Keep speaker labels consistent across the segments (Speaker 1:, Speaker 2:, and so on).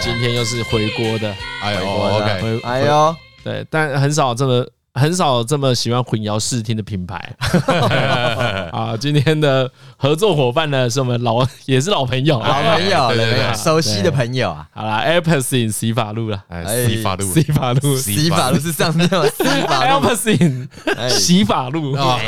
Speaker 1: 今天又是回锅的，
Speaker 2: 哎呦
Speaker 3: 我的
Speaker 2: ，OK，
Speaker 1: 回
Speaker 3: 哎呦，
Speaker 1: 对，但很少这么很少这么喜欢混淆视听的品牌 啊。今天的合作伙伴呢，是我们老也是老朋友
Speaker 3: 老
Speaker 1: 啊。
Speaker 3: 朋友，
Speaker 2: 对对
Speaker 3: 老朋友
Speaker 2: 对
Speaker 3: 熟悉的朋友啊，
Speaker 1: 好啦 a l p e r s in 洗发露啦
Speaker 2: 哎
Speaker 3: 哎
Speaker 2: ，C 法路
Speaker 1: 洗发露
Speaker 2: 洗
Speaker 3: 洗发露是上面吗？洗
Speaker 1: a
Speaker 3: 发
Speaker 1: l
Speaker 3: 露
Speaker 1: p e r s in
Speaker 3: 哎
Speaker 1: 洗发露。
Speaker 2: 啊，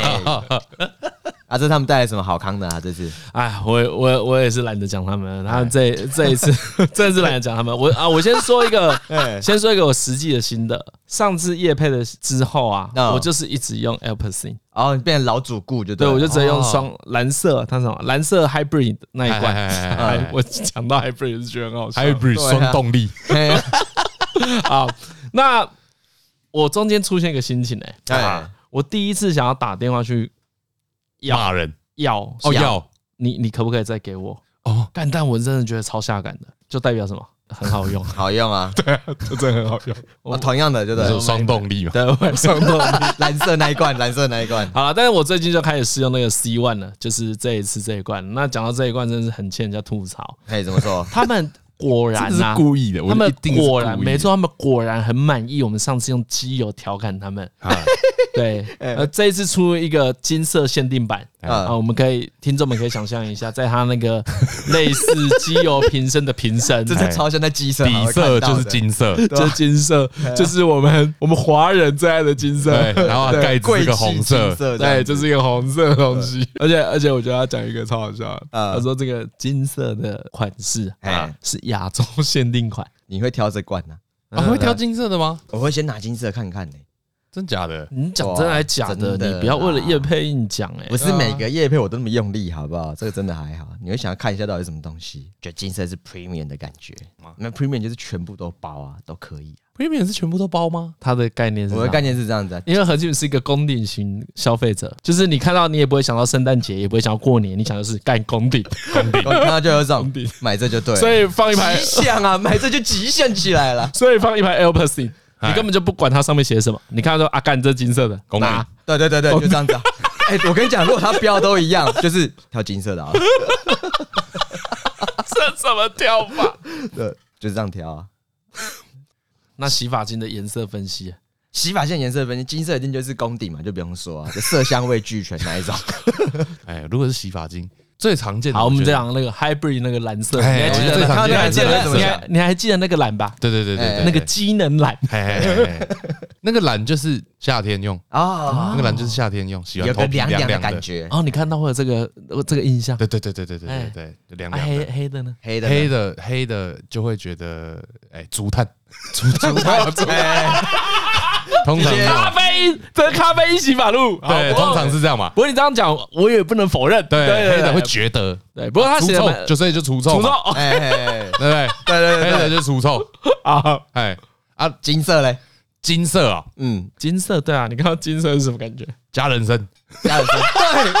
Speaker 3: 啊，这他们带来什么好康的啊？这次
Speaker 1: 哎，我我我也是懒得讲他们，
Speaker 3: 哎
Speaker 1: 然后这这一次 这一次懒得讲他们。我啊，我先说一个，
Speaker 3: 哎
Speaker 1: 先说一个我实际的心得。上次夜配的之后啊，
Speaker 3: 嗯
Speaker 1: 我就是一直用 a l p e r s in。
Speaker 3: 哦，你变成老主顾就对
Speaker 1: 对，
Speaker 3: 了，
Speaker 1: 我就直接用
Speaker 2: 哦
Speaker 1: 双蓝色，它是什么蓝色 hybrid 那一
Speaker 2: 哎
Speaker 1: 罐。
Speaker 2: 哎哎哎
Speaker 1: 哎
Speaker 2: 哎
Speaker 1: 我讲到 hybrid 就觉得很好笑
Speaker 2: Hybrid
Speaker 3: 对啊
Speaker 2: 双动力，
Speaker 3: 嘿
Speaker 1: 啊。那我中间出现一个心情哎、
Speaker 3: 哎，
Speaker 1: 我第一次想要打电话去
Speaker 2: 骂人
Speaker 1: 要
Speaker 2: 哦，
Speaker 1: 想
Speaker 2: 要
Speaker 1: 你，你可不可以再给我？
Speaker 2: 哦，
Speaker 1: 干，但我真的觉得超下感的，就代表什么？很好用
Speaker 3: 好用啊，
Speaker 2: 这 真的很好笑，
Speaker 3: 我同样的就对
Speaker 2: 这
Speaker 3: 了
Speaker 2: 是，双动力嘛，
Speaker 1: 对，我也送过你。
Speaker 3: 蓝色那一罐，蓝色那一罐，
Speaker 1: 好了，但是我最近就开始试用那个 C one 了，就是这一次这一罐。那讲到这一罐，真的是很欠人家吐槽，
Speaker 3: 嘿，怎么说？
Speaker 2: 哎
Speaker 1: 他们果然
Speaker 2: 这
Speaker 1: 啊
Speaker 2: 是，故意的，我
Speaker 1: 他们
Speaker 2: 一定是
Speaker 1: 果然
Speaker 2: 故意的
Speaker 1: 没错，，他们果然很满意我们上次用机油调侃他们。
Speaker 2: 啊
Speaker 1: 对，呃，这一次出一个金色限定版啊，
Speaker 3: 嗯，
Speaker 1: 我们可以听众们可以想象一下，在它那个类似机油瓶身的瓶身，
Speaker 3: 这
Speaker 2: 哎
Speaker 3: 是超像在啊机身
Speaker 2: 底色就是，金色，
Speaker 1: 这金色就是我们我们华人最爱的金色，
Speaker 2: 对，然后
Speaker 3: 对
Speaker 2: 盖子是个红色
Speaker 3: 贵气金，色这样
Speaker 1: 对，
Speaker 3: 子
Speaker 1: 就是一个红色的东西。而且而且，我觉得他讲一个超好笑的，
Speaker 3: 嗯
Speaker 1: 他说这个金色的款式啊
Speaker 3: 哎
Speaker 1: 是亚洲限定款，
Speaker 3: 你会挑这罐呢？
Speaker 2: 啊，会挑金色的吗？
Speaker 3: 我会先拿金色看看呢，
Speaker 2: 真假的？
Speaker 1: 你讲真的还假的？
Speaker 3: 哇真的
Speaker 1: 你不要为了叶配硬讲哎
Speaker 3: 不。是每个叶配我都那么用力，好不好？这个真的还好，你会想要看一下到底什么东西。觉得金色是 premium 的感觉，那 premium 就是全部都包啊，都可以、啊。
Speaker 2: premium 是全部都包吗？
Speaker 1: 它的概念是
Speaker 3: 我
Speaker 1: 这
Speaker 3: 的
Speaker 1: 样
Speaker 3: 概念是这样子、啊，
Speaker 1: 因为何俊是一个功顶型消费者，就是你看到你也不会想到圣诞节，也不会想到过年，你想的是干功顶，
Speaker 3: 我看到就有一 种买这就对了，
Speaker 1: 所以放一排，
Speaker 3: 极限啊，买这就极限起来了。
Speaker 1: 所以放一排 a l p e r s i n
Speaker 2: 哎
Speaker 1: 你根本就不管它上面写什么，你看到说啊干这金色的，
Speaker 2: 功
Speaker 1: 拿
Speaker 2: 能
Speaker 3: 对对对对，就这样子、啊。 哎、我跟你讲，如果它标都一样，就是挑金色的啊，
Speaker 1: 这怎么挑法？
Speaker 3: 对，就是这样挑啊。
Speaker 1: 那洗发精的颜色分析，啊
Speaker 3: 洗发线颜色分析，金色一定就是功底嘛，就不用说啊，就色香味俱全那一 种。
Speaker 2: 哎，如果是洗发精，最常见的，
Speaker 1: 好，我们
Speaker 2: 觉得
Speaker 1: 这，样那个 hybrid 那个蓝色，你还
Speaker 2: 哎
Speaker 1: 记得
Speaker 2: 我觉得
Speaker 1: 那
Speaker 2: 最常
Speaker 1: 个？
Speaker 2: 见
Speaker 3: 的
Speaker 1: 你还记得？
Speaker 3: 蓝色
Speaker 1: 你还你还记得那个蓝吧？
Speaker 2: 对对对对
Speaker 3: 哎
Speaker 2: 对，哎
Speaker 1: 那个机能蓝，
Speaker 2: 嘿嘿嘿嘿嘿 那个蓝就是夏天用，
Speaker 3: 啊，
Speaker 2: 那个蓝就是夏天用，喜欢
Speaker 3: 有
Speaker 2: 头
Speaker 3: 个
Speaker 2: 皮
Speaker 3: 凉凉
Speaker 2: 凉
Speaker 3: 的
Speaker 2: 的
Speaker 3: 感。觉，
Speaker 1: 哦，你看到会有这个呃这个印象，
Speaker 2: 对对对对对对对
Speaker 1: 哎
Speaker 2: 对，就凉
Speaker 1: 啊
Speaker 2: 凉
Speaker 1: 黑
Speaker 2: 的。
Speaker 1: 黑的呢？
Speaker 3: 黑的呢
Speaker 2: 黑 的黑的就会觉得，哎，竹炭，
Speaker 3: 竹炭，哎
Speaker 2: 通常
Speaker 3: 直接
Speaker 1: 咖
Speaker 2: 是
Speaker 1: 啡因，这是咖啡因洗发露，好
Speaker 2: 对，
Speaker 1: 不过
Speaker 2: 通常是这样嘛。
Speaker 1: 不过你这样讲，我也不能否认。
Speaker 2: 对，黑的会
Speaker 1: 对
Speaker 2: 觉得
Speaker 1: 对，不过他
Speaker 2: 除
Speaker 1: 写的
Speaker 2: 臭，
Speaker 1: 蛮
Speaker 2: 就所以就除臭
Speaker 1: 除臭
Speaker 2: 嘛，
Speaker 1: 哦哎
Speaker 3: 哎哎，哎
Speaker 2: 对不
Speaker 3: 对
Speaker 2: 对？
Speaker 3: 对对
Speaker 2: 黑
Speaker 3: 对
Speaker 2: 的就除臭，
Speaker 1: 啊，
Speaker 2: 哎 啊，
Speaker 3: 金色嘞，
Speaker 2: 金色啊，
Speaker 3: 嗯，
Speaker 1: 金色对啊，你看到金色是什么感觉？
Speaker 2: 加人参，
Speaker 3: 加 油！对，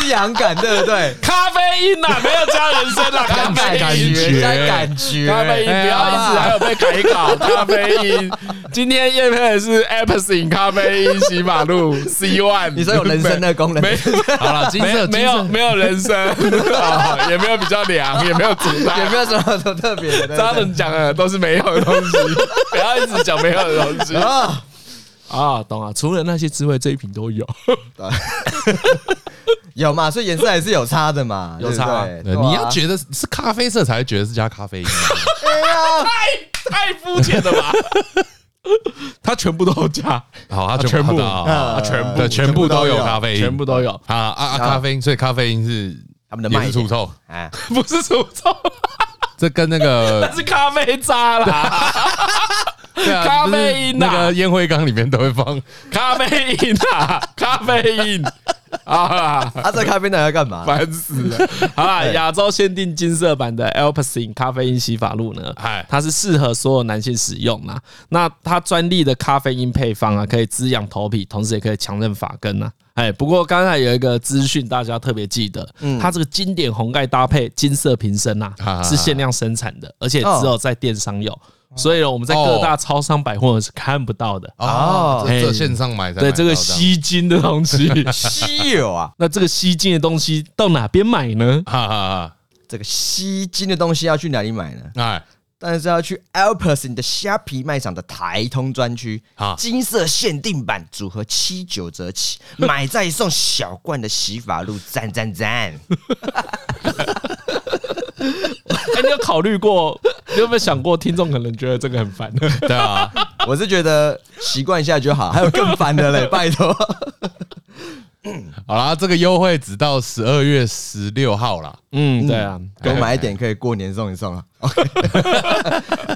Speaker 3: 滋养感，对不对？
Speaker 1: 咖啡因呐，没有加人参 啦，
Speaker 3: 加
Speaker 1: 咖啡
Speaker 3: 感
Speaker 1: 因。
Speaker 3: 觉，加感觉，
Speaker 1: 咖啡因，不要一直还有被改稿。
Speaker 2: 哎
Speaker 1: 咖啡 因，今天验配的是 a p p s i n 咖啡因洗发露 C One。
Speaker 3: 你说有人参的功能？
Speaker 1: 没
Speaker 2: 好了，金
Speaker 1: 没
Speaker 2: 色
Speaker 1: 没有没有人 参，啊也没有比较凉，也没有煮
Speaker 3: 有
Speaker 1: 蛋
Speaker 3: 没。有什么特别的？对不对
Speaker 1: 他们讲的都是没有的东西，不要一直讲没有的东西。
Speaker 3: 啊，
Speaker 1: 啊，懂啊！除了那些之外，这一瓶都有。
Speaker 3: 有嘛？所以颜色还是有差的嘛，
Speaker 1: 有差
Speaker 3: 对不对
Speaker 2: 对，你要
Speaker 3: 对啊
Speaker 2: 觉得是咖啡色才会觉得是加咖啡因 啊嘛，
Speaker 1: 太太肤浅了 吧？他全部都加，
Speaker 2: 好，它
Speaker 1: 啊全
Speaker 2: 全
Speaker 1: 部
Speaker 2: 部啊，
Speaker 3: 啊
Speaker 2: 全部
Speaker 3: 对
Speaker 2: 全部都有咖啡因，
Speaker 1: 全部都有，
Speaker 2: 啊啊啊！咖啡因，所以咖啡因是
Speaker 3: 他们的
Speaker 2: 也
Speaker 3: 卖
Speaker 2: 是
Speaker 3: 点
Speaker 2: 除臭，
Speaker 3: 哎，
Speaker 1: 不是除臭，
Speaker 2: 这跟那个
Speaker 1: 是咖啡渣啦，
Speaker 2: 对啊
Speaker 1: 咖啡因啊
Speaker 2: 就是那个烟灰缸里面都会放，
Speaker 1: 咖啡因啊，咖啡因 啊，
Speaker 3: 啊，这咖啡奶要干嘛？
Speaker 1: 烦死了！好啦，亚洲限定金色版的 Alpsin 咖啡因洗发露呢，
Speaker 2: 哎，
Speaker 1: 它是适合所有男性使用啦。那它专利的咖啡因配方啊，可以滋养头皮，同时也可以强韧发根啊。哎，不过刚才有一个资讯大家特别记得，它这个经典红盖搭配金色瓶身嗯啊，哦
Speaker 2: 啊
Speaker 1: 是限量生产的，而且只有在电商有，所以我们在各大超商百货是看不到的。
Speaker 2: 哦，
Speaker 1: 哎
Speaker 2: 这这线上买才
Speaker 1: 对，这个
Speaker 2: 西，
Speaker 1: 吸金的东 西，
Speaker 3: 稀有啊，
Speaker 1: 那这个吸金的东西到哪边买呢？
Speaker 2: 哈哈哈，
Speaker 3: 这个吸金的东西要去哪里买呢？
Speaker 2: 哎，
Speaker 3: 当然是要去 Alperson 的虾皮卖场的台通专区
Speaker 2: 啊
Speaker 3: 金色限定版组合七九折起，买再送小罐的洗发露，赞赞赞！
Speaker 1: 哎、你有考虑过？你有没有想过，听众可能觉得这个很烦？
Speaker 2: 对啊，
Speaker 3: 我是觉得习惯一下就好，还有更烦的 嘞，拜托。
Speaker 2: 好啦，这个优惠只到十二月十六号啦。
Speaker 1: 嗯，对啊，
Speaker 3: 多买一点可以过年送一送啊。OK，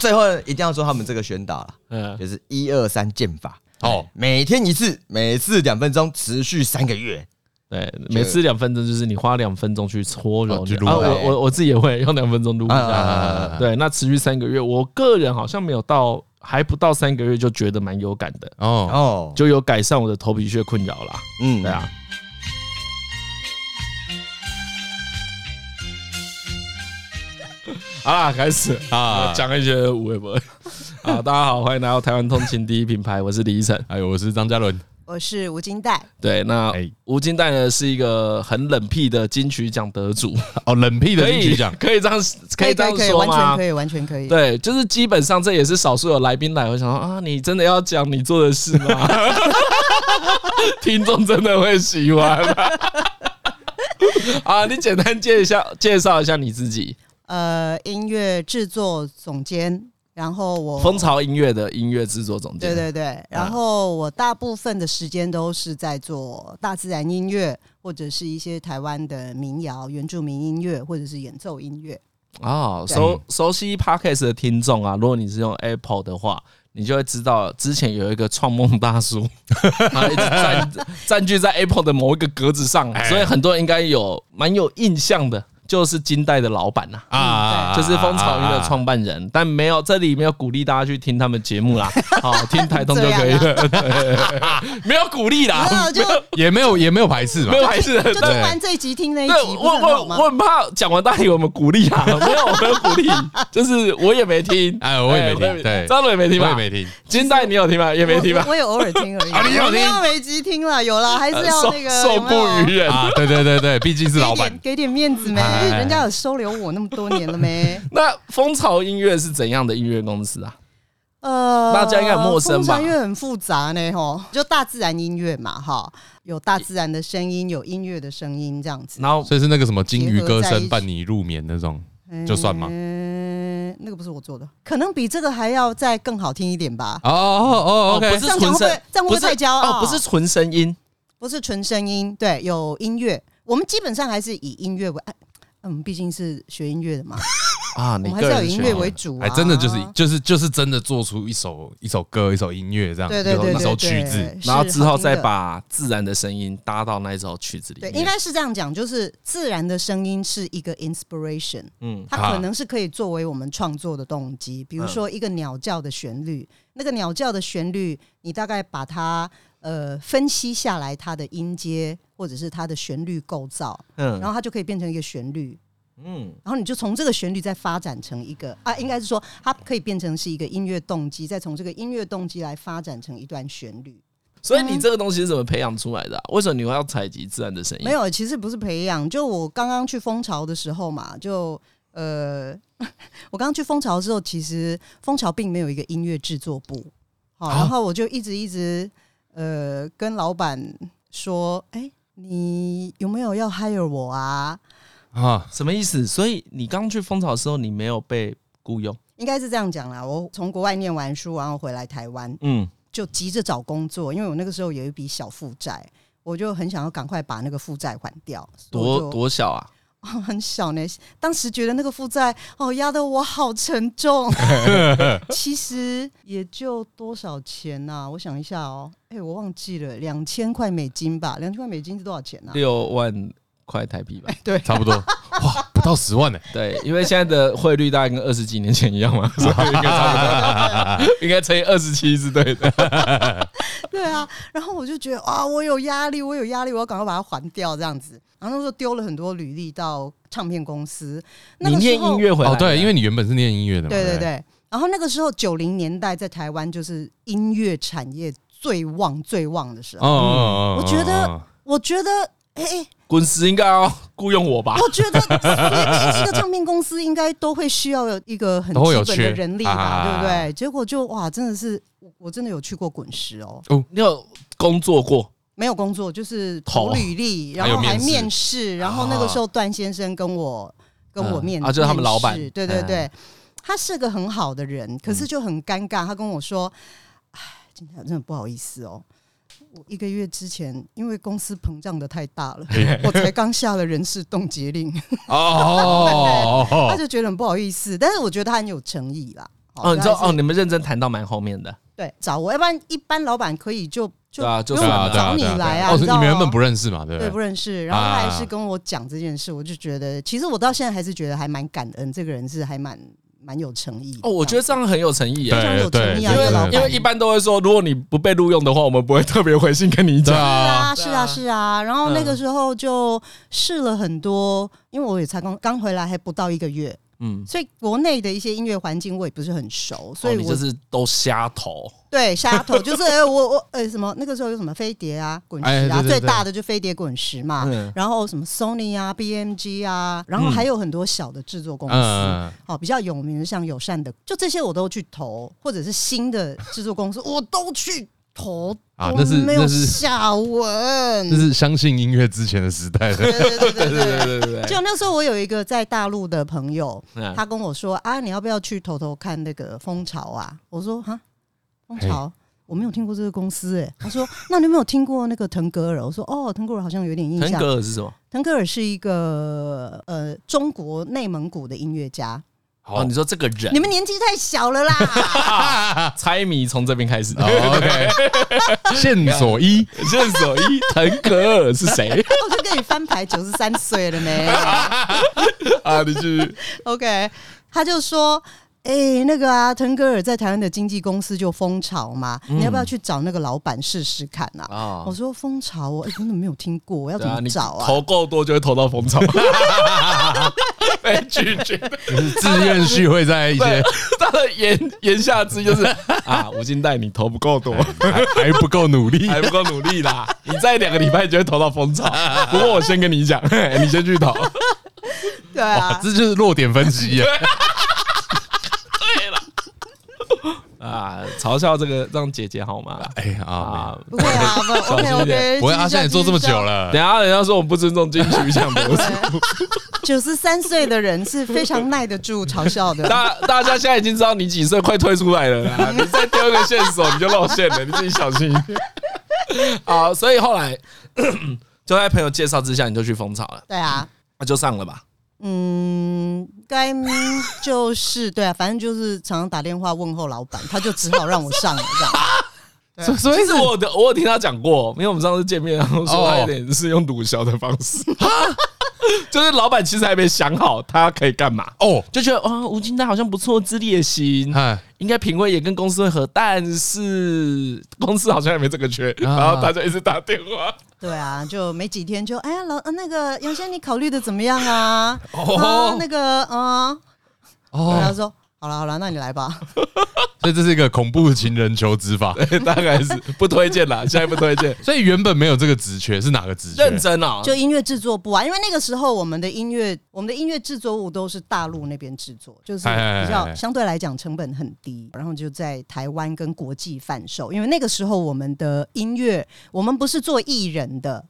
Speaker 3: 最后一定要做他们这个宣导了，
Speaker 1: 嗯，
Speaker 3: 就是一二三剑法，
Speaker 2: 哦，
Speaker 3: 每天一次，每次两分钟，持续三个月。
Speaker 1: 对，每次两分钟就是你花两分钟去搓揉
Speaker 2: 哦
Speaker 1: 你
Speaker 2: 去撸
Speaker 1: 啊，
Speaker 2: 它
Speaker 1: 我我我自己也会用两分钟撸一
Speaker 3: 啊
Speaker 1: 下。
Speaker 3: 啊
Speaker 2: 呃
Speaker 1: 对，那持续三个月，我个人好像没有到，还不到三个月就觉得蛮有感的，
Speaker 2: 哦，
Speaker 3: 哦，
Speaker 1: 就有改善我的头皮屑困扰啦。
Speaker 3: 嗯
Speaker 1: 对啊，好啦，开始啊，
Speaker 2: 啊
Speaker 1: 讲一些无微博。 好，大家好，欢迎来到台湾通勤第一品牌，我是李依晨。
Speaker 2: 哎，我是张嘉伦，
Speaker 4: 我是吴金代，
Speaker 1: 对，那
Speaker 2: 哎
Speaker 1: 吴金代呢是一个很冷僻的金曲奖得 主，
Speaker 2: 哦，冷僻的
Speaker 1: 可
Speaker 2: 金曲
Speaker 1: 以
Speaker 2: 奖，
Speaker 1: 可以这样可以这
Speaker 4: 可以
Speaker 1: 样
Speaker 4: 可以，
Speaker 1: 说
Speaker 4: 完全
Speaker 1: 吗
Speaker 4: 可？以，完全可以。
Speaker 1: 对，就是基本上这也是少数有来宾来，我想说啊，你真的要讲你做的事吗？ 听众真的会喜欢 吗啊！你简单介绍介绍一下你自己，
Speaker 4: 呃，音乐制作总监，然后我
Speaker 1: 蜂巢音乐的音乐制作总监。
Speaker 4: 哦对对对，然后我大部分的时间都是在做大自然音乐，或者是一些台湾的民谣、原住民音乐，或者是演奏音乐。
Speaker 1: 哦，熟熟悉 podcast 的听众啊，如果你是用 Apple 的话，你就会知道之前有一个创梦大叔，他一直占占据在 Apple 的某一个格子上，所以很多人应该有蛮有印象的，就是金代的老板呐、
Speaker 2: 啊，
Speaker 1: 就是蜂巢音乐创办人，但没有这里没有鼓励大家去听他们节目啦，好听台通就可以
Speaker 4: 啊
Speaker 1: 了，对没有鼓励 啦，
Speaker 4: 然后啊就
Speaker 2: 也没有也没有排斥嘛
Speaker 1: 没，有还是
Speaker 4: 就听完这一集，听那一
Speaker 1: 对，
Speaker 4: 集，
Speaker 1: 我
Speaker 4: 不是很好
Speaker 1: 我
Speaker 4: 吗
Speaker 1: 我？很怕讲完大理我们鼓励 啊，没有我没有鼓励，就是我也没听，
Speaker 2: 哎我也没听
Speaker 1: 哎
Speaker 2: 对
Speaker 1: 张伦也没听
Speaker 2: 我也
Speaker 1: 吧？
Speaker 2: 没听，
Speaker 1: 金代你有听吗？也没听吧
Speaker 4: 我？我有偶尔听而已，
Speaker 2: 啊你有听
Speaker 4: 没有每集听了，有了，还是要
Speaker 1: 呃受
Speaker 4: 那个
Speaker 1: 受
Speaker 4: 有没有
Speaker 1: 雇于人。
Speaker 2: 啊，对对对对，毕竟是老
Speaker 4: 给
Speaker 2: 板
Speaker 4: 点，给点面子没？
Speaker 2: 哎
Speaker 4: 人家有收留我那么多年了没？
Speaker 1: 那蜂巢音乐是怎样的音乐公司啊？
Speaker 4: 呃，
Speaker 1: 大家应该很陌生吧
Speaker 4: 因为很复杂呢，吼，就大自然音乐嘛，哈，有大自然的声音，有音乐的声音这样子，
Speaker 1: 然后
Speaker 2: 所以是那个什么金鱼歌
Speaker 4: 结合在一
Speaker 2: 声
Speaker 4: 起
Speaker 2: 伴你入眠那种，就算吗
Speaker 4: 嗯，那个不是我做的，可能比这个还要再更好听一点吧。
Speaker 2: 哦哦哦
Speaker 1: 哦不
Speaker 2: ，OK，
Speaker 1: 是
Speaker 4: 这样
Speaker 1: 纯
Speaker 4: 讲会不
Speaker 1: 声
Speaker 4: 会，这样会不会太骄傲？
Speaker 1: 哦，不是纯声音，
Speaker 4: 不是纯声音，对，有音乐。我们基本上还是以音乐为，哎嗯，毕竟是学音乐的嘛，
Speaker 1: 啊，
Speaker 4: 我
Speaker 1: 你
Speaker 4: 们还
Speaker 1: 个
Speaker 4: 是要
Speaker 1: 人
Speaker 4: 以音
Speaker 1: 选
Speaker 4: 乐
Speaker 1: 的
Speaker 4: 为主、啊。
Speaker 2: 哎，真的就是就是就是真的做出一首一首歌一首音乐这样，
Speaker 4: 对对对对
Speaker 2: 一
Speaker 4: 对，
Speaker 2: 首曲子，
Speaker 4: 是
Speaker 1: 然后之后再
Speaker 4: 好听的
Speaker 1: 把自然的声音搭到那一首曲子里
Speaker 4: 对，
Speaker 1: 面。
Speaker 4: 应该是这样讲，就是自然的声音是一个 inspiration，
Speaker 1: 嗯
Speaker 4: 嗯，它可能是可以作为我们创作的动机。比如说一个鸟叫的旋律，那个鸟叫的旋律，你大概把它呃分析下来，它的音阶或者是它的旋律构造，然
Speaker 1: 嗯
Speaker 4: 后它就可以变成一个旋律。
Speaker 1: 嗯，
Speaker 4: 然后你就从这个旋律再发展成一个啊，应该是说它可以变成是一个音乐动机，再从这个音乐动机来发展成一段旋律。
Speaker 1: 所以
Speaker 4: 嗯
Speaker 1: 你这个东西是怎么培养出来的啊？为什么你会要采集自然的声音？
Speaker 4: 没有，其实不是培养，就我刚刚去蜂巢的时候嘛，就呃， 我刚刚去蜂巢之后，其实蜂巢并没有一个音乐制作部，
Speaker 1: 啊
Speaker 4: 好，然后我就一直一直呃跟老板说，哎、你有没有要 hire 我啊？
Speaker 2: 啊，
Speaker 1: 什么意思？所以你刚去蜂巢的时候，你没有被雇佣？
Speaker 4: 应该是这样讲啦，我从国外念完书，然后回来台湾，
Speaker 1: 嗯，
Speaker 4: 就急着找工作，因为我那个时候有一笔小负债，我就很想要赶快把那个负债还掉，所以我
Speaker 1: 多
Speaker 4: 就
Speaker 1: 多小啊？
Speaker 4: 很小呢，当时觉得那个负债哦压得我好 沉重，其实也就多少钱呐、我想一下哦，哎、我忘记了，两千块美金吧，两千块美金是多少钱啊呐、
Speaker 1: 六万块台币吧？
Speaker 2: 差不多，哇，不到十万呢，
Speaker 1: 对，因为现在的汇率大概跟二十几年前一样 嘛，所以应该差不多，应该乘以二十七是对的。
Speaker 4: 对啊，然后我就觉得啊，我有压力，我有压力，我要赶快把它还掉这样子。然后那时候丢了很多履历到唱片公司， 那
Speaker 1: 你
Speaker 4: 个时
Speaker 1: 念
Speaker 4: 候
Speaker 1: 音乐回来
Speaker 2: 哦
Speaker 1: 的？
Speaker 2: 对，因为你原本是念音乐的嘛，
Speaker 4: 对对
Speaker 2: 不，
Speaker 4: 对。然后那个时候九零年代在台湾就是音乐产业最旺最旺的时候，
Speaker 2: 哦哦，哦
Speaker 4: 我觉得
Speaker 2: 哦
Speaker 4: 我觉得哎。
Speaker 1: 滚石应该哦，雇佣我吧。
Speaker 4: 我觉得随便一个唱片公司应该都会需要有一个很
Speaker 2: 都会有
Speaker 4: 基本
Speaker 2: 缺
Speaker 4: 的人力
Speaker 2: 啊
Speaker 4: 吧，对不对？结果就哇，真的是我我真的有去过滚石哦，
Speaker 1: 你有工作过？
Speaker 4: 没有工作，就是
Speaker 1: 投
Speaker 4: 投履历，
Speaker 2: 还
Speaker 4: 然
Speaker 2: 有
Speaker 4: 后还
Speaker 2: 面试
Speaker 4: 面试，然后那个时候段先生跟我跟我
Speaker 1: 嗯
Speaker 4: 面
Speaker 1: 啊就是他们老板
Speaker 4: 面试对对
Speaker 3: 嗯
Speaker 4: 对，他是个很好的人，可是就很尴尬，他跟我说：“哎，今天真的不好意思哦。”我一个月之前，因为公司膨胀的太大了，我才刚下了人事冻结令，
Speaker 2: 哦哦
Speaker 4: 他
Speaker 2: 哦，
Speaker 4: 就觉得很不好意思。但是我觉得他很有诚意啦。
Speaker 1: 哦，你知道
Speaker 4: 所以还
Speaker 1: 哦，
Speaker 4: 是
Speaker 1: 你们认真谈到蛮后面的。
Speaker 4: 对，找我，要不然一般老板可以就就
Speaker 1: 对啊就
Speaker 4: 不用
Speaker 1: 算了
Speaker 4: 找你来啊。
Speaker 2: 哦，所
Speaker 4: 知
Speaker 2: 以
Speaker 4: 道
Speaker 2: 你
Speaker 4: 吗
Speaker 2: 们原本不认识嘛，对不
Speaker 4: 对，不
Speaker 2: 对？
Speaker 4: 认识。然后他还
Speaker 2: 啊
Speaker 4: 是跟我讲这件事，我就觉得，其实我到现在还是觉得还蛮感恩，这个人是还蛮蛮有诚意。
Speaker 1: 哦，我觉得这样很有诚意耶。
Speaker 4: 非常有
Speaker 2: 对对，
Speaker 4: 诚意
Speaker 1: 因
Speaker 4: 啊这个老
Speaker 1: 为
Speaker 4: 板
Speaker 1: 因为一般都会说，如果你不被录用的话，我们不会特别回信跟你
Speaker 2: 对
Speaker 1: 讲。
Speaker 2: 啊，
Speaker 4: 啊，是啊，是啊。然后那个时候就试了很多，因为我也才刚刚回来，还不到一个月，
Speaker 1: 嗯，
Speaker 4: 所以国内的一些音乐环境我也不是很熟，
Speaker 1: 所
Speaker 4: 所
Speaker 1: 以
Speaker 4: 以
Speaker 1: 哦你
Speaker 4: 我
Speaker 1: 就是都瞎投。
Speaker 4: 对虾头就是呃我我呃什么那个时候有什么飞碟啊、滚石
Speaker 2: 哎对
Speaker 4: 啊，
Speaker 2: 对
Speaker 4: 最
Speaker 2: 对
Speaker 4: 大的就飞碟、滚石嘛
Speaker 3: 嗯，
Speaker 4: 然后什么 Sony 啊、BMG 啊，然后还有很多小的制作公司。
Speaker 2: 嗯，
Speaker 4: 好、比较有名的像友善的，就这些我都去投，或者是新的制作公司，我都去投
Speaker 2: 啊
Speaker 4: 都
Speaker 2: 那是
Speaker 4: 没有
Speaker 2: 那是
Speaker 4: 下
Speaker 2: 这
Speaker 4: 文。
Speaker 2: 是相信音乐之前的时代的，
Speaker 4: 对对对对
Speaker 1: 对对
Speaker 4: 对。
Speaker 1: 对对对
Speaker 4: 就那时候，我有一个在大陆的朋友，
Speaker 1: 哎嗯。
Speaker 4: 他跟我说：“啊，你要不要去投投看那个蜂巢啊？”我说：“哈，蜂巢。”我没有听过这个公司诶、 他说：“那你有没有听过那个腾格尔？”我说：“哦，腾格尔好像有点印
Speaker 1: 腾
Speaker 4: 象。
Speaker 1: 格尔是什么？
Speaker 4: 腾格尔是一个呃中国内蒙古的音乐 家。
Speaker 1: 哦，你说这个人，啊
Speaker 4: 你们年纪太小了啦！
Speaker 1: 猜谜从这边开始。
Speaker 2: 哦 OK，线索一，
Speaker 1: 线索一，腾格尔是 谁
Speaker 4: 我就跟你翻牌九十三岁了没
Speaker 1: 啊？你去
Speaker 4: ？OK，他就说。哎、那个啊，腾格尔在台湾的经纪公司就蜂巢嘛，
Speaker 1: 嗯
Speaker 4: 你要不要去找那个老板试试看啊？
Speaker 1: 啊
Speaker 4: 我说蜂巢，我、哎真的没有听过，我要
Speaker 1: 对
Speaker 4: 怎
Speaker 1: 啊，
Speaker 4: 么
Speaker 1: 你
Speaker 4: 找啊？
Speaker 1: 投够多就会投到风 潮，被拒绝。
Speaker 2: 自愿续会在一些
Speaker 1: 对，他的言言下之意就是 啊，吴金带你投不 够多，
Speaker 2: 还还不够努力，
Speaker 1: 还不够努力啦，你再两个礼拜就会投到风潮。不过我先跟你讲， 嘿你先去投。
Speaker 4: 对啊，
Speaker 2: 这就是弱点分析啊。
Speaker 1: 啊，嘲笑这个让姐姐好吗？
Speaker 2: 哎啊，
Speaker 1: 啊，
Speaker 4: 不 会啊，不
Speaker 1: 小心
Speaker 4: OK
Speaker 1: 一点
Speaker 4: OK，
Speaker 2: 不会，阿善也做这么久，了
Speaker 1: 等一，下人家说我们不尊重金曲奖得主，
Speaker 4: 九十三岁的人是非常耐得住嘲 笑的。
Speaker 1: 大大家现在已经知道你几岁，快退出来了 啦！你再丢一个线索，你就露馅了，你自己小心一点。好，所以后来 就在朋友介绍之下，你就去蜂巢了，
Speaker 4: 对啊，
Speaker 1: 那就上了吧。
Speaker 4: 嗯，该就是对啊，反正就是常常打电话问候老板，他就只好让我上了这 样。
Speaker 1: 所所以是我的，我有听他讲过，因为我们上次见面，然后说哎他
Speaker 2: 哦
Speaker 1: 有点是用鲁枭的方 式，就是老板其实还没想好他可以干嘛，
Speaker 2: 哦，
Speaker 1: 就觉得啊，吴京他好像不错，资历也行，
Speaker 2: 哎，
Speaker 1: 应该品味也跟公司会合，但是公司好像也没这个缺，
Speaker 2: 啊
Speaker 1: 然后大家一直打电 话。
Speaker 4: 对啊，就没几天就哎呀老呃那个杨先生，你考虑的怎么样啊？啊
Speaker 2: 哦
Speaker 4: 那个啊，然后
Speaker 2: 哦
Speaker 4: 他，说好了好了，那你来吧。
Speaker 2: 所以这是一个恐怖情人求职法，。
Speaker 1: 大概是不推荐啦，现在不推荐
Speaker 2: 所以原本没有这个职缺是哪个职缺？
Speaker 1: 认真啊，
Speaker 4: 就音乐制作部啊，因为那个时候我们的音乐，我们的音乐制作物都是大陆那边制作，就是
Speaker 2: 哎哎哎
Speaker 4: 比较
Speaker 2: 哎
Speaker 4: 相对来讲成本很低，然后就在台湾跟国际贩售。因为那个时候我们的音乐，我们不是做艺人的。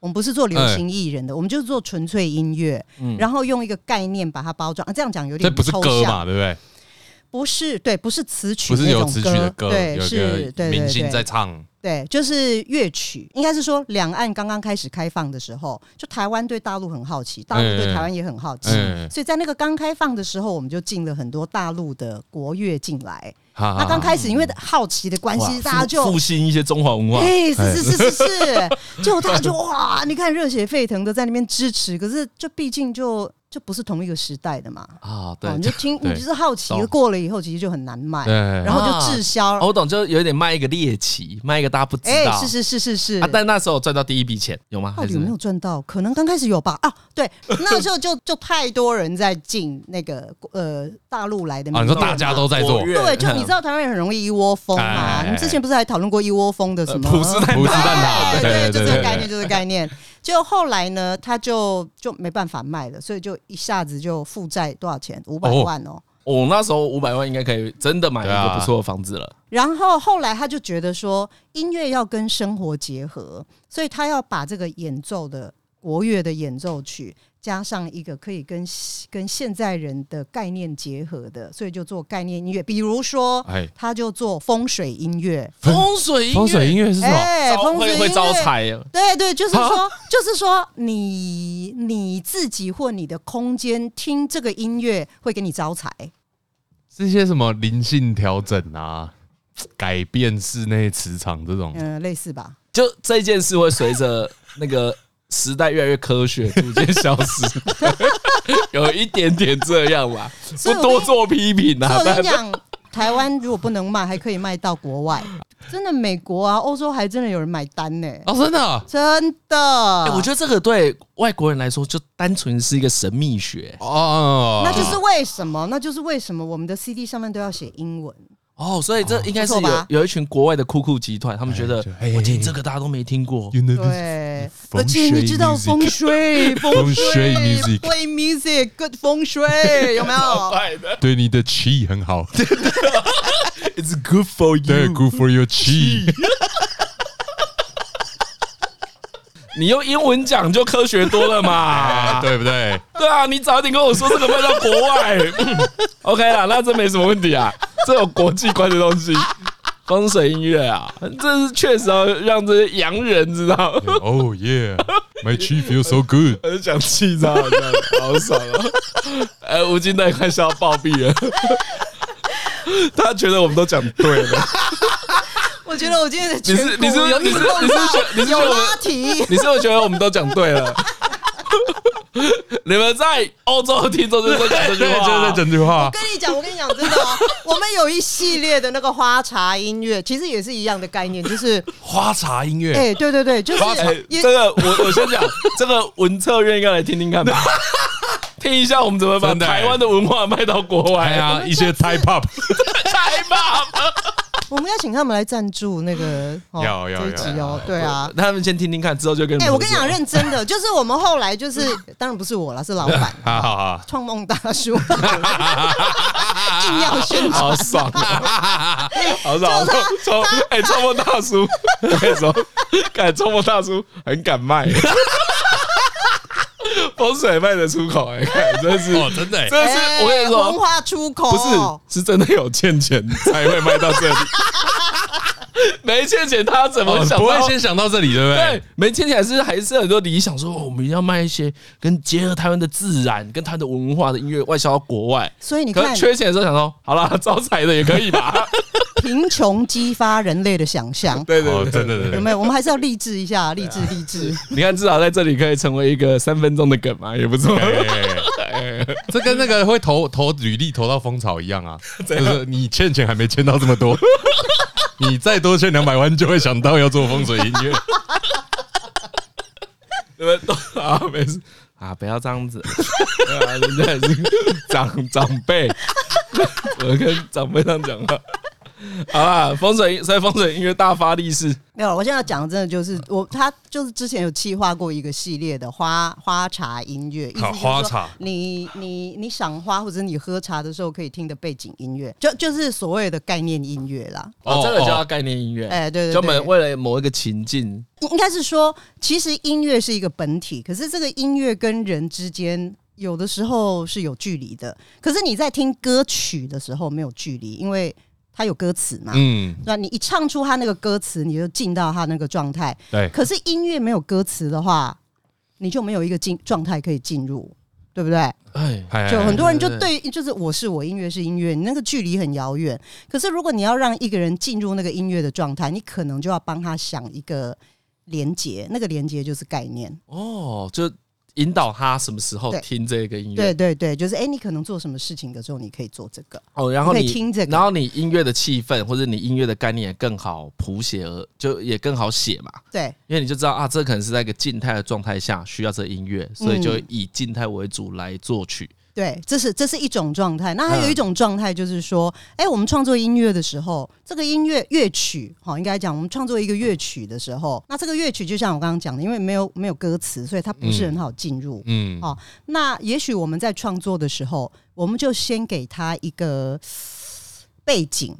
Speaker 4: 我们不是做流行艺人的，
Speaker 2: 哎
Speaker 4: 我们就是做纯粹音乐，然后用一个概念把它包装。啊、这样讲有
Speaker 2: 嗯这
Speaker 4: 点
Speaker 2: 不是
Speaker 4: 抽
Speaker 2: 歌
Speaker 4: 象
Speaker 2: 嘛，对不对？
Speaker 4: 不是对，不是词曲
Speaker 2: 不是
Speaker 4: 那
Speaker 2: 有
Speaker 4: 种
Speaker 2: 词曲的歌，
Speaker 4: 对，
Speaker 2: 有
Speaker 4: 是
Speaker 2: 一
Speaker 4: 对
Speaker 2: 个
Speaker 4: 对
Speaker 2: 明
Speaker 4: 对
Speaker 2: 星在唱，
Speaker 4: 对，就是乐曲，应该是说两岸刚刚开始开放的时候，就台湾对大陆很好奇，大陆
Speaker 1: 哎
Speaker 4: 对台湾也很好奇，
Speaker 2: 嗯
Speaker 4: 所以在那个刚开放的时候，我们就进了很多大陆的国乐进来。
Speaker 2: 哈
Speaker 4: 那刚开始因为好奇的关系，大家就
Speaker 1: 啊复兴一些中华文化。
Speaker 4: 哎，是是是是是，就大家就哇，你看热血沸腾的在那边支持，可是就毕竟就就不是同一个时代的嘛。
Speaker 1: 啊，对
Speaker 4: 哦，，你就听，你
Speaker 2: 对
Speaker 4: 就是好奇
Speaker 1: 懂，哦
Speaker 4: 过了以后其实就很难卖，
Speaker 2: 对
Speaker 4: 然后就滞销。
Speaker 1: 我懂，就是有点卖一个猎奇，卖一个大家不知
Speaker 4: 哎、
Speaker 1: 道。
Speaker 4: 是是是是是，
Speaker 1: 啊，但那时候我赚到第一笔钱，有吗？
Speaker 4: 到
Speaker 1: 还
Speaker 4: 底
Speaker 1: 是
Speaker 4: 有没有赚到？可能刚开始有吧。啊，对，那时 候就就太多人在进那个呃大陆来的
Speaker 2: 啊，
Speaker 4: 民
Speaker 2: 你
Speaker 4: 众
Speaker 2: 说
Speaker 4: 了。
Speaker 2: 大家都在做
Speaker 1: 国，乐
Speaker 4: 对，就你知道台湾人很容易一窝蜂嘛。
Speaker 2: 哎呃
Speaker 4: 你们之前不是还讨论过一窝蜂的什么？
Speaker 1: 呃
Speaker 4: 哎
Speaker 1: 普世
Speaker 2: 不是蛋挞，
Speaker 4: 对
Speaker 2: 对
Speaker 4: 对，就这个概
Speaker 2: 对
Speaker 4: 念，就这个概念。就后来呢，他就就没办法卖了，所以就一下子就负债多少钱？五百万哦。
Speaker 1: 我那时候五百万应该可以真的买一
Speaker 2: 对
Speaker 1: 个
Speaker 2: 啊
Speaker 1: 不错的房子了。
Speaker 4: 然后后来他就觉得说，音乐要跟生活结合，所以他要把这个演奏的国乐的演奏曲加上一个可以跟跟现在人的概念结合的，所以就做概念音乐。比如说，
Speaker 2: 哎，
Speaker 4: 他就做风水音乐，
Speaker 1: 风水音乐，
Speaker 2: 风水音乐是什么？
Speaker 4: 哎，
Speaker 1: 招
Speaker 4: 风
Speaker 1: 哦
Speaker 4: 水
Speaker 1: 会
Speaker 4: 音乐
Speaker 1: 会招财啊，
Speaker 4: 对对，就是说
Speaker 1: 啊，
Speaker 4: 就是说你，你自己或你的空间听这个音乐会给你招财。
Speaker 2: 这些什么灵性调整啊，改变室内磁场这种，
Speaker 4: 嗯、类似吧。
Speaker 1: 就这件事会随着那个时代越来越科学逐渐消失， 有一点点这样 吧，
Speaker 4: 所
Speaker 1: 不
Speaker 4: 以我
Speaker 1: 多
Speaker 4: 跟
Speaker 1: 做批评
Speaker 4: 所以
Speaker 1: 啊
Speaker 4: 我。跟
Speaker 1: 但
Speaker 4: 你讲，台湾如果不能卖，还可以卖到国外。真的，美国啊，欧洲还真的有人买单呢、
Speaker 2: 哦，真的啊
Speaker 4: 真的。
Speaker 1: 哎我觉得这个对外国人来说，就单纯是一个神秘学
Speaker 2: 哦，
Speaker 4: 那就是为什么？那就是为什么我们的 CD 上面都要写 英文？
Speaker 1: 哦，所以这应该是
Speaker 4: 不错吧
Speaker 1: 有有一群国外的酷酷集团，他们觉得哦
Speaker 2: 哎就哎
Speaker 1: 我听这个大家都没听过，
Speaker 2: 原来就是
Speaker 4: 对，
Speaker 2: 风
Speaker 4: 而且
Speaker 2: 水
Speaker 4: 你知道
Speaker 2: music
Speaker 4: 风水、
Speaker 2: 风
Speaker 4: 风
Speaker 2: 水 music
Speaker 4: play music、good 风水有没 有？
Speaker 1: 怪的
Speaker 2: 对你的气很 好，
Speaker 1: ，It's good for
Speaker 2: 对
Speaker 1: you。
Speaker 2: ，good for your 气。
Speaker 1: 你用英文讲就科学多了嘛
Speaker 2: 啊，。对不 对？
Speaker 1: 对啊，你早一点跟我说这个卖到国外 ，OK 啦，那这没什么问题啊，这有国际观的东西，风水音乐啊，这是确实要让这些洋人知道，
Speaker 2: Oh yeah, my chi feels so good。
Speaker 1: 我就想气他，好像好爽啊！ 呃，吴京那一块是要暴毙了，他觉得我们都讲对了，
Speaker 4: 我觉得我今天的
Speaker 1: 你是
Speaker 4: 颧骨
Speaker 1: 你是
Speaker 4: 有
Speaker 1: 你是
Speaker 4: 运动
Speaker 1: 你是
Speaker 4: 到
Speaker 1: 觉你是觉得
Speaker 4: 有
Speaker 1: 我
Speaker 4: 拉提，
Speaker 1: 你是不是觉得我们都讲对了？ 你们在欧洲的听众就是在讲这句
Speaker 2: 对，
Speaker 1: 话
Speaker 2: 就是
Speaker 1: 啊，
Speaker 2: 这整句话。
Speaker 4: 跟你讲，我跟你讲，真的、哦，我们有一系列的那个花茶音乐，其实也是一样的概念，就是，
Speaker 2: 花茶音乐
Speaker 4: 哎、 对对对，就是
Speaker 1: 哎、
Speaker 4: 也
Speaker 1: 这个我我 先讲，这个文策院应该来听听看吧，听一下我们怎么把
Speaker 2: 真的欸
Speaker 1: 台湾的文化卖到国外
Speaker 2: 哎
Speaker 1: 啊！
Speaker 2: 呀，一些 type up，
Speaker 1: 太棒了！
Speaker 4: 我们要请他们来赞助那 个，哦、
Speaker 2: 要要
Speaker 4: 这一集
Speaker 2: 要
Speaker 4: 哦，对啊。
Speaker 1: 他们先听听看，之后就跟
Speaker 4: 哎、
Speaker 1: 们
Speaker 4: 我跟你
Speaker 1: 说
Speaker 4: 讲，认真的，就是我们后来 就是，当然不是我啦，是老板，
Speaker 2: 好好好，
Speaker 4: 创梦大 叔，硬要宣传，
Speaker 1: 好爽啊！ 好爽！
Speaker 4: 就是他
Speaker 1: 超哎，超梦大 叔，我跟你说，敢超梦大叔很敢卖， 风水卖得出口哎，看真是
Speaker 2: 哦，真的欸，
Speaker 1: 真是我跟你
Speaker 4: 哎文
Speaker 1: 说，
Speaker 4: 化出口
Speaker 1: 不是是真的有欠 钱才会卖到这里，没欠钱他怎么
Speaker 2: 哦
Speaker 1: 想
Speaker 2: 不会
Speaker 1: 到？
Speaker 2: 先想到这里，对不
Speaker 1: 对
Speaker 2: 对？，
Speaker 1: 没欠钱还是还是很多理想，说哦我们要卖一些跟结合台湾的自然、跟台湾的文化的音乐外销到国外。
Speaker 4: 所以你
Speaker 1: 可
Speaker 4: 看
Speaker 1: 是，缺钱的时候想说，好啦，招财的也可以 吧？
Speaker 4: 贫穷激发人类的想 象，
Speaker 1: 对对
Speaker 2: 哦，
Speaker 1: 对，
Speaker 2: 真的，真
Speaker 4: 有
Speaker 2: 的
Speaker 4: 没有？我们还是要励志一下，励志 励志。
Speaker 1: 你看至少在这里可以成为一个三分钟的梗嘛，也不错。
Speaker 2: 哎这跟那个会投投履历投到风潮一 样啊，就是你欠钱还没欠到这么多， 你再多欠两百万就会想到要做风水音 乐。
Speaker 1: 你们都啊，没事啊，不要这样子，对啊人家也是长长辈，我跟长辈这样讲话。好啦，风水所以风水音乐大发力是
Speaker 4: 没有，我现在要讲的真的
Speaker 2: 嗯
Speaker 4: 就是我，他就是之前有企划过一个系列的花花茶音乐，意思就是
Speaker 2: 好
Speaker 4: 说
Speaker 2: 花茶
Speaker 4: 你你你赏花或者你喝茶的时候可以听的背景音乐，就就是所谓的概念音乐啦。
Speaker 1: 哦
Speaker 2: 哦，
Speaker 1: 这个叫概念音乐，
Speaker 4: 哎对对对
Speaker 1: 专门为了某一个情境，
Speaker 4: 应应该是说，其实音乐是一个本体，可是这个音乐跟人之间。有的时候是有距离的，可是你在听歌曲的时候没有距离，因为它有歌词嘛。
Speaker 2: 嗯，
Speaker 4: 那你一唱出他那个歌词，你就进到他那个状态。
Speaker 2: 对，
Speaker 4: 可是音乐没有歌词的话，你就没有一个进状态可以进入，对不对？
Speaker 1: 哎，
Speaker 2: 哎
Speaker 4: 就很多人就
Speaker 1: 对
Speaker 4: 对，就是我是我，音乐是音乐，你那个距离很遥远。可是如果你要让一个人进入那个音乐的状态，你可能就要帮他想一个连接，那个连接就是概念。
Speaker 1: 哦，就引导他什么时候
Speaker 4: 对
Speaker 1: 听这个音乐，
Speaker 4: 对对对，就是哎、你可能做什么事情的时候，你可以做这个。
Speaker 1: 哦，然后
Speaker 4: 你可以
Speaker 1: 你
Speaker 4: 听这个
Speaker 1: 然后你音乐的气氛或者你音乐的概念也更好谱写，而就也更好写嘛，
Speaker 4: 对，
Speaker 1: 因为你就知道啊，
Speaker 4: 嗯
Speaker 1: 这可能是在一个静态的状态下需要这音乐，所以就以静态为主来作曲，
Speaker 4: 对，这是这是一种状态。那还有一种状态就是说，哎、我们创作音乐的时候，这个音乐乐曲，哦好，应该讲我们创作一个乐曲的时候，那这个乐曲就像我刚刚讲的，因为没有没有歌词，所以它不是很好进入。
Speaker 2: 嗯
Speaker 4: 好那也许我们在创作的时候，我们就先给它一个背景，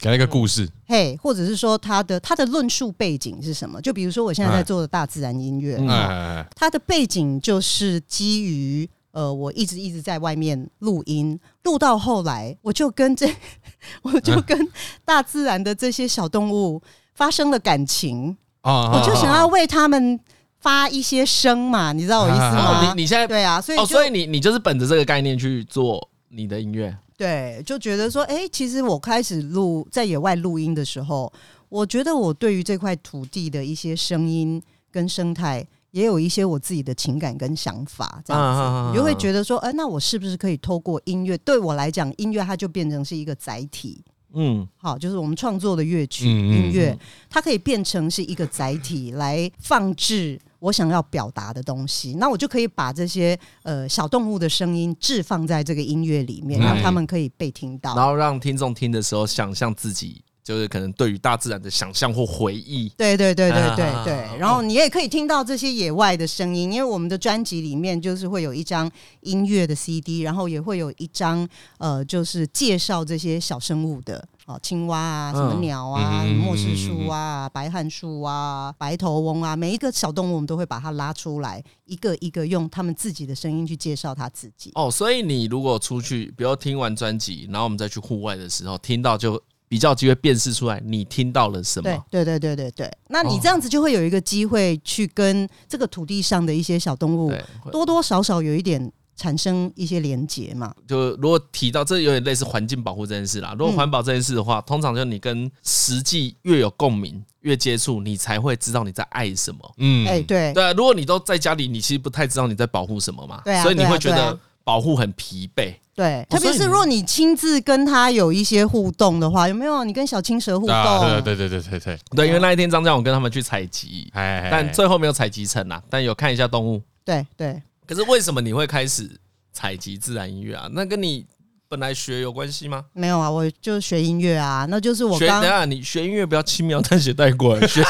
Speaker 2: 给他一个故事，
Speaker 4: 嘿，或者是说它的它的论述背景是什么？就比如说我现在在做的大自然音乐，
Speaker 2: 哎
Speaker 4: 哈
Speaker 2: 哎，哎
Speaker 4: 它的背景就是基于呃，我一直一直在外面录音，录到后来，我就跟这， 我就跟大自然的这些小动物发生了感情，
Speaker 2: 啊啊
Speaker 4: 我就想
Speaker 2: 啊
Speaker 4: 要为他们发一些声嘛，你知道我意思
Speaker 1: 哦，
Speaker 4: 吗？
Speaker 1: 你你现在
Speaker 4: 对啊，所以
Speaker 1: 哦，
Speaker 4: 就
Speaker 1: 所以你你就是本着这个概念去做你的音乐，
Speaker 4: 对，就觉得说，哎、其实我开始录在野外录音的时候，我觉得我对于这块土地的一些声音跟生态，也有一些我自己的情感跟想法，这样子，
Speaker 1: 啊啊啊啊啊
Speaker 2: 嗯
Speaker 4: 你就会觉得说，哎、那我是不是可以透过音乐？对我来讲，音乐它就变成是一个载体。
Speaker 1: 嗯，
Speaker 4: 好，就是我们创作的乐曲、
Speaker 2: 嗯嗯
Speaker 4: 音乐，它可以变成是一个载体来放置我想要表达的东西。那我就可以把这些呃小动物的声音置放在这个音乐里面，
Speaker 2: 嗯
Speaker 4: 让他们可以被听到。
Speaker 1: 然后让听众听的时候想象自己就是可能对于大自然的想象或回忆，
Speaker 4: 对对对对
Speaker 1: 啊
Speaker 4: 对对，然后你也可以听到这些野外的声音，因为我们的专辑里面就是会有一张音乐的 CD，然后也会有一张呃，就是介绍这些小生物的哦，青蛙啊，什么
Speaker 1: 嗯
Speaker 4: 鸟啊，
Speaker 2: 嗯嗯嗯
Speaker 4: 莫氏树啊，白汉树啊，白头翁啊，每一个小动物我们都会把它拉出来，一个一个用他们自己的声音去介绍它自己。
Speaker 1: 哦，所以你如果出去，比如听完专辑，然后我们再去户外的时候，听到就比较有机会辨识出来你听到了什
Speaker 4: 对
Speaker 1: 么。
Speaker 4: 对对对对对，那你
Speaker 1: 哦
Speaker 4: 这样子就会有一个机会去跟这个土地上的一些小动物
Speaker 1: 对，
Speaker 4: 多多少少有一点产生一些连结嘛。
Speaker 1: 就如果提到这有点类似环境保护这件事啦。如
Speaker 4: 嗯
Speaker 1: 果环保这件事的话，通常就你跟实际越有共鸣、越接触，你才会知道你在爱什么。
Speaker 2: 嗯
Speaker 4: 哎、对
Speaker 1: 对啊，如果你都在家里，你其实不太知道你在保护什么嘛，
Speaker 4: 对啊
Speaker 1: 所以你
Speaker 4: 对啊
Speaker 1: 会觉
Speaker 4: 对
Speaker 1: 得
Speaker 4: 啊
Speaker 1: 保护很疲惫。
Speaker 4: 对，
Speaker 1: 哦
Speaker 4: 特
Speaker 1: 所
Speaker 4: 别
Speaker 1: 以
Speaker 4: 是
Speaker 1: 你
Speaker 4: 如果你亲自跟他有一些互动的话，有没有？你跟小青蛇互动，
Speaker 2: 啊对对对对对对，
Speaker 4: 啊
Speaker 1: 对，因为那一天张家勇跟他们去采集，
Speaker 2: 哎，哎
Speaker 1: 但
Speaker 2: 哎
Speaker 1: 最后没有采集成啦，啊但有看一下动物。
Speaker 4: 对对
Speaker 1: 可是为什么你会开始采集自然音乐啊？那跟你本来学有关系吗？
Speaker 4: 没有啊，我就学音乐啊，那就是我
Speaker 1: 学等
Speaker 4: 刚
Speaker 1: 一下你学音乐不要轻描淡写带过 来，学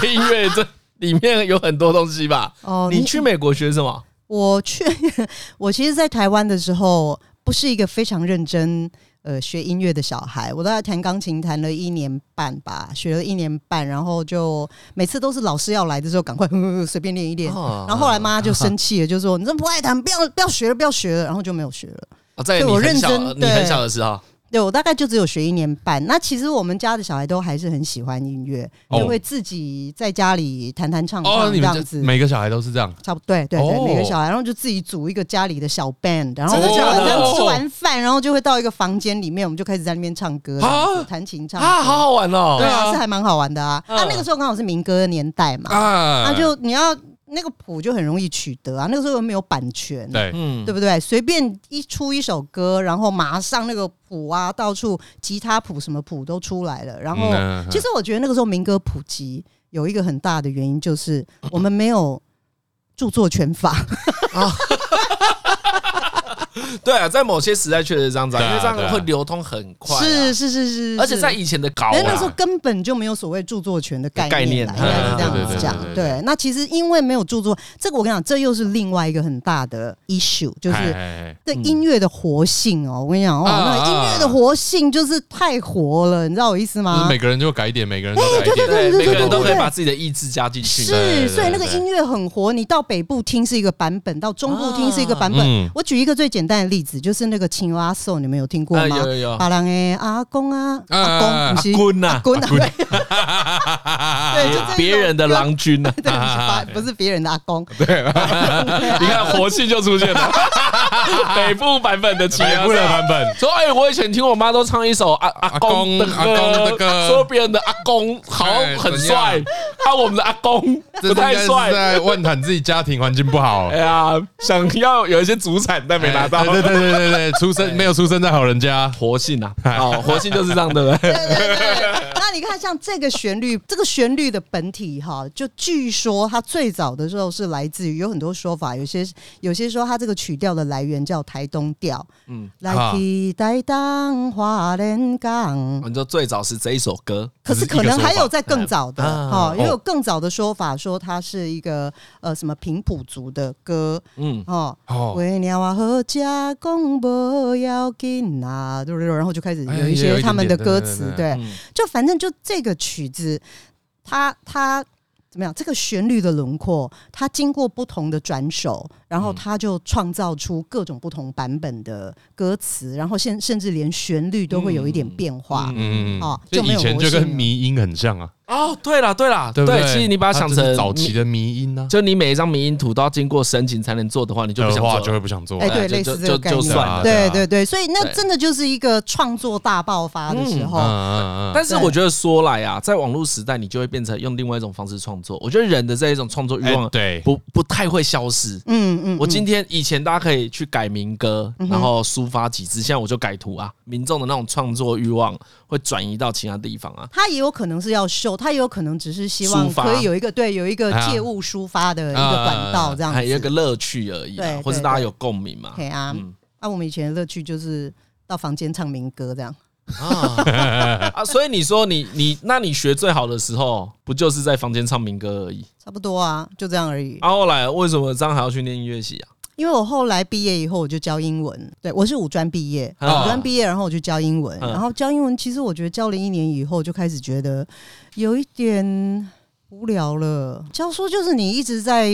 Speaker 1: 学音乐这里面有很多东西吧？
Speaker 4: 哦，
Speaker 1: 你去美国学什么？
Speaker 4: 我去，我其实，在台湾的时候，不是一个非常认真呃学音乐的小孩。我都在弹钢琴，弹了一年半吧，学了一年半，然后就每次都是老师要来的时候，赶快 随便练一练。
Speaker 1: 哦
Speaker 4: 然后后来 妈就生气了，就说：“你真不爱弹，不要不要学了，不要学了。”然后就没有学了。
Speaker 1: 哦在
Speaker 4: 对
Speaker 1: 你
Speaker 4: 我
Speaker 1: 很
Speaker 4: 认
Speaker 1: 小，
Speaker 4: 真
Speaker 1: 你很
Speaker 4: 对
Speaker 1: 小的时候，
Speaker 4: 对我大概就只有学一年半。那其实我们家的小孩都还是很喜欢音乐，
Speaker 2: 哦
Speaker 4: 就会自己在家里弹弹唱
Speaker 2: 哦，
Speaker 4: 唱这
Speaker 2: 你们
Speaker 4: 样
Speaker 2: 这
Speaker 4: 子。
Speaker 2: 每个小孩都是这样，
Speaker 4: 差不多，对对对，
Speaker 2: 哦
Speaker 4: 每个小孩，然后就自己组一个家里的小 band，然后
Speaker 2: 真
Speaker 4: 就
Speaker 2: 的
Speaker 4: 这
Speaker 2: 假的
Speaker 4: 样吃完饭，然后就会到一个房间里面，我们就开始在那边唱歌，这样子
Speaker 1: 啊
Speaker 4: 弹琴唱歌
Speaker 1: 啊，好好玩哦
Speaker 4: 对！
Speaker 2: 对啊
Speaker 4: 啊，是还蛮好玩的啊。
Speaker 1: 嗯
Speaker 4: 啊，那个时候刚好是民歌的年代嘛，
Speaker 2: 啊
Speaker 4: 那就你要那个谱就很容易取得啊，那个时候又没有版权，
Speaker 2: 对，
Speaker 1: 嗯
Speaker 4: 对，不对？随便一出一首歌，然后马上那个谱啊，到处吉他谱什么谱都出来了，然后
Speaker 2: 嗯
Speaker 4: 其实我觉得那个时候民歌普及有一个很大的原因，就是我们没有著作权法。
Speaker 1: 对啊，在某些时代确实是这样子啊，
Speaker 2: 对啊
Speaker 1: 因为这
Speaker 2: 对
Speaker 1: 样
Speaker 2: 啊
Speaker 1: 会流通很快啊，
Speaker 4: 是是是是，
Speaker 1: 而且
Speaker 4: 是
Speaker 1: 在。以前的稿
Speaker 4: 因为那时候
Speaker 1: 啊，
Speaker 4: 根本就没有所谓著作权的概啦
Speaker 1: 概
Speaker 4: 应
Speaker 1: 念
Speaker 4: 该是这样
Speaker 1: 嗯
Speaker 4: 子讲
Speaker 2: 对对对对。对
Speaker 4: 对，那其实因为没有著作，这个我跟你讲，这又是另外一个很大的 issue，就是
Speaker 2: 哎
Speaker 1: 哎
Speaker 2: 是
Speaker 4: 这音乐的活性哦。我跟你讲哦，
Speaker 2: 嗯啊
Speaker 4: 那个音乐的活性就是太活了，你知道我意思
Speaker 2: 就是
Speaker 4: 吗？
Speaker 2: 每个人就改一点，每个人都改一点，
Speaker 4: 啊哎对对对
Speaker 1: 每个人都
Speaker 4: 对
Speaker 1: 可
Speaker 4: 对
Speaker 1: 以
Speaker 4: 对
Speaker 1: 把自己的意志加进去。
Speaker 2: 对对
Speaker 4: 是，所以那个
Speaker 2: 对
Speaker 4: 音乐很活。你到北部听是一个版本，到中部听是一个版本。
Speaker 2: 嗯，
Speaker 4: 我举一个最简单的例子，就是那个青蛙颂，你们有听过
Speaker 1: 啊，
Speaker 4: 吗
Speaker 1: 有？有有，
Speaker 4: 巴郎哎，阿公啊，
Speaker 2: 啊
Speaker 4: 阿
Speaker 2: 啊
Speaker 4: 公，不是
Speaker 1: 棍呐
Speaker 4: 阿，公 啊，对啊对，就这种
Speaker 1: 别人的郎君啊呐，
Speaker 4: 对，不是
Speaker 2: 啊
Speaker 4: 巴不是别人的阿公，
Speaker 1: 你看活性就出现 了，北部版本的
Speaker 2: 北部的版本，
Speaker 1: 说哎、我以前听我妈都唱一首阿阿公的歌，
Speaker 2: 阿公的歌
Speaker 1: 说别人的阿公好像很帅
Speaker 2: 哎怎样，
Speaker 1: 啊，我们的阿公
Speaker 2: 这
Speaker 1: 不太
Speaker 2: 应该是
Speaker 1: 帅。
Speaker 2: 在万坦自己家庭环境不好
Speaker 1: 哎，呀，想要有一些主产，但 没拿到。
Speaker 2: 哎对对 对对对对，出生没有出生在好人家，
Speaker 1: 活性啊，哦，活性就是这样，对不对？
Speaker 4: 对对对。那那你看，像这个旋律，这个旋律的本体哈，就据说它最早的时候是来自于有很多说法，有些有些说它这个曲调的来源叫台东调，嗯，来去台东花莲港。
Speaker 1: 你说最早是这一首歌，
Speaker 4: 可是可能还有在更早的
Speaker 1: 啊
Speaker 4: 哈，也
Speaker 1: 哦
Speaker 4: 有更早的说法，说它是一个呃什么平埔族的歌
Speaker 1: 嗯，
Speaker 4: 哦。
Speaker 2: 哦，
Speaker 4: 为鸟啊和家公不要紧呐，对不对？然后就开始
Speaker 2: 哎
Speaker 4: 有
Speaker 2: 也有
Speaker 4: 一
Speaker 2: 一
Speaker 4: 些
Speaker 2: 点
Speaker 4: 他们的
Speaker 2: 点对
Speaker 4: 歌
Speaker 2: 对
Speaker 4: 词，
Speaker 2: 对
Speaker 4: 对，
Speaker 1: 嗯
Speaker 4: 就反正就这个曲子，它它怎么样？这个旋律的轮廓，它经过不同的转手，然后它就创造出各种不同版本的歌词，然后甚甚至连旋律都会有一点变化。
Speaker 2: 嗯
Speaker 4: 哦
Speaker 2: 就
Speaker 4: 就没
Speaker 2: 以
Speaker 4: 有
Speaker 2: 前
Speaker 4: 魔
Speaker 2: 就
Speaker 4: 性
Speaker 2: 跟
Speaker 4: 了
Speaker 2: 迷音很像啊，
Speaker 1: 哦，对了对了，
Speaker 2: 对不对？
Speaker 1: 其实你把它想
Speaker 2: 就
Speaker 1: 成
Speaker 2: 是早期
Speaker 1: 你，
Speaker 2: 的迷音呢，
Speaker 1: 就你每一张迷音图都要经过申请才能做的话，你就不
Speaker 2: 的
Speaker 1: 想
Speaker 2: 话
Speaker 1: 做
Speaker 2: 就会
Speaker 1: 了。
Speaker 2: 不想做
Speaker 4: 哎、
Speaker 2: 了。
Speaker 4: 对，
Speaker 1: 就
Speaker 4: 类似
Speaker 1: 就
Speaker 4: 这个
Speaker 1: 就
Speaker 4: 概念，
Speaker 1: 就算了
Speaker 4: 对
Speaker 2: 对
Speaker 4: 对对，所以那
Speaker 1: 嗯对
Speaker 4: 真的就是一个创作大爆发的时候，啊
Speaker 2: 嗯嗯嗯
Speaker 1: 但是我觉得说来啊，在网络时代，你就会变成用另外一种方式创作。我觉得人的这一种创作欲
Speaker 2: 哎
Speaker 1: 望
Speaker 2: 对，
Speaker 1: 不不太会消失。
Speaker 4: 嗯嗯，
Speaker 1: 我
Speaker 4: 嗯
Speaker 1: 今天以前大家可以去改民歌，
Speaker 4: 嗯哼
Speaker 1: 然后抒发几支，现在我就改图啊。民众的那种创作欲望会转移到其他地方啊。
Speaker 4: 他也有可能是要秀，他也有可能只是希
Speaker 1: 抒
Speaker 4: 望
Speaker 1: 发
Speaker 4: 可以有一个对有一个
Speaker 2: 啊
Speaker 4: 借物抒发的一
Speaker 2: 啊
Speaker 4: 个管道这样子。
Speaker 1: 还有一个乐趣而已啊
Speaker 4: 对，
Speaker 1: 或是
Speaker 4: 对
Speaker 1: 大家
Speaker 4: 对
Speaker 1: 有共鸣嘛。
Speaker 4: 对啊，
Speaker 1: 嗯
Speaker 4: 那、我们以前的乐趣就是到房间唱民歌这样。
Speaker 1: 啊啊，所以你说你你那你学最好的时候，不就是在房间唱民歌而已？
Speaker 4: 差不多啊，就这样而已。
Speaker 1: 啊，后来为什么张还要去念音乐系啊？
Speaker 4: 因为我后来毕业以后，我就教英文。对我是五专毕业，
Speaker 1: 啊
Speaker 4: 五专毕业，然后我就教英文。
Speaker 1: 嗯
Speaker 4: 然后教英文，其实我觉得教了一年以后，就开始觉得有一点无聊了。教书就是你一直在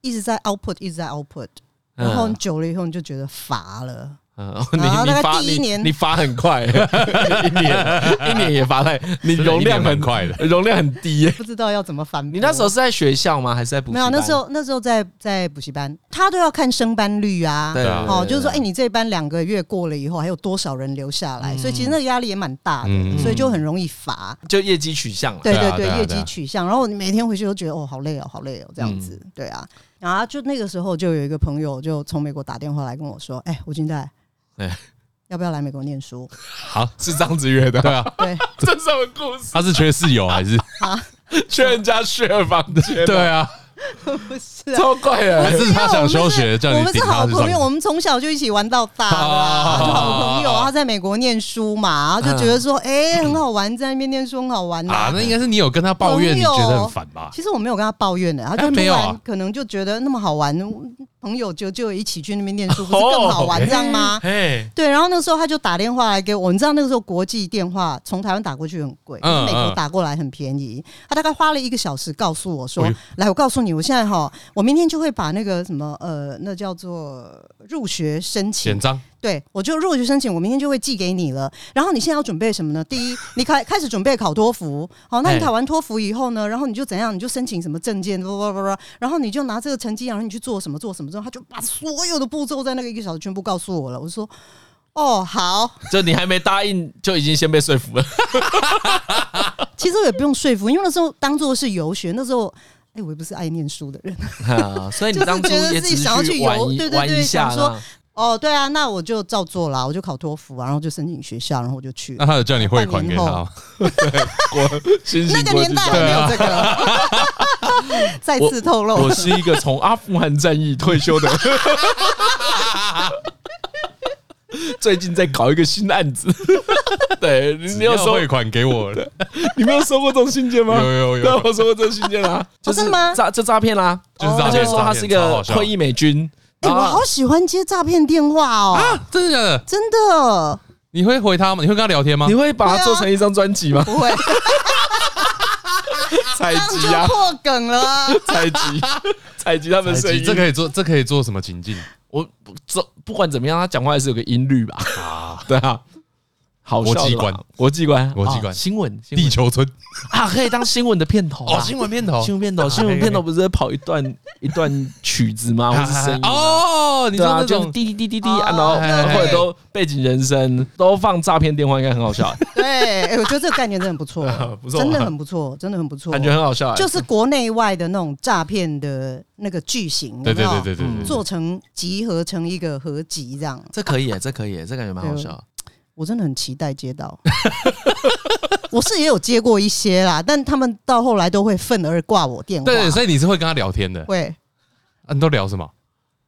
Speaker 4: 一直在 output，一直在 output，然后
Speaker 1: 嗯
Speaker 4: 久了以后你就觉得乏了。
Speaker 1: 嗯，
Speaker 4: 然后
Speaker 1: 你
Speaker 4: 大
Speaker 1: 你
Speaker 4: 概
Speaker 1: 发
Speaker 4: 啊第一
Speaker 1: 你
Speaker 4: 年
Speaker 1: 你发很快， 一年一年也发太，你
Speaker 2: 真的
Speaker 1: 容
Speaker 2: 一
Speaker 1: 量
Speaker 2: 年蛮
Speaker 1: 很
Speaker 2: 快的。
Speaker 1: 容量很低耶。
Speaker 4: 不知道要怎么反驳。
Speaker 1: 你那时候是在学校吗？还是在补习
Speaker 4: 没
Speaker 1: 班？
Speaker 4: 有？那时候那时候在在补习班，他都要看升班率啊。
Speaker 1: 对嗯
Speaker 2: 啊
Speaker 4: 哦，就是说，哎、你这班两个月过了以后，还有多少人留下来？所以其实那个压力也蛮大的，
Speaker 2: 嗯
Speaker 4: 所以就很容易乏。
Speaker 1: 就业绩取向了。
Speaker 4: 对
Speaker 2: 对啊
Speaker 4: 对
Speaker 2: 对啊
Speaker 4: 业
Speaker 2: 对啊
Speaker 4: 绩取向。然后你每天回去都觉得，哦，好累哦，好累哦，这样子。
Speaker 1: 嗯
Speaker 4: 对啊，然后就那个时候就有一个朋友就从美国打电话来跟我说，哎、吴金代，
Speaker 1: 哎
Speaker 4: 要不要来美国念书？
Speaker 2: 好是这样子约的，对啊，
Speaker 4: 对，
Speaker 1: 这什么故事？
Speaker 2: 他是缺室 友还是？
Speaker 1: 劝人家学房间，
Speaker 2: 对啊，
Speaker 4: 不是啊。
Speaker 1: 超怪
Speaker 2: 还
Speaker 1: 的。
Speaker 2: 是他想休
Speaker 4: 因为
Speaker 2: 学，叫
Speaker 4: 我
Speaker 2: 你
Speaker 4: 们
Speaker 2: 顶
Speaker 4: 是
Speaker 2: 他
Speaker 4: 好
Speaker 2: 去
Speaker 4: 朋友，
Speaker 2: 上
Speaker 4: 我们从小就一起玩到 大的啊、
Speaker 2: 啊
Speaker 4: 就好朋友。他在美国念书嘛，他就觉得说，哎、很好玩，在那边念书很好玩
Speaker 2: 嗯啊？那应该是你有跟他抱怨，你
Speaker 4: 朋友
Speaker 2: 觉得很烦吧？
Speaker 4: 其实我没有跟他抱怨的，他
Speaker 2: 哎
Speaker 4: 就突
Speaker 2: 没有啊
Speaker 4: 然可能就觉得那么好玩，朋友就就一起去那边念书，不是更好
Speaker 2: 哦
Speaker 4: 玩这样吗？
Speaker 2: 哎，
Speaker 4: 对，然后那个时候他就打电话来给我，你知道那个时候国际电话从台湾打过去很贵，可
Speaker 2: 嗯
Speaker 4: 是美国
Speaker 2: 嗯
Speaker 4: 打过来很便宜。他大概花了一个小时告诉我说
Speaker 2: 哎呦：“
Speaker 4: 来，我告诉你，我现在哈，我明天就会把那个什么呃，那叫做入学申请
Speaker 2: 简章
Speaker 4: 对，我就入学申请，我明天就会寄给你了。然后你现在要准备什么呢？第一，你开开始准备考托福。好，那
Speaker 1: 哎
Speaker 4: 你考完托福以后呢，然后你就怎样？你就申请什么证件，不不不不，然后你就拿这个成绩，然后你去做什么做什么之后，他就把所有的步骤在那个一个小时全部告诉我了。我说。哦，好，
Speaker 1: 就你还没答应，就已经先被说服了。
Speaker 4: 其实我也不用说服，因为那时候当做是游学，那时候，哎、我也不是爱念书的人。
Speaker 1: 啊所以你
Speaker 4: 就是
Speaker 1: 当初
Speaker 4: 觉得
Speaker 1: 也
Speaker 4: 自
Speaker 1: 只
Speaker 4: 己
Speaker 1: 是
Speaker 4: 想要去
Speaker 1: 去玩
Speaker 4: 游
Speaker 1: 一
Speaker 4: 对对
Speaker 1: 玩一
Speaker 4: 对
Speaker 1: 下
Speaker 4: 想说
Speaker 1: 啦
Speaker 4: 哦，对啊，那我就照做啦，我就考托福啊，然后就申请学校，然后我就去了
Speaker 2: 那。他有叫你汇款给他哦吗？
Speaker 4: 那个年代还没有这个。再次透露，
Speaker 1: 我是一个从阿富汗战役退休 的，最近在搞一个新案 子。对，你
Speaker 2: 只
Speaker 1: 你有
Speaker 2: 要
Speaker 1: 收
Speaker 2: 汇款给我，
Speaker 1: 你没有收过这种信件吗？
Speaker 2: 有有有
Speaker 1: 对，我收过这种信件啊哦啦， 就
Speaker 4: 真
Speaker 1: 是
Speaker 4: 的吗
Speaker 1: 诈这诈骗啊啦，
Speaker 2: 就是
Speaker 1: 哦他
Speaker 2: 诈
Speaker 1: 就
Speaker 2: 骗，
Speaker 1: 是说他是一个会
Speaker 2: 会
Speaker 1: 议美军。
Speaker 4: 哎、
Speaker 1: 啊
Speaker 4: 我好喜欢接诈骗电话哦，
Speaker 2: 啊，真的假的？
Speaker 4: 真的
Speaker 2: 你会回他吗？你会跟他聊天吗
Speaker 1: 你？会把
Speaker 4: 对
Speaker 1: 它
Speaker 4: 啊
Speaker 1: 做成一张专辑吗？
Speaker 4: 不会，
Speaker 1: 采
Speaker 4: 这 样
Speaker 1: 集啊
Speaker 4: 就，破梗了啊。
Speaker 1: 采集，采集他们声音。
Speaker 2: 这可以做，这可以做什么情境？
Speaker 1: 我不这不管怎么样，他讲话还是有个音律吧？啊， 对啊，好笑的啦
Speaker 2: 国际观，
Speaker 1: 国际观，
Speaker 2: 国际观
Speaker 1: 啊新闻，新闻
Speaker 2: 地球村
Speaker 1: 啊，可以当新闻的片头啊
Speaker 2: 哦，新闻片头
Speaker 1: 新闻片头，新闻片头不是在跑一段 一段曲子吗？ 或是声音吗？
Speaker 2: 哦，你
Speaker 1: 对
Speaker 2: 说
Speaker 1: 啊，
Speaker 2: 那
Speaker 1: 就
Speaker 2: 种
Speaker 1: 是滴滴滴滴滴，
Speaker 4: 哦
Speaker 1: 啊，然后
Speaker 2: 哎哎哎
Speaker 1: 或者都背景人声都放诈骗电话，应该很好笑，，
Speaker 4: 对，哎、我觉得这个概念真的不错
Speaker 1: 不错吧啊
Speaker 4: 真的很不错，真的很不错，
Speaker 1: 感觉很好笑欸。
Speaker 4: 就是国内外的那种诈骗的那个巨型，
Speaker 2: 对对
Speaker 4: 有没有
Speaker 2: 对对对
Speaker 1: 嗯
Speaker 2: 对，
Speaker 4: 做成集合成一个合集这样。哎
Speaker 1: 这可以欸，这可以欸，这感觉蛮好笑。
Speaker 4: 我真的很期待接到。 我是也有接过一些啦，但他们到后来都会愤而挂我电话。
Speaker 1: 啊
Speaker 2: 对，所以你是会跟他聊天的。
Speaker 4: 会，
Speaker 2: 啊，你都聊什么？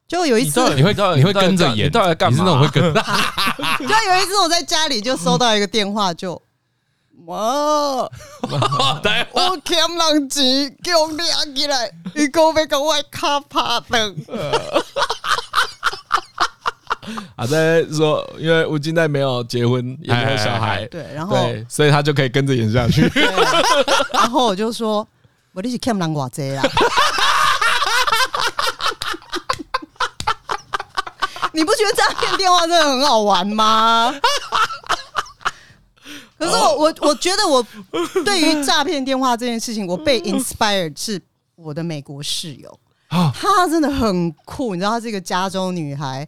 Speaker 4: 就有一
Speaker 1: 你
Speaker 4: 次
Speaker 1: 到，底
Speaker 2: 你会
Speaker 1: 到底
Speaker 2: 你会
Speaker 1: 到底
Speaker 2: 跟着
Speaker 1: 干
Speaker 2: 演，
Speaker 1: 你到底干
Speaker 2: 你是
Speaker 1: 嘛？
Speaker 2: 那种会跟 啊
Speaker 4: 就有一次我在家里就收到一个电话，就。哇！
Speaker 2: 来
Speaker 4: 我欠人钱，叫我抓起来，伊讲要跟我的卡拍断。
Speaker 1: 啊，在说，因为吴金代没有结婚，也没有小孩，
Speaker 4: 对，然后
Speaker 1: 哎对，所以他就可以跟着演下去。
Speaker 4: 然后我就说，我你是欠人啊偌济啦。 你不觉得诈骗电话真的很好玩吗？可是我我我觉得我对于诈骗电话这件事情，我被
Speaker 1: 嗯
Speaker 4: inspired 是我的美国室友，
Speaker 1: 啊
Speaker 4: 她真的很酷，你知道她是一个加州女孩，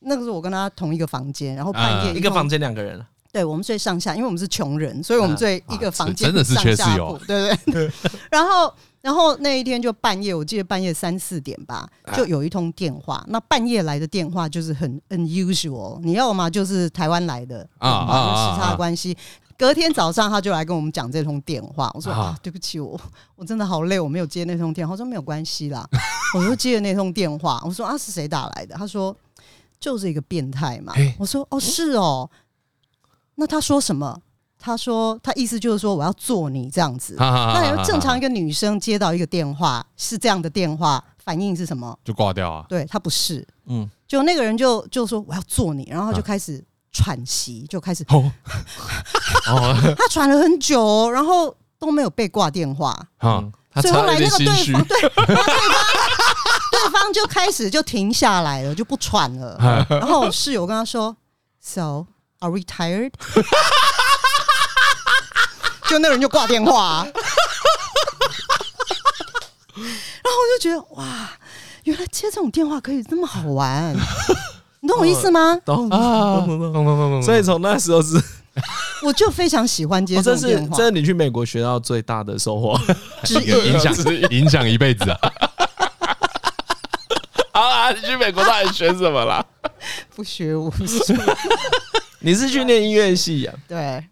Speaker 4: 那个时候我跟她同一个房间，然后半夜
Speaker 2: 啊
Speaker 1: 一个
Speaker 4: 通
Speaker 1: 房间两个人，
Speaker 4: 对，我们睡上下，因为我们是穷人，所以我们睡一个房间、
Speaker 2: 啊真的是缺室友
Speaker 4: 上下铺，对 不对？然后，然后那一天就半夜，我记得半夜三四点吧，
Speaker 2: 啊
Speaker 4: 就有一通电话。那半夜来的电话就是很 unusual，你要么就是台湾来的
Speaker 2: 啊
Speaker 4: 啊，
Speaker 2: 啊
Speaker 4: 因为
Speaker 2: 啊
Speaker 4: 时
Speaker 2: 啊
Speaker 4: 差关系。隔天早上他就来跟我们讲这通电话，我说
Speaker 2: 啊
Speaker 4: 啊，对不起，我我真的好累，我没有接那通电话。他说没有关系啦， 我就接了那通电话。我说啊，是谁打来的？他说就是一个变态嘛
Speaker 2: 嘿。
Speaker 4: 我说哦，是哦。那他说什么？他说他意思就是说我要做你这样子。那
Speaker 2: 那
Speaker 4: 有正常一个女生接到一个电话是这样的电话，反应是什么？
Speaker 2: 就挂掉啊。
Speaker 4: 对他不是，
Speaker 1: 嗯，
Speaker 4: 就那个人就就说我要做你，然后他就
Speaker 2: 啊
Speaker 4: 开始喘息，就开始
Speaker 2: 哦哦
Speaker 4: 他喘了很久哦、然后都没有被挂电话，
Speaker 2: 啊，
Speaker 1: 他
Speaker 4: 所以后
Speaker 1: 差了
Speaker 4: 来
Speaker 1: 一
Speaker 4: 那
Speaker 1: 点
Speaker 4: 个
Speaker 1: 心虚
Speaker 4: 对方，对然后对方对方就开始就停下来了，就不喘了。然后我室友跟他说：“So are we tired？” 就那个人就挂电话、然后我就觉得哇，原来接这种电话可以这么好 玩，你懂我意思吗？
Speaker 1: 懂
Speaker 2: 啊
Speaker 1: 懂懂懂。
Speaker 2: 咚咚咚咚
Speaker 1: 所以从那时候是，
Speaker 4: 我就非常喜欢接
Speaker 1: 哦
Speaker 4: 这
Speaker 1: 这
Speaker 4: 种
Speaker 1: 是
Speaker 4: 电话
Speaker 1: 这是你去美国学到最大的收获。
Speaker 4: 之一。
Speaker 2: 影响
Speaker 1: 呃
Speaker 2: 影响一辈子啊！
Speaker 1: 啊，你去美国到底学什么啦？
Speaker 4: 不学无术。
Speaker 1: 你是去念音乐系啊呀？
Speaker 4: 对，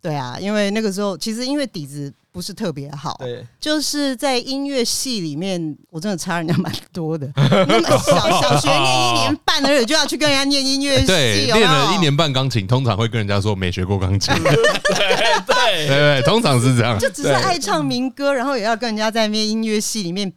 Speaker 4: 对啊，因为那个时候其实因为底子不是特别好，啊
Speaker 1: 对，
Speaker 4: 就是在音乐系里面，我真的差人家蛮 多的。那么小小学念一年半而已，就要去跟人家念音乐系，
Speaker 2: 对，
Speaker 4: 有没
Speaker 2: 练
Speaker 4: 有
Speaker 2: 了一。年半钢琴，通常会跟人家说没学过钢琴，对
Speaker 1: 对，
Speaker 2: 对，通常是这样。
Speaker 4: 就只是爱唱民歌，然后也要跟人家在那边音乐系里面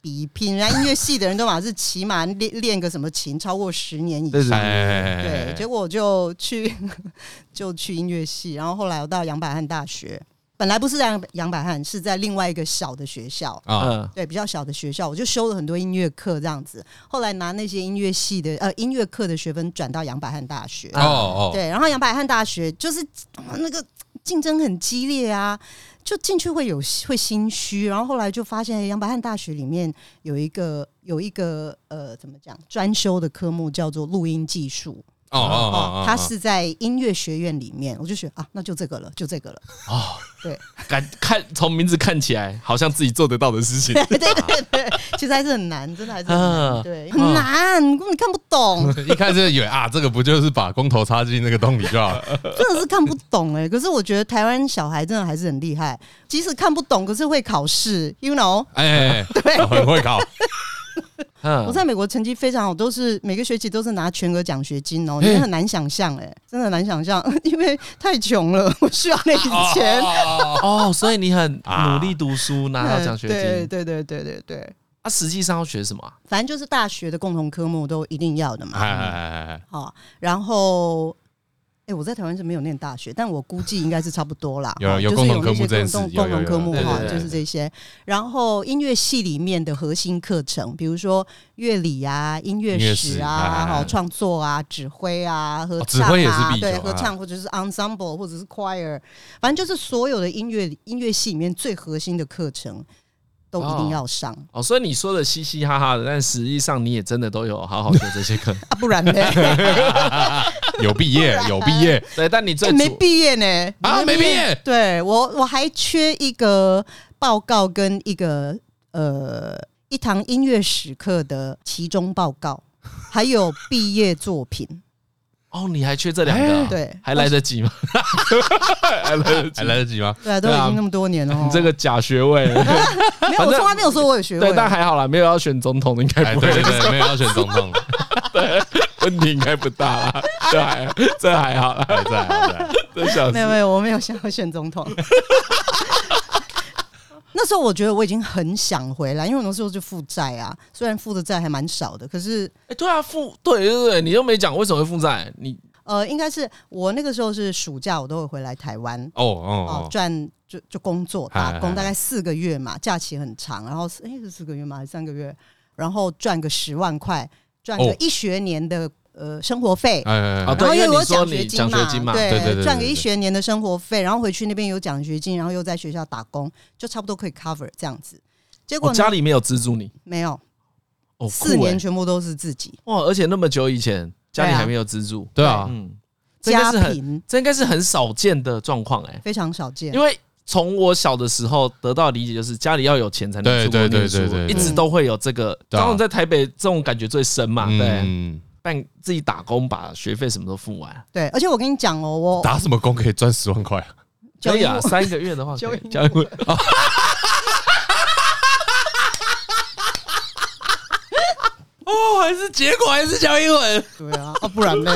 Speaker 4: 比拼。人家音乐系的人都嘛是起码练练个什么琴超过十年以上。
Speaker 1: 是
Speaker 4: 对
Speaker 2: 哎，，
Speaker 4: 结果我就去 就去音乐系，然后后来我到杨百翰大学，本来不是在杨百翰，是在另外一个小的学校。
Speaker 2: 啊，
Speaker 1: 嗯，
Speaker 4: 对，比较小的学校，我就修了很多音乐课这样子。后来拿那些音乐系的呃音乐课的学分转到杨百翰大学。
Speaker 2: 哦哦，
Speaker 4: 对，然后杨百翰大学就是啊那个竞争很激烈啊，就进去会有会心虚，然后后来就发现哎杨百翰大学里面有一个有一个呃怎么讲专修的科目叫做录音技术
Speaker 2: 哦哦
Speaker 4: 哦，，它是在音乐学院里面，我就觉得啊那就这个了，就 这个了，
Speaker 2: 哦，
Speaker 4: 对
Speaker 1: 感看从名字看起来好像自己做得到的事 情。
Speaker 4: 对对对对，其实还是很难，真的还是很
Speaker 1: 啊
Speaker 2: 嗯
Speaker 4: 难，对，很难，你根本看不懂，
Speaker 2: 一开始以为啊，这个不就是把工头插进那个洞里就好了？
Speaker 4: 真的是看不懂哎、可是我觉得台湾小孩真的还是很厉害，即使看不懂，可是会考试，you know。
Speaker 2: 哎，
Speaker 4: 对，
Speaker 2: 很会考，
Speaker 1: 嗯
Speaker 4: 我在美国成绩非常好，都是每个学期都是拿全额奖学金哦，你很难想象哎、真的很难想象， 因为太穷了， 我需要那笔钱。
Speaker 1: 哦，所以你很
Speaker 2: 啊
Speaker 1: 努力读书，拿到奖学
Speaker 4: 啊对
Speaker 1: 金。
Speaker 4: 对对对对对，
Speaker 1: 啊，实际上要学什么啊？
Speaker 4: 反正就是大学的共同科目都一定要的嘛。
Speaker 2: 哎哎哎哎，。
Speaker 4: 好、然后，哎、我在台湾是没有念大学，但我估计应该是差不多啦
Speaker 2: 有
Speaker 4: 哦
Speaker 2: 有
Speaker 4: 就是
Speaker 2: 共同
Speaker 4: 那
Speaker 2: 科目
Speaker 4: 些
Speaker 2: 这件
Speaker 4: 共
Speaker 2: 事
Speaker 4: 同
Speaker 2: 有
Speaker 4: 共
Speaker 2: 有
Speaker 4: 同
Speaker 2: 有
Speaker 4: 科目
Speaker 1: 对对
Speaker 4: 哈，
Speaker 1: 对
Speaker 4: 就是这些。然后音乐系里面的核心课程，比如说乐理啊、音乐
Speaker 2: 音乐史
Speaker 4: 史
Speaker 2: 哎
Speaker 4: 啊、
Speaker 2: 哎哎
Speaker 4: 哈创作啊、指挥啊、合
Speaker 2: 指
Speaker 4: 唱啊，
Speaker 2: 挥也是必修
Speaker 4: 对，
Speaker 2: 啊
Speaker 4: 合唱或者是 ensemble 或者是 choir，反正就是所有的音乐音乐系里面最核心的课程都一定
Speaker 1: 哦
Speaker 4: 要上、
Speaker 1: 哦，所以你说的嘻嘻哈哈的，但实际上你也真的都有好好学这些 课。
Speaker 4: 啊，不然呢？
Speaker 2: 有毕业，有毕业，
Speaker 1: 对，但你最
Speaker 4: 欸没
Speaker 1: 主
Speaker 4: 毕业呢
Speaker 2: 啊没毕业
Speaker 4: 对我我还缺一个报告跟一个呃一堂音 乐史课的期中报告，还有毕业作品。
Speaker 1: 哦，你还缺这两个啊，
Speaker 4: 哎对
Speaker 1: 还来得及吗？还来得及
Speaker 2: 还。来得及吗？
Speaker 4: 对啊，都已经那么多年了哦，
Speaker 1: 你这个假学 位，
Speaker 4: 没有，我从来没有说我有学位
Speaker 1: 对，，但还好啦，没有要选总统的，应该
Speaker 2: 哎，
Speaker 1: 不
Speaker 2: 对
Speaker 1: 会
Speaker 2: 对，对，没有要选总统，
Speaker 1: 问题应该不大啦，这还这还好啦，
Speaker 2: 还在还在。
Speaker 1: 这小
Speaker 4: 没有没有，我没有想要选总统。 那时候我觉得我已经很想回来，因为我那时候就负债啊，虽然负的债还蛮少的，可是
Speaker 1: 哎，对啊，负对对对，你又没讲为什么会负债，你
Speaker 4: 呃，应该是我那个时候是暑假，我都会回来台湾
Speaker 2: 哦
Speaker 4: 哦
Speaker 2: 哦，哦，
Speaker 4: 赚就就工作
Speaker 2: 嗨
Speaker 4: 打工，
Speaker 2: 嗨
Speaker 4: 大概四个月嘛，假期很长，然后哎是四个月吗？还是三个月？然后赚个十万块，赚个
Speaker 2: 哦
Speaker 4: 一学年的呃生活费，
Speaker 2: 哎哎
Speaker 1: 啊
Speaker 2: 哎，
Speaker 1: 对
Speaker 4: 然后
Speaker 1: 因为
Speaker 4: 因为
Speaker 1: 你
Speaker 4: 我有
Speaker 1: 说
Speaker 4: 奖
Speaker 1: 你
Speaker 4: 学
Speaker 1: 奖
Speaker 4: 金
Speaker 1: 学
Speaker 4: 嘛，
Speaker 1: 金嘛
Speaker 2: 对对对
Speaker 4: 赚个
Speaker 2: 对对
Speaker 4: 一学年的生活费，然后回去那边有奖学金，然后又在学校打工，就差不多可以 cover 这样子。结果
Speaker 1: 我哦
Speaker 4: 呢
Speaker 1: 家里没有资助你，
Speaker 4: 没有，
Speaker 1: 哦，
Speaker 4: 四
Speaker 1: 酷欸
Speaker 4: 年全部都是自己
Speaker 1: 哇，而且那么久以前家里
Speaker 4: 对啊
Speaker 1: 还没有资助，
Speaker 2: 对啊，
Speaker 3: 嗯，
Speaker 1: 这应该
Speaker 4: 家
Speaker 1: 是很
Speaker 4: 贫，
Speaker 1: 这应该是很少见的状况哎，
Speaker 4: 非常少见
Speaker 1: 因。为从我小的时候得到的理解就是家里要有钱才能
Speaker 2: 对
Speaker 1: 出国
Speaker 2: 对对
Speaker 1: 念书
Speaker 2: 对对，对
Speaker 1: 一直都会有这个。
Speaker 2: 对啊
Speaker 1: 当然在台北这种感觉最深嘛，对，
Speaker 2: 嗯，
Speaker 1: 但自己打工把学费什么都付完，
Speaker 4: 对，而且我跟你讲哦，我
Speaker 2: 打什么工可以赚十万块啊？
Speaker 4: 教
Speaker 1: 可以
Speaker 4: 英
Speaker 1: 啊，
Speaker 4: 文
Speaker 1: 三个月 的话可以，
Speaker 4: 教
Speaker 1: 教英文 哦，还是结果还是教英文，
Speaker 4: 对啊，啊不然呢？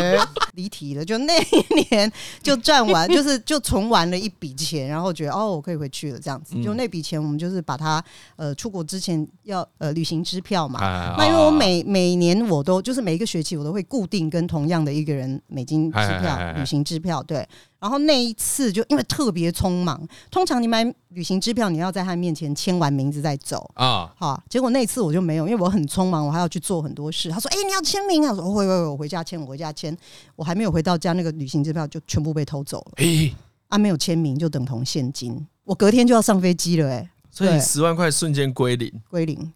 Speaker 4: 离题了，就那一年就赚 完，就是就存完了一笔钱，然后觉得哦，我可以回去了这样
Speaker 2: 嗯
Speaker 4: 子。就那笔钱，我们就是把它呃出国之前要呃旅行支票嘛。
Speaker 2: 哎
Speaker 4: 那因为我每每年我都就是每一个学期我都会固定跟同样的一个人美金支
Speaker 2: 哎哎哎
Speaker 4: 票
Speaker 2: 哎、哎
Speaker 4: 旅行支票对。然后那一次就因为特别匆忙，通常你买旅行支票，你要在他面前签完名字再走。
Speaker 2: 啊，
Speaker 4: 好，结果那一次我就没有，因为我很匆忙，我还要去做很多事。他说：“哎、你要签名啊？”我说：“哦会会会，我回家签，我回家签。”我还没有回到家，那个旅行支票就全部被偷走了
Speaker 2: 诶，
Speaker 4: 啊！没有签名就等同现金，我隔天就要上飞机了、哎，
Speaker 1: 所以
Speaker 4: 对
Speaker 1: 十万块瞬间归零。
Speaker 4: 归零，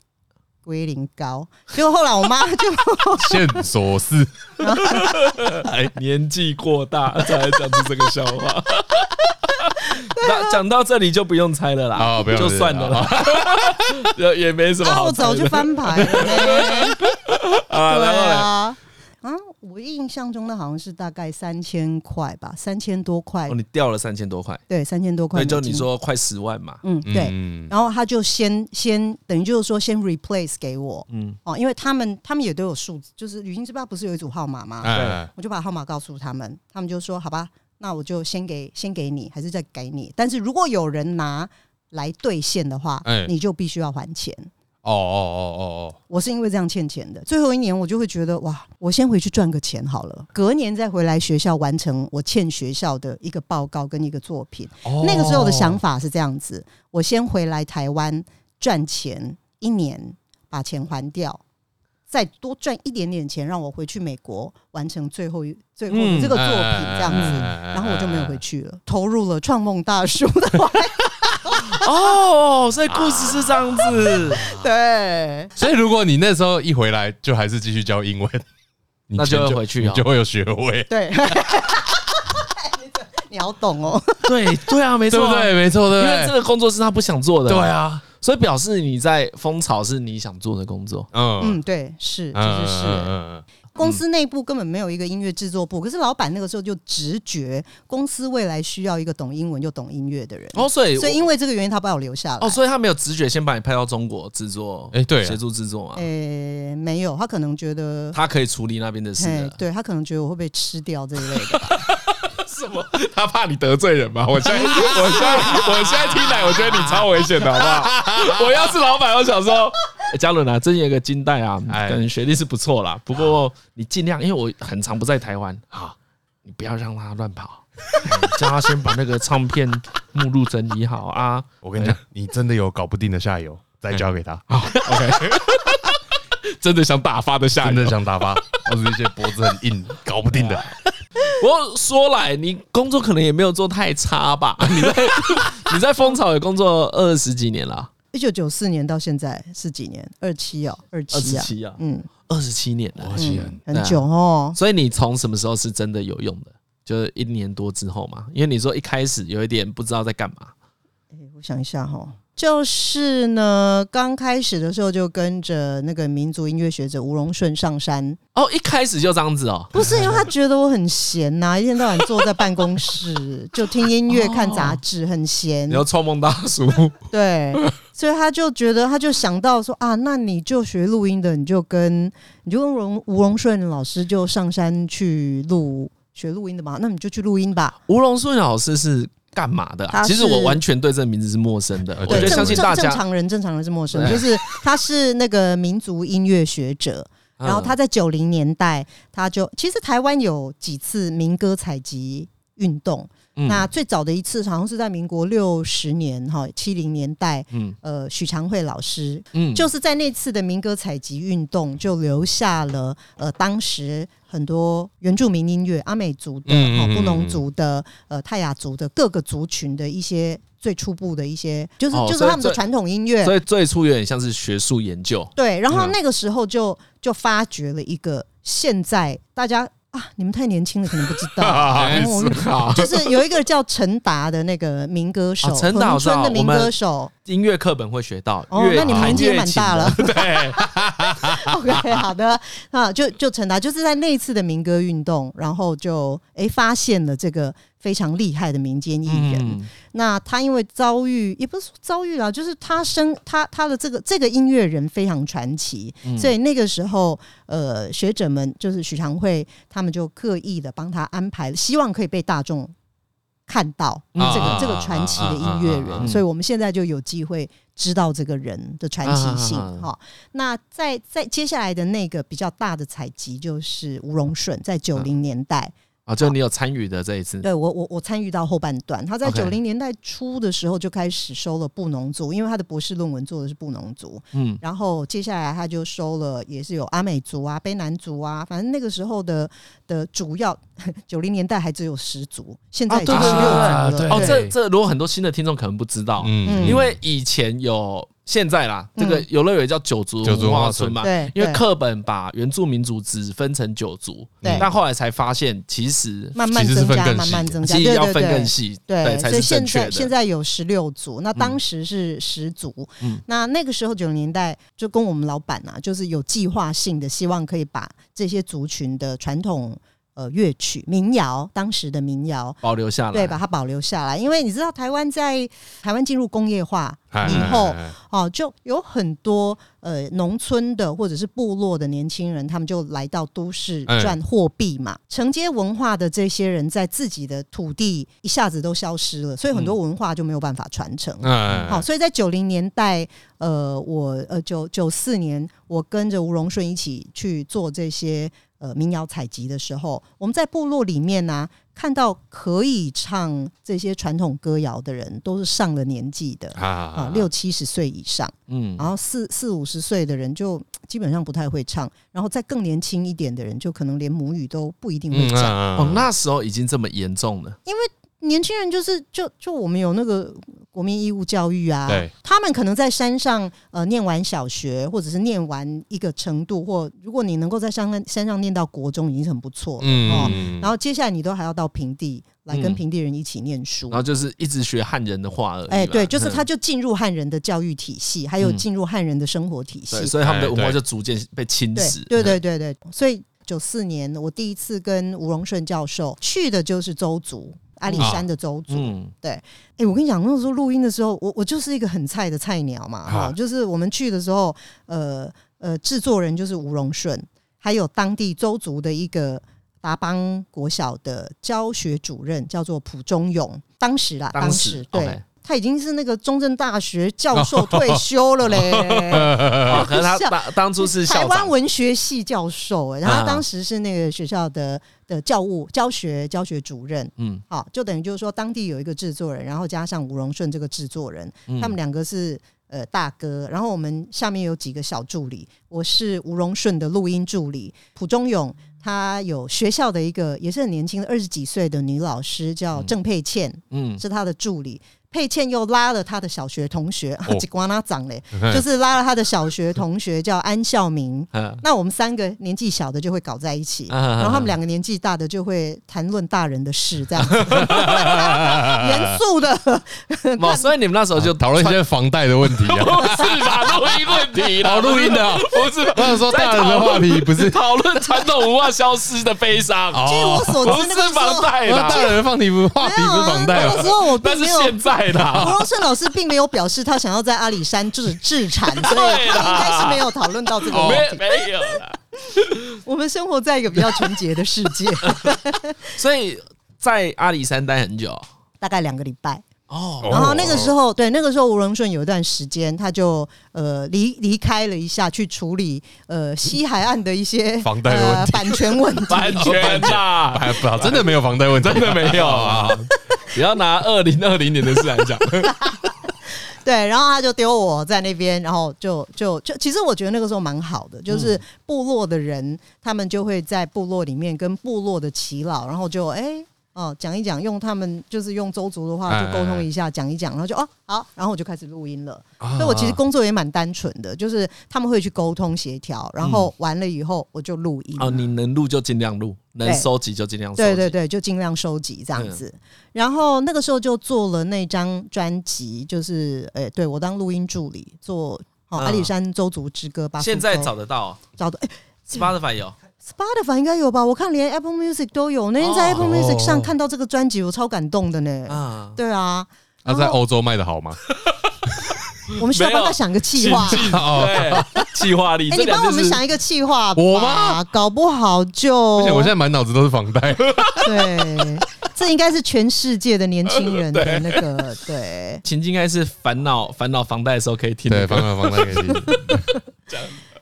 Speaker 4: 归零高。结果后来我 妈 就
Speaker 2: 线索是
Speaker 1: 哎，年纪过大才讲出这个笑话。 那讲到这里就哦不用猜了啦，
Speaker 2: 啊不用
Speaker 1: 就算了啦，也也没什么
Speaker 4: 啊，
Speaker 1: 好
Speaker 4: 我
Speaker 1: 猜
Speaker 4: 早就
Speaker 1: 的
Speaker 4: 翻牌 了、呢
Speaker 1: 啊。
Speaker 4: 对
Speaker 1: 然后嘞，
Speaker 4: 啊，啊，我印象中的好像是大概三千块吧，三千多块
Speaker 1: 哦，，你掉了三千多块，
Speaker 4: 对，三千多
Speaker 1: 所
Speaker 4: 块。
Speaker 1: 以就你，说快十万嘛，
Speaker 4: 嗯，对。
Speaker 2: 嗯
Speaker 4: 然后他就先先等于就是说先 replace 给我
Speaker 1: 嗯，
Speaker 4: 哦，因为他们他们也都有数字，就是旅行支票不是有一组号码吗？
Speaker 2: 哎哎
Speaker 4: 我就把号码告诉他们，他们就说好吧，那我就先给先给你，还是再给你。但是如果有人拿来兑现的话，
Speaker 2: 哎
Speaker 4: 你就必须要还钱。
Speaker 2: 哦哦哦
Speaker 4: 我是因为这样欠钱的，最后一年我就会觉得哇，我先回去赚个钱好了，隔年再回来学校完成我欠学校的一个报告跟一个作品。
Speaker 2: 哦哦，
Speaker 4: 那个时候的想法是这样子：我先回来台湾赚钱一年，把钱还掉，再多赚一点点钱，让我回去美国完成最后一最后的这个作品，这样
Speaker 2: 嗯哎哎
Speaker 4: 子。
Speaker 2: 哎哎哎
Speaker 4: 然后我就没有回去了，投入了创梦大叔的 怀
Speaker 1: 哦，所以故事是这样子，
Speaker 4: 对，
Speaker 2: 所以如果你那时候一回来，就还是继续教英文，你
Speaker 1: 那就会
Speaker 2: 就
Speaker 1: 回去
Speaker 2: 你
Speaker 1: 哦
Speaker 2: 就会有学位，
Speaker 4: 对， 你好懂哦，
Speaker 1: 对对啊，没
Speaker 2: 对
Speaker 1: 错
Speaker 2: 不
Speaker 1: 啊，
Speaker 2: 对？没错，对
Speaker 1: 因
Speaker 2: 不
Speaker 1: 为这
Speaker 2: 对？
Speaker 1: 个工作是他不想做的，
Speaker 2: 对，啊，
Speaker 1: 所以表示你在蜂巢是你想做的工作，
Speaker 2: 嗯
Speaker 4: 嗯，对，是，
Speaker 2: 嗯
Speaker 4: 其实是。
Speaker 2: 嗯嗯
Speaker 4: 公司内部根本没有一个音乐制作部，可是老板那个时候就直觉，公司未来需要一个懂英文又懂音乐的人。
Speaker 1: 哦，所以
Speaker 4: 所以因为这个原因，他把我留下来。
Speaker 1: 哦，所以他没有直觉先把你派到中国制作，
Speaker 2: 哎对啊
Speaker 1: 协助制作嘛，
Speaker 4: 呃，没有，他可能觉得，
Speaker 1: 他可以处理那边的事
Speaker 4: 嘿
Speaker 1: 的，
Speaker 4: 对他可能觉得我会被吃掉这一类的吧。
Speaker 2: 什 么？他怕你得罪人吧？ 我现在，我现在，我现在听来，我觉得你超危险的，好不好？我要是老板，我想说，
Speaker 1: 欸嘉伦啊，最近有个金代啊，
Speaker 2: 哎
Speaker 1: 可能学历是不错啦，不过你尽量，因为我很常不在台湾啊，你不要让他乱跑，哎叫他先把那个唱片目录整理好啊。
Speaker 2: 我跟你讲，你真的有搞不定的下游，再交给他。
Speaker 1: 真的想打发的下
Speaker 2: 真的
Speaker 1: 人。
Speaker 2: 想打发，都是一些脖子很硬、搞不定的。
Speaker 1: 不过说来，你工作可能也没有做太差吧？你在你在蜂巢也工作二十几年了，
Speaker 4: 一九九四年到现在是几年？二七哦，二
Speaker 1: 二
Speaker 4: 七
Speaker 1: 十
Speaker 4: 啊，
Speaker 1: 七啊，
Speaker 4: 嗯，
Speaker 1: 二十七年啊了。
Speaker 4: 嗯很久哦。
Speaker 1: 所以你从什么时候是真的有用的？就是一年多之后嘛，因为你说一开始有一点不知道在干嘛。
Speaker 4: 哎我想一下哈，就是呢，刚开始的时候就跟着那个民族音乐学者吴荣顺上山，
Speaker 1: 哦，一开始就这样子哦，
Speaker 4: 不是因为他觉得我很闲呐、一天到晚坐在办公室就听音乐、看杂志，很闲
Speaker 1: 你。要臭梦大 叔，
Speaker 4: 对，所以他就觉得，他就想到说啊，那你就学录音的，你就跟你就跟吴荣吴荣顺老师就上山去录学录音的嘛，那你就去录音吧。
Speaker 1: 吴荣顺老师是干嘛的啊、
Speaker 4: 他
Speaker 1: 其
Speaker 4: 是
Speaker 1: 实我完全对这个名字是陌生的，
Speaker 2: 对
Speaker 1: 我觉得
Speaker 4: 对，
Speaker 1: 相
Speaker 4: 正
Speaker 1: 信
Speaker 4: 正
Speaker 1: 大
Speaker 4: 正
Speaker 1: 家，
Speaker 4: 常人，正常人是陌生，
Speaker 1: 对
Speaker 4: 就是他是那个民族音乐学者，
Speaker 1: 嗯
Speaker 4: 然后他在九零年代，他就其实台湾有几次民歌采集运动，
Speaker 1: 嗯
Speaker 4: 那最早的一次好像是在民国六十年哈七零年代，
Speaker 1: 嗯
Speaker 4: 呃，许长惠老师
Speaker 1: 嗯
Speaker 4: 就是在那次的民歌采集运动，就留下了呃当时很多原住民音乐、阿美族的、
Speaker 2: 嗯
Speaker 4: 哦
Speaker 2: 嗯嗯
Speaker 4: 布农族的、呃泰雅族的各个族群的一些最初步的一些，就是、
Speaker 1: 哦
Speaker 4: 就是
Speaker 1: 所以
Speaker 4: 他们的
Speaker 1: 这
Speaker 4: 传统音乐。
Speaker 1: 所以最初有点像是学术研究，
Speaker 4: 对，然后
Speaker 1: 嗯
Speaker 4: 那个时候就就发掘了一个，现在大家啊，你们太年轻了，可能不知 道。
Speaker 2: 啊
Speaker 4: 然后我们
Speaker 1: 啊，
Speaker 4: 就是有一个叫陈达的那个民歌手，
Speaker 1: 啊陈达
Speaker 4: 恒
Speaker 1: 我知道
Speaker 4: 春的民
Speaker 1: 我们
Speaker 4: 歌手。
Speaker 1: 音乐课本会学到，
Speaker 4: 哦，
Speaker 1: 越
Speaker 4: 那你们
Speaker 1: 弹
Speaker 4: 年纪也
Speaker 1: 越
Speaker 4: 蛮
Speaker 1: 琴
Speaker 4: 大
Speaker 1: 的
Speaker 4: 了。
Speaker 1: 对，
Speaker 4: OK，好的，啊，就就陈达就是在那一次的民歌运动，然后就诶发现了这个非常厉害的民间艺人。
Speaker 1: 嗯
Speaker 4: 那他因为遭遇，也不是说遭遇啦，就是他生他他的这个这个音乐人非常传奇，
Speaker 2: 嗯
Speaker 4: 所以那个时候呃学者们就是许长惠他们就刻意的帮他安排，希望可以被大众。看到这
Speaker 1: 啊
Speaker 4: 个、
Speaker 2: 啊
Speaker 4: 这个传奇的音乐人，
Speaker 2: 啊啊
Speaker 1: 啊啊
Speaker 4: 所以我们现在就有机会知道这个人的传奇
Speaker 2: 嗯
Speaker 4: 性
Speaker 1: 啊啊啊
Speaker 4: 哈、那在在接下来的那个比较大的采集就是吴荣顺，在九零年代，
Speaker 1: 啊，就你有参与的这一次，
Speaker 4: 对我我我参与到后半段，他在
Speaker 1: OK
Speaker 4: 九零年代初的时候就开始收了布农族，因为他的博士论文做的是布农族，
Speaker 1: 嗯，
Speaker 4: 然后接下来他就收了也是有阿美族啊、卑南族啊，反正那个时候的的主要九零年代还只有十族，现在已经
Speaker 1: 啊
Speaker 4: 十
Speaker 1: 对对
Speaker 4: 六族
Speaker 1: 对
Speaker 4: 了，
Speaker 5: 对
Speaker 1: 哦，
Speaker 5: 对
Speaker 1: 这这如果很多新的听众可能不知道，
Speaker 2: 嗯，
Speaker 1: 因为以前有现在啦，这
Speaker 4: 嗯
Speaker 1: 个游乐园叫九族
Speaker 2: 九族
Speaker 1: 文
Speaker 2: 文
Speaker 1: 化
Speaker 2: 化
Speaker 1: 村
Speaker 2: 村
Speaker 1: 嘛，
Speaker 4: 对，
Speaker 1: 啊因为
Speaker 4: 对
Speaker 1: 课本把原住民族只分成九族，
Speaker 4: 对
Speaker 1: 但后来才发现其实
Speaker 4: 慢慢
Speaker 2: 其实是
Speaker 4: 增
Speaker 2: 分
Speaker 4: 加，
Speaker 2: 更
Speaker 4: 慢慢
Speaker 2: 细
Speaker 4: 增加，
Speaker 1: 其
Speaker 4: 对
Speaker 1: 实要
Speaker 4: 对
Speaker 1: 分
Speaker 4: 对
Speaker 1: 更。细，
Speaker 4: 对，
Speaker 1: 才
Speaker 4: 所以
Speaker 1: 是正
Speaker 4: 现
Speaker 1: 确
Speaker 4: 在现
Speaker 1: 的。
Speaker 4: 在有十六组，那当时是十组。
Speaker 1: 嗯
Speaker 4: 那那个时候九零年代就跟我们老板啊，就是有计划性的，希望可以把这些族群的传统呃乐曲、民谣，当时的民谣。
Speaker 1: 保留下来，
Speaker 4: 对，把它保留下来，因为你知道台湾在台湾进入工业化
Speaker 2: 哎
Speaker 4: 以后，
Speaker 2: 哎哎哎
Speaker 4: 哦，就有很多呃农村的或者是部落的年轻人，他们就来到都市
Speaker 2: 哎
Speaker 4: 赚货币嘛。承接文化的这些人，在自己的土地一下子都消失了，所以很多文化就没有办法传承。
Speaker 2: 哎
Speaker 4: 好，所以在九零年代，呃，我呃九九四年，我跟着吴荣顺一起去做这些呃民谣采集的时候，我们在部落里面呢、看到可以唱这些传统歌谣的人，都是上了年纪的。啊
Speaker 2: 啊，
Speaker 4: 六七十岁以上，
Speaker 1: 嗯
Speaker 4: 然后四四五十岁的人就基本上不太会唱，然后再更年轻一点的人，就可能连母语都不一定会讲。
Speaker 1: 哦，
Speaker 2: 嗯，
Speaker 1: 那时候已经这么严重了，
Speaker 4: 年轻人就是就就我们有那个国民义务教育啊
Speaker 2: 对，
Speaker 4: 他们可能在山上呃念完小学，或者是念完一个程度，或如果你能够在山上山上念到国中，已经很不错了。哦
Speaker 2: 嗯，
Speaker 4: 然后接下来你都还要到平地来跟
Speaker 1: 嗯
Speaker 4: 平地人一起念书，
Speaker 1: 然后就是一直学汉人的话而已啦。
Speaker 4: 哎、对，就是他
Speaker 1: 嗯
Speaker 4: 就进入汉人的教育体系，还有
Speaker 1: 嗯
Speaker 4: 进入汉人的生活体系
Speaker 1: 对，，所以他们的
Speaker 2: 哎
Speaker 1: 文化
Speaker 2: 对
Speaker 1: 就逐渐被侵
Speaker 4: 对
Speaker 1: 蚀。
Speaker 4: 对对对对，所以九四年我第一次跟吴荣顺教授去的就是周族。阿里山的周族，哎、
Speaker 1: 嗯，
Speaker 4: 我跟你讲，那时候录音的时候，我我就是一个很菜的菜鸟嘛，哈、
Speaker 2: 啊
Speaker 4: 就是我们去的时候，呃呃，制作人就是吴荣顺，还有当地周族的一个达邦国小的教学主任，叫做蒲忠勇，当时啦，当
Speaker 1: 当时
Speaker 4: 对
Speaker 1: OK
Speaker 4: 他已经是那个中正大学教授退休 了嘞，
Speaker 1: 哦可是 他
Speaker 4: 是啊
Speaker 1: 当当初是
Speaker 4: 台
Speaker 1: 校
Speaker 4: 湾
Speaker 1: 长，
Speaker 4: 文学系教授、哎，然后
Speaker 1: 啊
Speaker 4: 他当时是那个学校的的教务教学教学主任，
Speaker 1: 嗯，
Speaker 4: 好，就等于就是说当地有一个制作人，然后加上吴荣顺这个制作人，
Speaker 1: 嗯
Speaker 4: 他们两个是呃大哥，然后我们下面有几个小助理，我是吴荣顺的录音助理，蒲忠勇他有学校的一个也是很年轻的二十几岁的女老师叫郑佩倩，
Speaker 1: 嗯
Speaker 4: 是他的助理。佩倩又拉了她的小学同学
Speaker 2: 哦，
Speaker 4: 吉瓜拉啊长 嘞，就是拉了她的小学同学叫安孝明。
Speaker 1: 嗯
Speaker 4: 那我们三个年纪小的就会搞在一起，
Speaker 1: 啊啊啊
Speaker 4: 然后他们两个年纪大的就会谈论大人的事，这样子 严 肃的。
Speaker 1: 哦，所以你们那时候就
Speaker 2: 啊讨论一些房贷的问题啊。
Speaker 1: 不是 吧？录音问题啦，
Speaker 2: 哦录音的啊
Speaker 1: 不是
Speaker 2: 我想说大人的话题不是，
Speaker 1: 讨论传统文化消失的悲伤，
Speaker 4: 据我所
Speaker 1: 哦不
Speaker 4: 知，
Speaker 1: 是
Speaker 4: 那个时
Speaker 1: 房
Speaker 4: 候
Speaker 1: 贷
Speaker 2: 那大
Speaker 1: 啦，
Speaker 2: 人的话题不话题
Speaker 4: 没有
Speaker 2: 不是
Speaker 4: 啊
Speaker 2: 房，贷
Speaker 4: 那
Speaker 2: 啊
Speaker 4: 个时。候我
Speaker 1: 但
Speaker 4: 并
Speaker 1: 是
Speaker 4: 没有。
Speaker 1: 现在
Speaker 4: 吴
Speaker 1: 啦，
Speaker 4: 荣胜老师并没有表示他想要在阿里山制 制产，所
Speaker 1: 对
Speaker 4: 以
Speaker 1: 啦
Speaker 4: 他应该是没有讨论到这个问
Speaker 1: 没
Speaker 4: 题。
Speaker 1: 没有啦。
Speaker 4: 我们生活在一个比较纯洁的世界，
Speaker 1: 所以在阿里山待很久
Speaker 4: 大概两个礼拜。
Speaker 1: 哦，
Speaker 4: 然后那个时候，对那个时候吴荣顺有一段时间，他就呃离离开了一下，去处理呃西海岸的一些
Speaker 2: 房贷的问题
Speaker 4: 呃、版权 问题。
Speaker 1: 完全啦，
Speaker 2: 还不好，真的没有房贷问题，
Speaker 1: 真的没有啊！不要拿二零二零年的事来讲，
Speaker 4: 对，然后他就丢我在那边，然后就就就，其实我觉得那个时候蛮好的，就是部落的人，他们就会在部落里面跟部落的耆老，然后就哎。哦，讲一讲，用他们就是用周族的话就沟通一下，讲一讲，然后就哦好，然后我就开始录音了。所以我其实工作也蛮单纯的，就是他们会去沟通协调，然后完了以后我就录音。
Speaker 1: 哦，你能录就尽量录，能收集就尽量收集。嗯
Speaker 4: 对对对，就尽量收集这样子。然后那个时候就做了那张专辑，就是诶、对我当录音助理做。
Speaker 1: 嗯
Speaker 4: 哦，阿里山周族之歌吧。
Speaker 1: 现在
Speaker 4: 福州
Speaker 1: 找得到
Speaker 4: 找的、诶
Speaker 1: Spotify 有
Speaker 4: s p o t i f y 应该有吧？我看连 Apple Music 都有。那天在 Apple Music 上看到这个专辑，我超感动的呢。
Speaker 1: 哦啊，
Speaker 4: 对啊，
Speaker 2: 那在欧洲卖的好吗？
Speaker 4: 我们需要
Speaker 1: 没有
Speaker 4: 帮他想个计 划。
Speaker 1: 请进
Speaker 2: 哦
Speaker 1: 对，计划力，
Speaker 4: 哎、
Speaker 1: 这
Speaker 4: 你
Speaker 1: 两
Speaker 4: 帮我
Speaker 1: 件
Speaker 4: 们
Speaker 1: 事
Speaker 4: 想一个计划吧。
Speaker 2: 我吗？
Speaker 4: 搞不好就
Speaker 2: 而且我现在满脑子都是房贷，
Speaker 4: 对，这应该是全世界的年 轻人的那个对。
Speaker 1: 情境应该是烦恼烦恼房贷的时候可以听的
Speaker 2: 对，
Speaker 1: 歌
Speaker 2: 房贷房贷可以。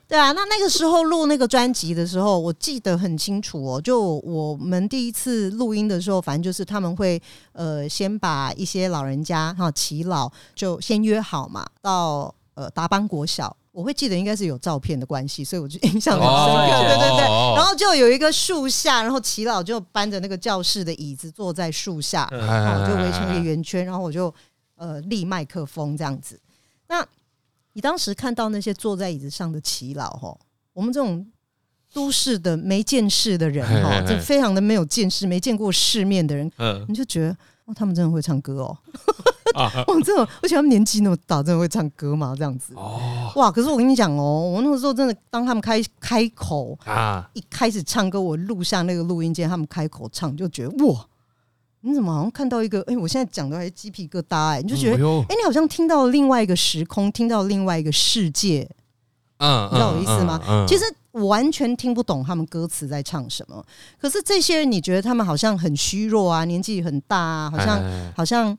Speaker 4: 对啊，那那个时候录那个专辑的时候，我记得很清楚哦。就我们第一次录音的时候，反正就是他们会呃先把一些老人家哈耆老就先约好嘛，到呃达邦国小。我会记得应该是有照片的关系，所以我就印象很深刻。
Speaker 1: 哦
Speaker 4: 对对对，
Speaker 2: 哦
Speaker 4: 然后就有一个树下，然后耆老就搬着那个教室的椅子坐在树下，然后哦我就围
Speaker 2: 嗯
Speaker 4: 成一个圆圈，然后我就呃立麦克风这样子。那你当时看到那些坐在椅子上的耆老吼，我们这种都市的没见识的人
Speaker 2: 嘿
Speaker 4: 哈
Speaker 2: 嘿，嘿
Speaker 4: 就非常的没有见识、没见过世面的人，
Speaker 1: 嗯，
Speaker 4: 你就觉得哦，他们真的会唱歌哦，
Speaker 1: 啊
Speaker 4: 哦，这种而且他们年纪那么大，真的会唱歌吗？这样子
Speaker 1: 哦
Speaker 4: 哇！可是我跟你讲哦，我那个时候真的，当他们开开口
Speaker 2: 啊，
Speaker 4: 一开始唱歌，我录下那个录音键，他们开口唱，就觉得哇，你怎么好像看到一个？哎、我现在讲的还鸡皮疙瘩哎、你就觉得
Speaker 2: 哎呦，
Speaker 4: 哎、你好像听到了另外一个时空，听到了另外一个世界。
Speaker 2: 嗯，
Speaker 4: 你知道我意思吗
Speaker 2: 嗯
Speaker 4: 其实我完全听不懂他们歌词在唱什么，可是这些人，你觉得他们好像很虚弱啊，年纪很大啊，好像好像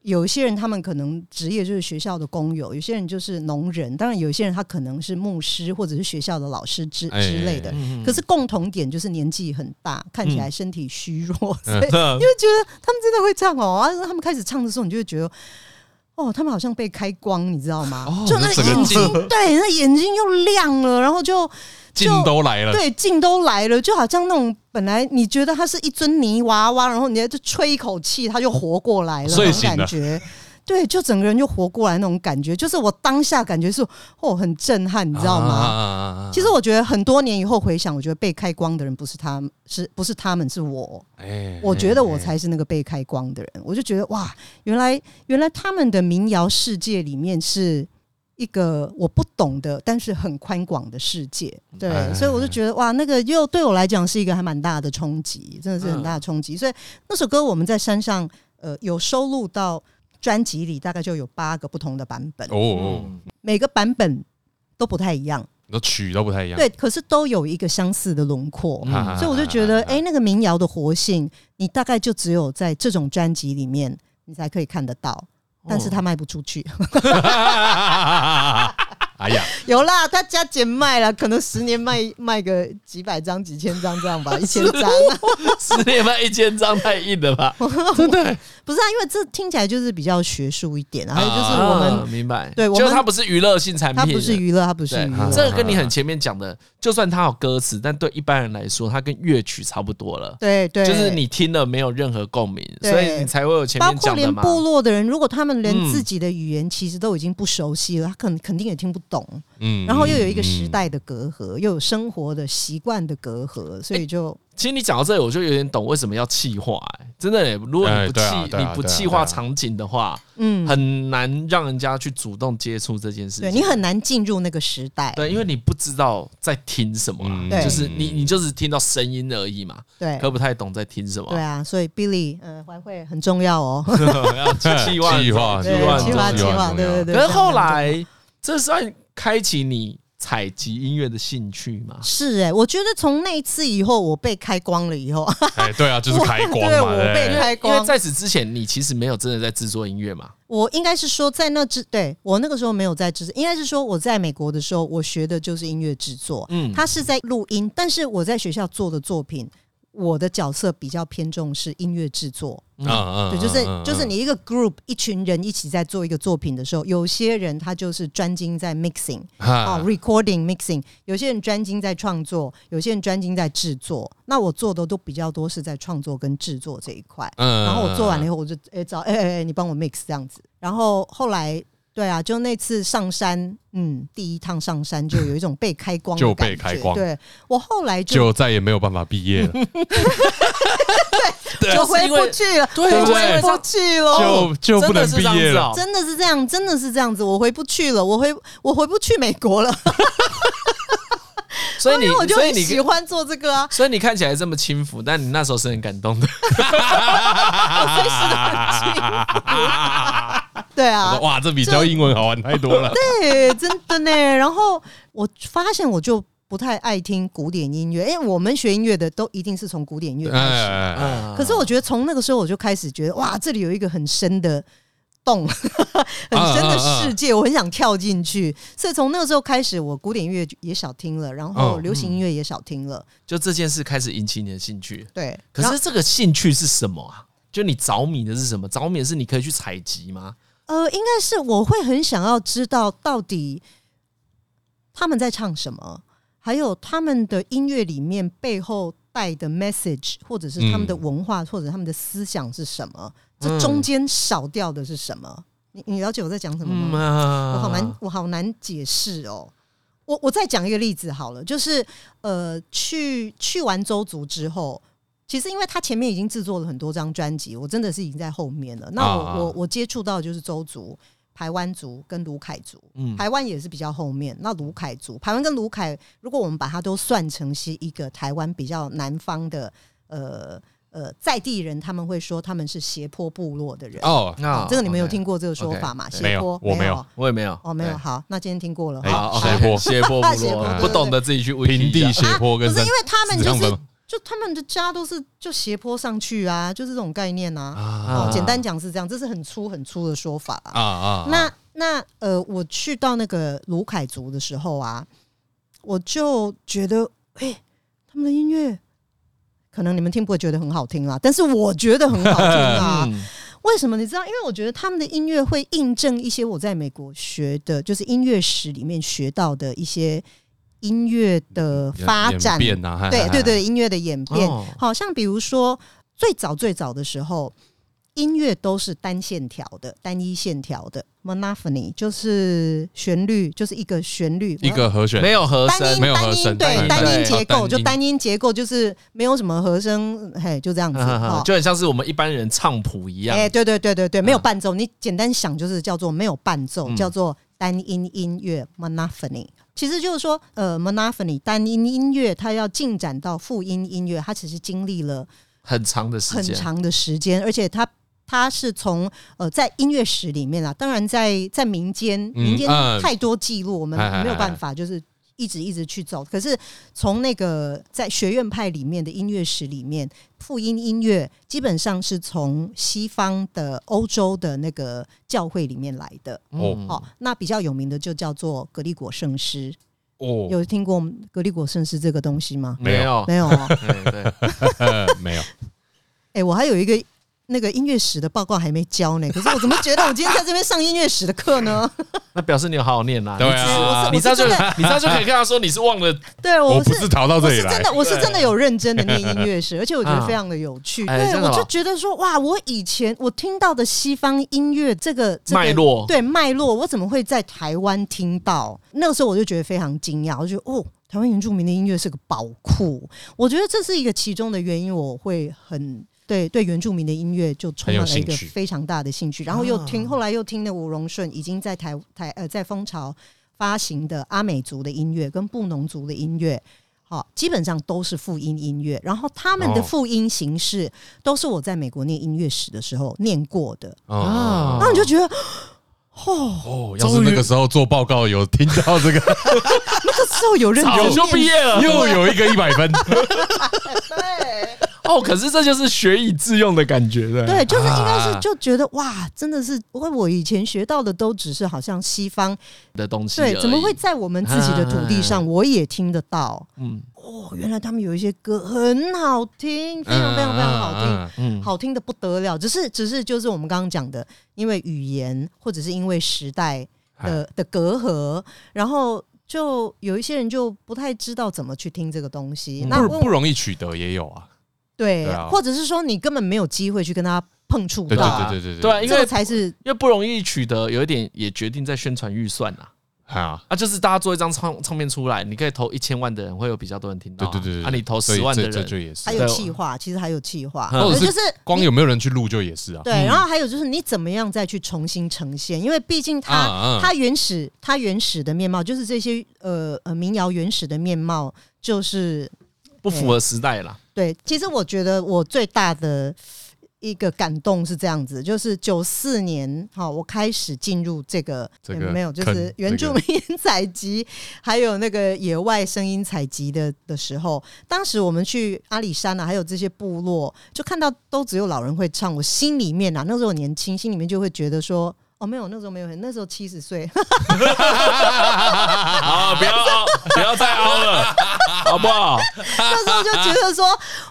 Speaker 4: 有一些人他们可能职业就是学校的工友，有些人就是农人，当然有一些人他可能是牧师或者是学校的老师之之类的。可是共同点就是年纪很大，看起来身体虚弱，所以
Speaker 1: 嗯
Speaker 4: 你会觉得他们真的会唱哦。啊，他们开始唱的时候，你就会觉得。哦，他们好像被开光，你知道吗？
Speaker 2: 哦
Speaker 4: 就那
Speaker 2: 那整
Speaker 4: 个
Speaker 2: 个
Speaker 4: 眼睛，对，那眼睛又亮了，然后就
Speaker 2: 劲都来了，
Speaker 4: 对劲都来了，就好像那种本来你觉得它是一尊泥娃娃，然后你就吹一口气，它就活过来了，
Speaker 2: 睡
Speaker 4: 那种
Speaker 2: 醒了
Speaker 4: 感觉。对，就整个人就活过来那种感觉，就是我当下感觉是哦，很震撼，你知道吗？
Speaker 2: 啊吗
Speaker 4: 其实我觉得很多年以后回想，我觉得被开光的人不是他们，是不是他们是我？
Speaker 2: 哎
Speaker 4: 我觉得我才是那个被开光的人。我就觉得哇，原来原来他们的民谣世界里面是一个我不懂的，但是很宽广的世界。对，
Speaker 2: 哎
Speaker 4: 所以我就觉得哇，那个又对我来讲是一个还蛮大的冲击，真的是
Speaker 2: 嗯
Speaker 4: 很大的冲击。所以那首歌我们在山上呃有收录到专辑里，大概就有八个不同的版本，
Speaker 2: 哦哦，
Speaker 4: 每个版本都不太一样。
Speaker 2: 那曲都不太一样，
Speaker 4: 对，可是都有一个相似的轮廓，
Speaker 1: 嗯
Speaker 2: 啊，
Speaker 4: 所以我就觉得，哎、那个民谣的活性，你大概就只有在这种专辑里面，
Speaker 1: 哦
Speaker 4: 你才可以看得到。但是它卖不出去，
Speaker 2: 哎， 哎呀，
Speaker 4: 有啦，他加减卖了，可能十年卖卖个几百张、几千张这样吧，一千张、 啊。
Speaker 1: 十年卖一千张太硬了吧？
Speaker 4: 不是啊，因为这听起来就是比较学术一点，然后就是我
Speaker 1: 啊
Speaker 4: 们
Speaker 1: 明白，
Speaker 4: 对我们
Speaker 1: 就是它不是娱乐性产品，啊
Speaker 4: 它不是娱乐，它不是
Speaker 1: 对啊
Speaker 4: 娱乐，，
Speaker 1: 这个跟你很前面讲的，就算它有歌词，但对一般人来说，它跟乐曲差不多了。
Speaker 4: 对对，
Speaker 1: 就是你听了没有任何共鸣，
Speaker 4: 对
Speaker 1: 所以你才会有前
Speaker 4: 包
Speaker 1: 面
Speaker 4: 括
Speaker 1: 讲的
Speaker 4: 连
Speaker 1: 嘛。
Speaker 4: 部落的人，如果他们连
Speaker 1: 嗯
Speaker 4: 自己的语言其实都已经不熟悉了，他肯肯定也听不懂。
Speaker 2: 嗯
Speaker 4: 然后又有一个时，代的隔阂，又有生活的习惯的隔阂，所以就
Speaker 1: 其实你讲到这里，我就有点懂为什么要气化、欸。真的、欸，如果
Speaker 2: 哎
Speaker 1: 你不气、
Speaker 2: 对啊对啊
Speaker 1: 你不
Speaker 2: 对啊
Speaker 1: 气
Speaker 2: 对
Speaker 1: 化
Speaker 2: 啊
Speaker 1: 场景的话，
Speaker 4: 嗯，
Speaker 1: 很难让人家去主动接触这件事情。
Speaker 4: 对你很难进入那个时代。
Speaker 1: 对，因为你不知道在听什么啊
Speaker 2: 嗯，
Speaker 4: 对
Speaker 1: 就是你 你就是听到声音而已嘛，
Speaker 4: 对
Speaker 1: 可不太懂在听什么
Speaker 4: 对。啊，所以 Billy，嗯，还会很重 要哦。
Speaker 1: 要气化
Speaker 2: 气化
Speaker 1: 气
Speaker 4: 对，
Speaker 1: 化
Speaker 4: 计
Speaker 1: 气
Speaker 4: 划
Speaker 1: 化
Speaker 2: 很重
Speaker 4: 计
Speaker 2: 要
Speaker 4: 划，
Speaker 2: 很重要
Speaker 4: 对对对。
Speaker 1: 可是
Speaker 4: 非常
Speaker 1: 后
Speaker 4: 非常重
Speaker 1: 来，这算开启你采集音乐的兴趣吗
Speaker 4: 要？是哎、我觉得从那一次以后，我被开光了以后，
Speaker 2: 哎， 对啊，就是开光
Speaker 4: 对
Speaker 2: 嘛，
Speaker 4: 我被
Speaker 2: 对
Speaker 4: 开
Speaker 1: 因为
Speaker 4: 光。
Speaker 1: 在此之前，你其实没有真的在制作音乐嘛。
Speaker 4: 我应该是说，在那之对我那个时候没有在制，应该是说我在美国的时候，我学的就是音乐制作。
Speaker 1: 嗯，
Speaker 4: 他是在录音，但是我在学校做的作品，我的角色比较偏重是音乐制作，
Speaker 2: 嗯嗯
Speaker 4: 对，就是就是你一个 group 一群人一起在做一个作品的时候，有些人他就是专精在 mixing 啊、
Speaker 2: 啊，
Speaker 4: recording mixing，有些人专精在创作，有些人专精在制作。那我做的都比较多是在创作跟制作这一块。
Speaker 2: 嗯
Speaker 4: 然后我做完了以后，我就诶找诶诶诶，你帮我 mix 这样子。然后后来对啊，就那次上山，嗯，第一趟上山就有一种被开光的
Speaker 2: 就
Speaker 4: 感
Speaker 2: 被
Speaker 4: 觉
Speaker 2: 开光
Speaker 4: 对我后来就
Speaker 2: 就再也没有办法毕业 了，
Speaker 4: 就回不去了，
Speaker 1: 对
Speaker 4: 就
Speaker 1: 对
Speaker 4: 回不去了。
Speaker 2: 就就不能毕业 了。
Speaker 4: 哦真的是这样，真的是这样子，我回不去了，我回我回不去美国了，
Speaker 1: 所以
Speaker 4: 因为我
Speaker 1: 你
Speaker 4: 就
Speaker 1: 所以
Speaker 4: 很
Speaker 1: 你
Speaker 4: 喜欢做这个啊，
Speaker 1: 所以你看起来这么轻浮，但你那时候是很感动的。
Speaker 4: 随时都很轻对啊，
Speaker 2: 哇，这比教英文好玩太多了。
Speaker 4: 对，真的呢。然后我发现我就不太爱听古典音乐，因哎为我们学音乐的都一定是从古典乐开始。
Speaker 2: 哎，
Speaker 1: 嗯
Speaker 4: 可是我觉得从那个时候我就开始觉得，哇，这里有一个很深的洞， 很深的世
Speaker 1: 啊
Speaker 4: 界，我很想跳进去。所以从那个时候开始，我古典音乐也少听了，然后
Speaker 2: 哦
Speaker 4: 流行音乐也少听了。
Speaker 1: 就这件事开始引起你的兴趣，
Speaker 4: 对，
Speaker 1: 嗯可
Speaker 4: 然后
Speaker 1: 是这个兴趣是什么啊？就你着迷的是什么？着迷的是你可以去采集吗？
Speaker 4: 呃，应该是我会很想要知道到底他们在唱什么，还有他们的音乐里面背后带的 message，或者是他
Speaker 1: 嗯
Speaker 4: 们的文化，或者他们的思想是什么？这中间少掉的是什么？你你了解我在讲什么吗？
Speaker 1: 啊
Speaker 4: 嗯我好
Speaker 2: 嗯
Speaker 4: 难，我好难解释哦。我我再讲一个例子好了，就是呃，去去完周族之后，其实因为他前面已经制作了很多张专辑，我真的是已经在后面了。那我、
Speaker 2: 啊啊
Speaker 4: 我我接触到的就是周族、台湾族跟卢凯族，
Speaker 1: 嗯
Speaker 4: 台湾也是比较后面。那卢凯族，台湾跟卢凯，如果我们把它都算成是一个台湾比较南方的呃呃在地人，他们会说他们是斜坡部落的人。
Speaker 2: 哦，
Speaker 1: 那
Speaker 4: 这个你们有
Speaker 1: 啊 OK
Speaker 4: 听过这个说
Speaker 1: OK，
Speaker 4: 法吗？
Speaker 2: 没
Speaker 4: 斜
Speaker 2: 有
Speaker 4: 坡
Speaker 2: 我没有
Speaker 4: 啊
Speaker 1: 我也没有。
Speaker 4: 哦，没
Speaker 1: 对
Speaker 4: 有，好，那今天听过了。
Speaker 2: 哎
Speaker 4: 好
Speaker 1: 好，
Speaker 2: 斜坡
Speaker 1: 斜坡部
Speaker 4: 斜
Speaker 1: 落
Speaker 4: 坡
Speaker 1: 啊，
Speaker 4: 对
Speaker 1: 不
Speaker 4: 对
Speaker 1: 懂的自己去问
Speaker 2: 平地斜坡
Speaker 4: 啊不
Speaker 2: 跟
Speaker 4: 是因
Speaker 2: 山
Speaker 4: 为他们
Speaker 2: 死
Speaker 4: 就
Speaker 2: 上
Speaker 4: 是
Speaker 2: 分
Speaker 4: 就他们的家都是就斜坡上去啊，就是这种概念啊。
Speaker 2: 啊
Speaker 4: 哦，简单讲是这样，这是很粗很粗的说法
Speaker 2: 啊
Speaker 4: 啊。
Speaker 2: 啊，
Speaker 1: 嗯
Speaker 4: 那那呃，我去到那个卢凯族的时候啊，我就觉得，哎、他们的音乐。可能你们听不会觉得很好听啦，但是我觉得很好听 啊。
Speaker 1: 嗯
Speaker 4: 为什么？你知道？因为我觉得他们的音乐会印证一些我在美国学的，就是音乐史里面学到的一些音乐的发
Speaker 2: 嗯
Speaker 4: 展。
Speaker 2: 变啊，
Speaker 4: 对对对，音乐的演变，
Speaker 1: 哦
Speaker 4: 好像比如说最早最早的时候，音乐都是单线条的、单一线条的 monophony，就是旋律，就是一个旋律，
Speaker 2: 一个和弦
Speaker 1: 没有和
Speaker 4: 单
Speaker 1: 声
Speaker 4: 音，
Speaker 2: 没有
Speaker 4: 单
Speaker 2: 和
Speaker 4: 音
Speaker 2: 声
Speaker 4: 对
Speaker 1: 单
Speaker 4: 单
Speaker 1: 音
Speaker 4: 音
Speaker 1: 对
Speaker 4: 结
Speaker 2: 哦单
Speaker 4: 构，
Speaker 2: 音
Speaker 4: 就单音结构就是没有什么和声，嘿，就这样子
Speaker 1: 嗯嗯嗯
Speaker 4: 哦。
Speaker 1: 就很像是我们一般人唱谱一样
Speaker 4: 哎、。对对对对对，没有
Speaker 1: 嗯
Speaker 4: 伴奏。你简单想就是叫做没有伴奏，
Speaker 1: 嗯
Speaker 4: 叫做单音音乐 （monophony）。其实就是说，呃，monophony 单音音乐，它要进展到复音音乐，它其实经历了
Speaker 1: 很长的时
Speaker 4: 很
Speaker 1: 间，
Speaker 4: 长的时间，而且它它是从呃在音乐史里面啊，当然在在民间，
Speaker 2: 嗯
Speaker 4: 民间
Speaker 2: 嗯
Speaker 4: 太多记录，我们
Speaker 2: 哎哎哎
Speaker 4: 没有办法就是。一直一直去走。可是从那个在学院派里面的音乐史里面，复音音乐基本上是从西方的欧洲的那个教会里面来的。
Speaker 2: 哦
Speaker 4: 好、那比较有名的就叫做格力果圣诗，
Speaker 2: 哦，
Speaker 4: 有听过格力果圣诗这个东西吗？
Speaker 1: 没有，
Speaker 4: 没有哦。
Speaker 1: 哎对，
Speaker 2: 呃，没有，
Speaker 4: 哎、我还有一个那个音乐史的报告还没交呢，可是我怎么觉得我今天在这边上音乐史的课 呢？
Speaker 1: 那表示你有好好念啦。
Speaker 2: 对
Speaker 4: 我
Speaker 2: 啊
Speaker 4: 是，
Speaker 1: 哎你这样就
Speaker 4: 我是真 的
Speaker 1: 你这样就可以跟他说你是忘了，
Speaker 4: 对
Speaker 2: 我
Speaker 4: 我
Speaker 2: 不是逃到这
Speaker 4: 我
Speaker 2: 里
Speaker 4: 是
Speaker 2: 来
Speaker 4: 真，的，我是真的有认真的念音 乐史，而且我觉得
Speaker 1: 啊
Speaker 4: 非常的有趣。
Speaker 1: 哎
Speaker 4: 对，
Speaker 1: 真的
Speaker 4: 我就
Speaker 1: 哦
Speaker 4: 觉得说，哇，我以前我听到的西方音乐这个、这个、
Speaker 1: 脉络
Speaker 4: 对脉络，我怎么会在台湾听到？那个时候我就觉得非常惊讶，我就觉得哦，台湾原住民的音乐是个宝库。我觉得这是一个其中的原因，我会很。对对，原住民的音乐就充满了一
Speaker 2: 很有
Speaker 4: 个
Speaker 2: 兴趣
Speaker 4: 非常大的兴趣，然后又听，后来又听了吴荣顺已经在台台呃在蜂巢发行的阿美族的音乐跟布农族的音乐，好，基本上都是复音音乐，然后他们的
Speaker 2: 哦
Speaker 4: 复音形式都是我在美国念音乐史的时候念过的，
Speaker 2: 哦，
Speaker 4: 那你就觉 得
Speaker 2: 哦要是那个时候做报告有听到这个，
Speaker 4: 那个时候有认
Speaker 1: 早
Speaker 4: 真
Speaker 1: 就
Speaker 4: 念
Speaker 1: 毕业了
Speaker 2: 又有一个一百分，
Speaker 4: 对
Speaker 1: 哦。可是这就是学以致用的感觉，对
Speaker 4: 对，就是应该
Speaker 1: 啊
Speaker 4: 是就觉得哇，真的是因为我以前学到的都只是好像西方
Speaker 1: 的东西而已。啊
Speaker 4: 对，怎么会在我们自己的土地上我也听得到？
Speaker 1: 嗯？
Speaker 4: 哦，原来他们有一些歌很好听，非常非常非常好听。
Speaker 2: 嗯嗯。嗯嗯
Speaker 1: 嗯嗯，
Speaker 4: 好听的不得了，只是只是就是我们刚刚讲的，因为语言或者是因为时代的的隔阂，然后就有一些人就不太知道怎么去听这个东西。
Speaker 1: 嗯
Speaker 4: 那
Speaker 2: 不
Speaker 4: 我
Speaker 2: 不容易取得也有啊，
Speaker 4: 对，
Speaker 2: 对啊
Speaker 4: 或者是说你根本没有机会去跟他碰触
Speaker 2: 对
Speaker 4: 到，
Speaker 2: 对对对
Speaker 1: 对啊，因
Speaker 4: 这个
Speaker 1: 为
Speaker 4: 才是
Speaker 1: 因为不容易取得，有一点也决定在宣传预算啊。
Speaker 2: 啊，
Speaker 1: 啊，就是大家做一张唱唱片出来，你可以投一千万的人，会有比较多人听到
Speaker 2: 对
Speaker 1: 啊。
Speaker 2: 对对对，
Speaker 1: 啊，你投
Speaker 2: 所以
Speaker 1: 十万的
Speaker 2: 这这
Speaker 1: 人，
Speaker 2: 就也是
Speaker 4: 还有气化，其实还有气化，
Speaker 1: 嗯
Speaker 2: 或者是
Speaker 4: 就是
Speaker 2: 光有没有人去录就也是啊，
Speaker 4: 对，然后还有就是你怎么样再去重新呈现，因为毕竟它
Speaker 2: 啊
Speaker 4: 它原始它原始的面貌就是这些呃呃民谣原始的面貌就是
Speaker 1: 不符合时代 啦。
Speaker 4: 对，其实我觉得我最大的一个感动是这样子，就是九四年，哈，我开始进入这个
Speaker 2: 这个
Speaker 4: 有没有，就
Speaker 2: 坑
Speaker 4: 是原住民采集，还有那个野外声音采集的 的时候，当时我们去阿里山啊，还有这些部落，就看到都只有老人会唱，我心里面啊，那时候我年轻，心里面就会觉得说。哦，没有，那时候没有，那时候七十岁，
Speaker 1: 啊，不要凹不要再凹了，好不好？
Speaker 4: 那时候就觉得说，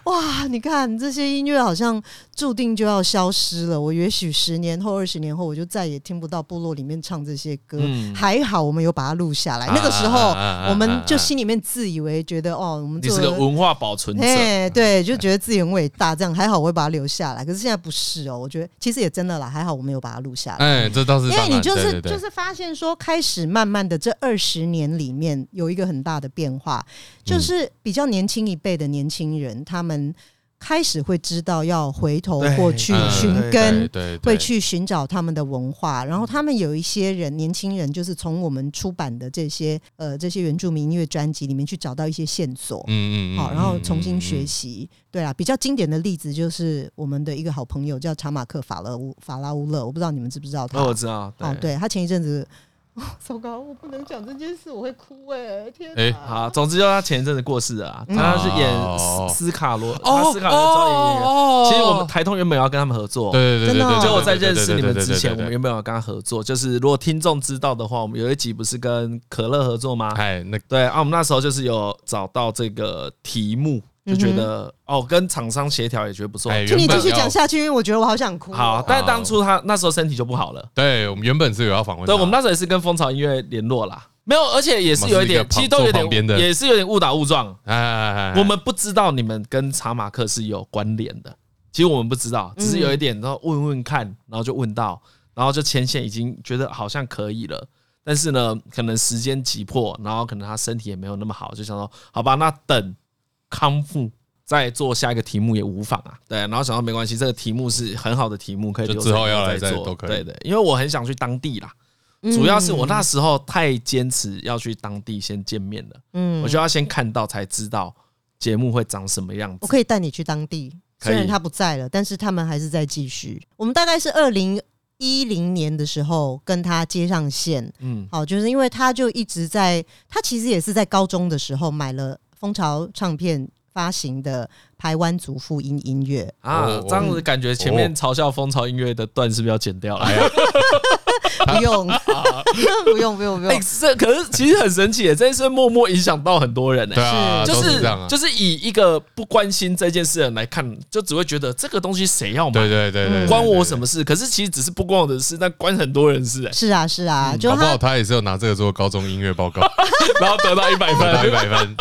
Speaker 4: 哇，你看这些音乐好像注定就要消失了。我也许十年后、二十年后，我就再也听不到部落里面唱这些歌。
Speaker 1: 嗯
Speaker 4: 还好我们有把它录下来。那个时
Speaker 2: 啊
Speaker 4: 候
Speaker 2: 啊啊啊，
Speaker 4: 我们就心里面自以为觉得，哦，我们
Speaker 1: 你
Speaker 4: 做
Speaker 1: 是个
Speaker 4: 了。
Speaker 1: 文化保存者，
Speaker 4: 哎，对，就觉得自己很伟大，这样还好，我会把它留下来。可是现在不是哦，我觉得其实也真的啦，还好我没有把它录下来。
Speaker 2: 哎，这倒是
Speaker 4: 因
Speaker 2: 当然，
Speaker 4: 为你就是
Speaker 2: 对对对
Speaker 4: 就是发现说，开始慢慢的这二十年里面有一个很大的变化，
Speaker 2: 嗯
Speaker 4: 就是比较年轻一辈的年轻人，他们开始会知道要回头
Speaker 3: 对
Speaker 4: 过去
Speaker 2: 嗯
Speaker 4: 寻
Speaker 3: 对
Speaker 4: 根
Speaker 2: 对。对对
Speaker 4: 会去寻找他们的文化，然后他们有一些人，年轻人就是从我们出版的这些呃这些原住民音乐专辑里面去找到一些线索，
Speaker 2: 嗯嗯嗯，
Speaker 4: 好，然后重新
Speaker 2: 习。嗯
Speaker 4: 学
Speaker 2: 嗯
Speaker 4: 习。对啦，比较经典的例子就是我们的一个好朋友叫查马克法勒乌法拉乌勒，我不知道你们知不知道他。
Speaker 1: 那我知道。
Speaker 4: 哦，，对他前一阵子，哦糟糕，我不能讲这件事，我会哭哎、天哪！
Speaker 2: 哎
Speaker 1: 好，总之就他前一阵子过世了啊，他是演
Speaker 2: 哦
Speaker 1: 斯斯卡罗，他斯卡罗招演演员。
Speaker 2: 哦
Speaker 1: 其实我们台通原本要跟他们合作，
Speaker 2: 对对对
Speaker 4: 真的哦
Speaker 2: 对，
Speaker 1: 就我在认识你们之前，我们
Speaker 2: 们
Speaker 1: 原本有跟他合作，就是如果听众知道的话，我们有一集不是跟可乐合作吗？
Speaker 2: 哎那
Speaker 1: 对啊，我们那时候就是有找到这个题目，就觉得哦，跟厂商协调也觉得不错。
Speaker 2: 嗯哎
Speaker 4: 请你
Speaker 2: 原本
Speaker 4: 继续
Speaker 2: 要
Speaker 4: 讲下去，因为我觉得我好想哭哦。
Speaker 1: 好，但当初他那时候身体就不好了，
Speaker 2: 对我们原本是有要访问他，
Speaker 1: 对我们那时候也是跟蜂巢音乐联络啦，没有，而且也是有一
Speaker 2: 我
Speaker 1: 点，
Speaker 2: 们是
Speaker 1: 其
Speaker 2: 一个旁
Speaker 1: 实都有
Speaker 2: 坐旁边
Speaker 1: 点，
Speaker 2: 的
Speaker 1: 也是有点误打误撞。
Speaker 2: 哎哎哎哎
Speaker 1: 我们不知道你们跟查马克是有关联的，其实我们不知道，只是有一点，然后问问看，然后就问到，然后就牵线已经觉得好像可以了，但是呢，可能时间急迫，然后可能他身体也没有那么好，就想说，好吧，那等康复再做下一个题目也无妨啊，对，然后想到没关系，这个题目是很好的题目，可以
Speaker 2: 就
Speaker 1: 留
Speaker 2: 之后
Speaker 1: 着
Speaker 2: 要来
Speaker 1: 再
Speaker 2: 再
Speaker 1: 做，
Speaker 2: 都可以
Speaker 1: 对的，因为我很想去当地啦。
Speaker 4: 嗯
Speaker 1: 主要是我那时候太坚持要去当地先见面了，
Speaker 4: 嗯
Speaker 1: 我就要先看到才知道节目会长什么样
Speaker 4: 我
Speaker 1: 子。
Speaker 4: 可以带你去当地，
Speaker 1: 可以
Speaker 4: 虽然他不在了，但是他们还是在继续。我们大概是二零一零年的时候跟他接上线，
Speaker 1: 嗯，
Speaker 4: 好，就是因为他就一直在，他其实也是在高中的时候买了蜂巢唱片发行的台湾族复音 音乐，
Speaker 1: 啊
Speaker 2: 哦，
Speaker 1: 这样子感觉前面嘲笑风潮音乐的段是不是要剪掉了？ 哎呀，
Speaker 4: 不用， 不用，不用，不
Speaker 1: 哎
Speaker 4: 用，
Speaker 1: 这可是其实很神奇耶，这件事默默影响到很多人呢
Speaker 2: 对。啊，
Speaker 1: 就
Speaker 2: 都
Speaker 1: 是
Speaker 2: 这样啊，
Speaker 1: 就是以一个不关心这件事的人来看，就只会觉得这个东西谁要
Speaker 2: 对
Speaker 1: 买，
Speaker 2: 对对对，
Speaker 1: 关我什
Speaker 2: 么？
Speaker 1: 么事？可是其实只是不关我的事，但关很多人事哎，
Speaker 4: 是啊，是啊，就
Speaker 2: 搞不
Speaker 4: 他
Speaker 2: 好他也是有拿这个做高中音乐报告，
Speaker 1: 然后得到一百
Speaker 2: 得到一
Speaker 1: 分。
Speaker 2: 百分，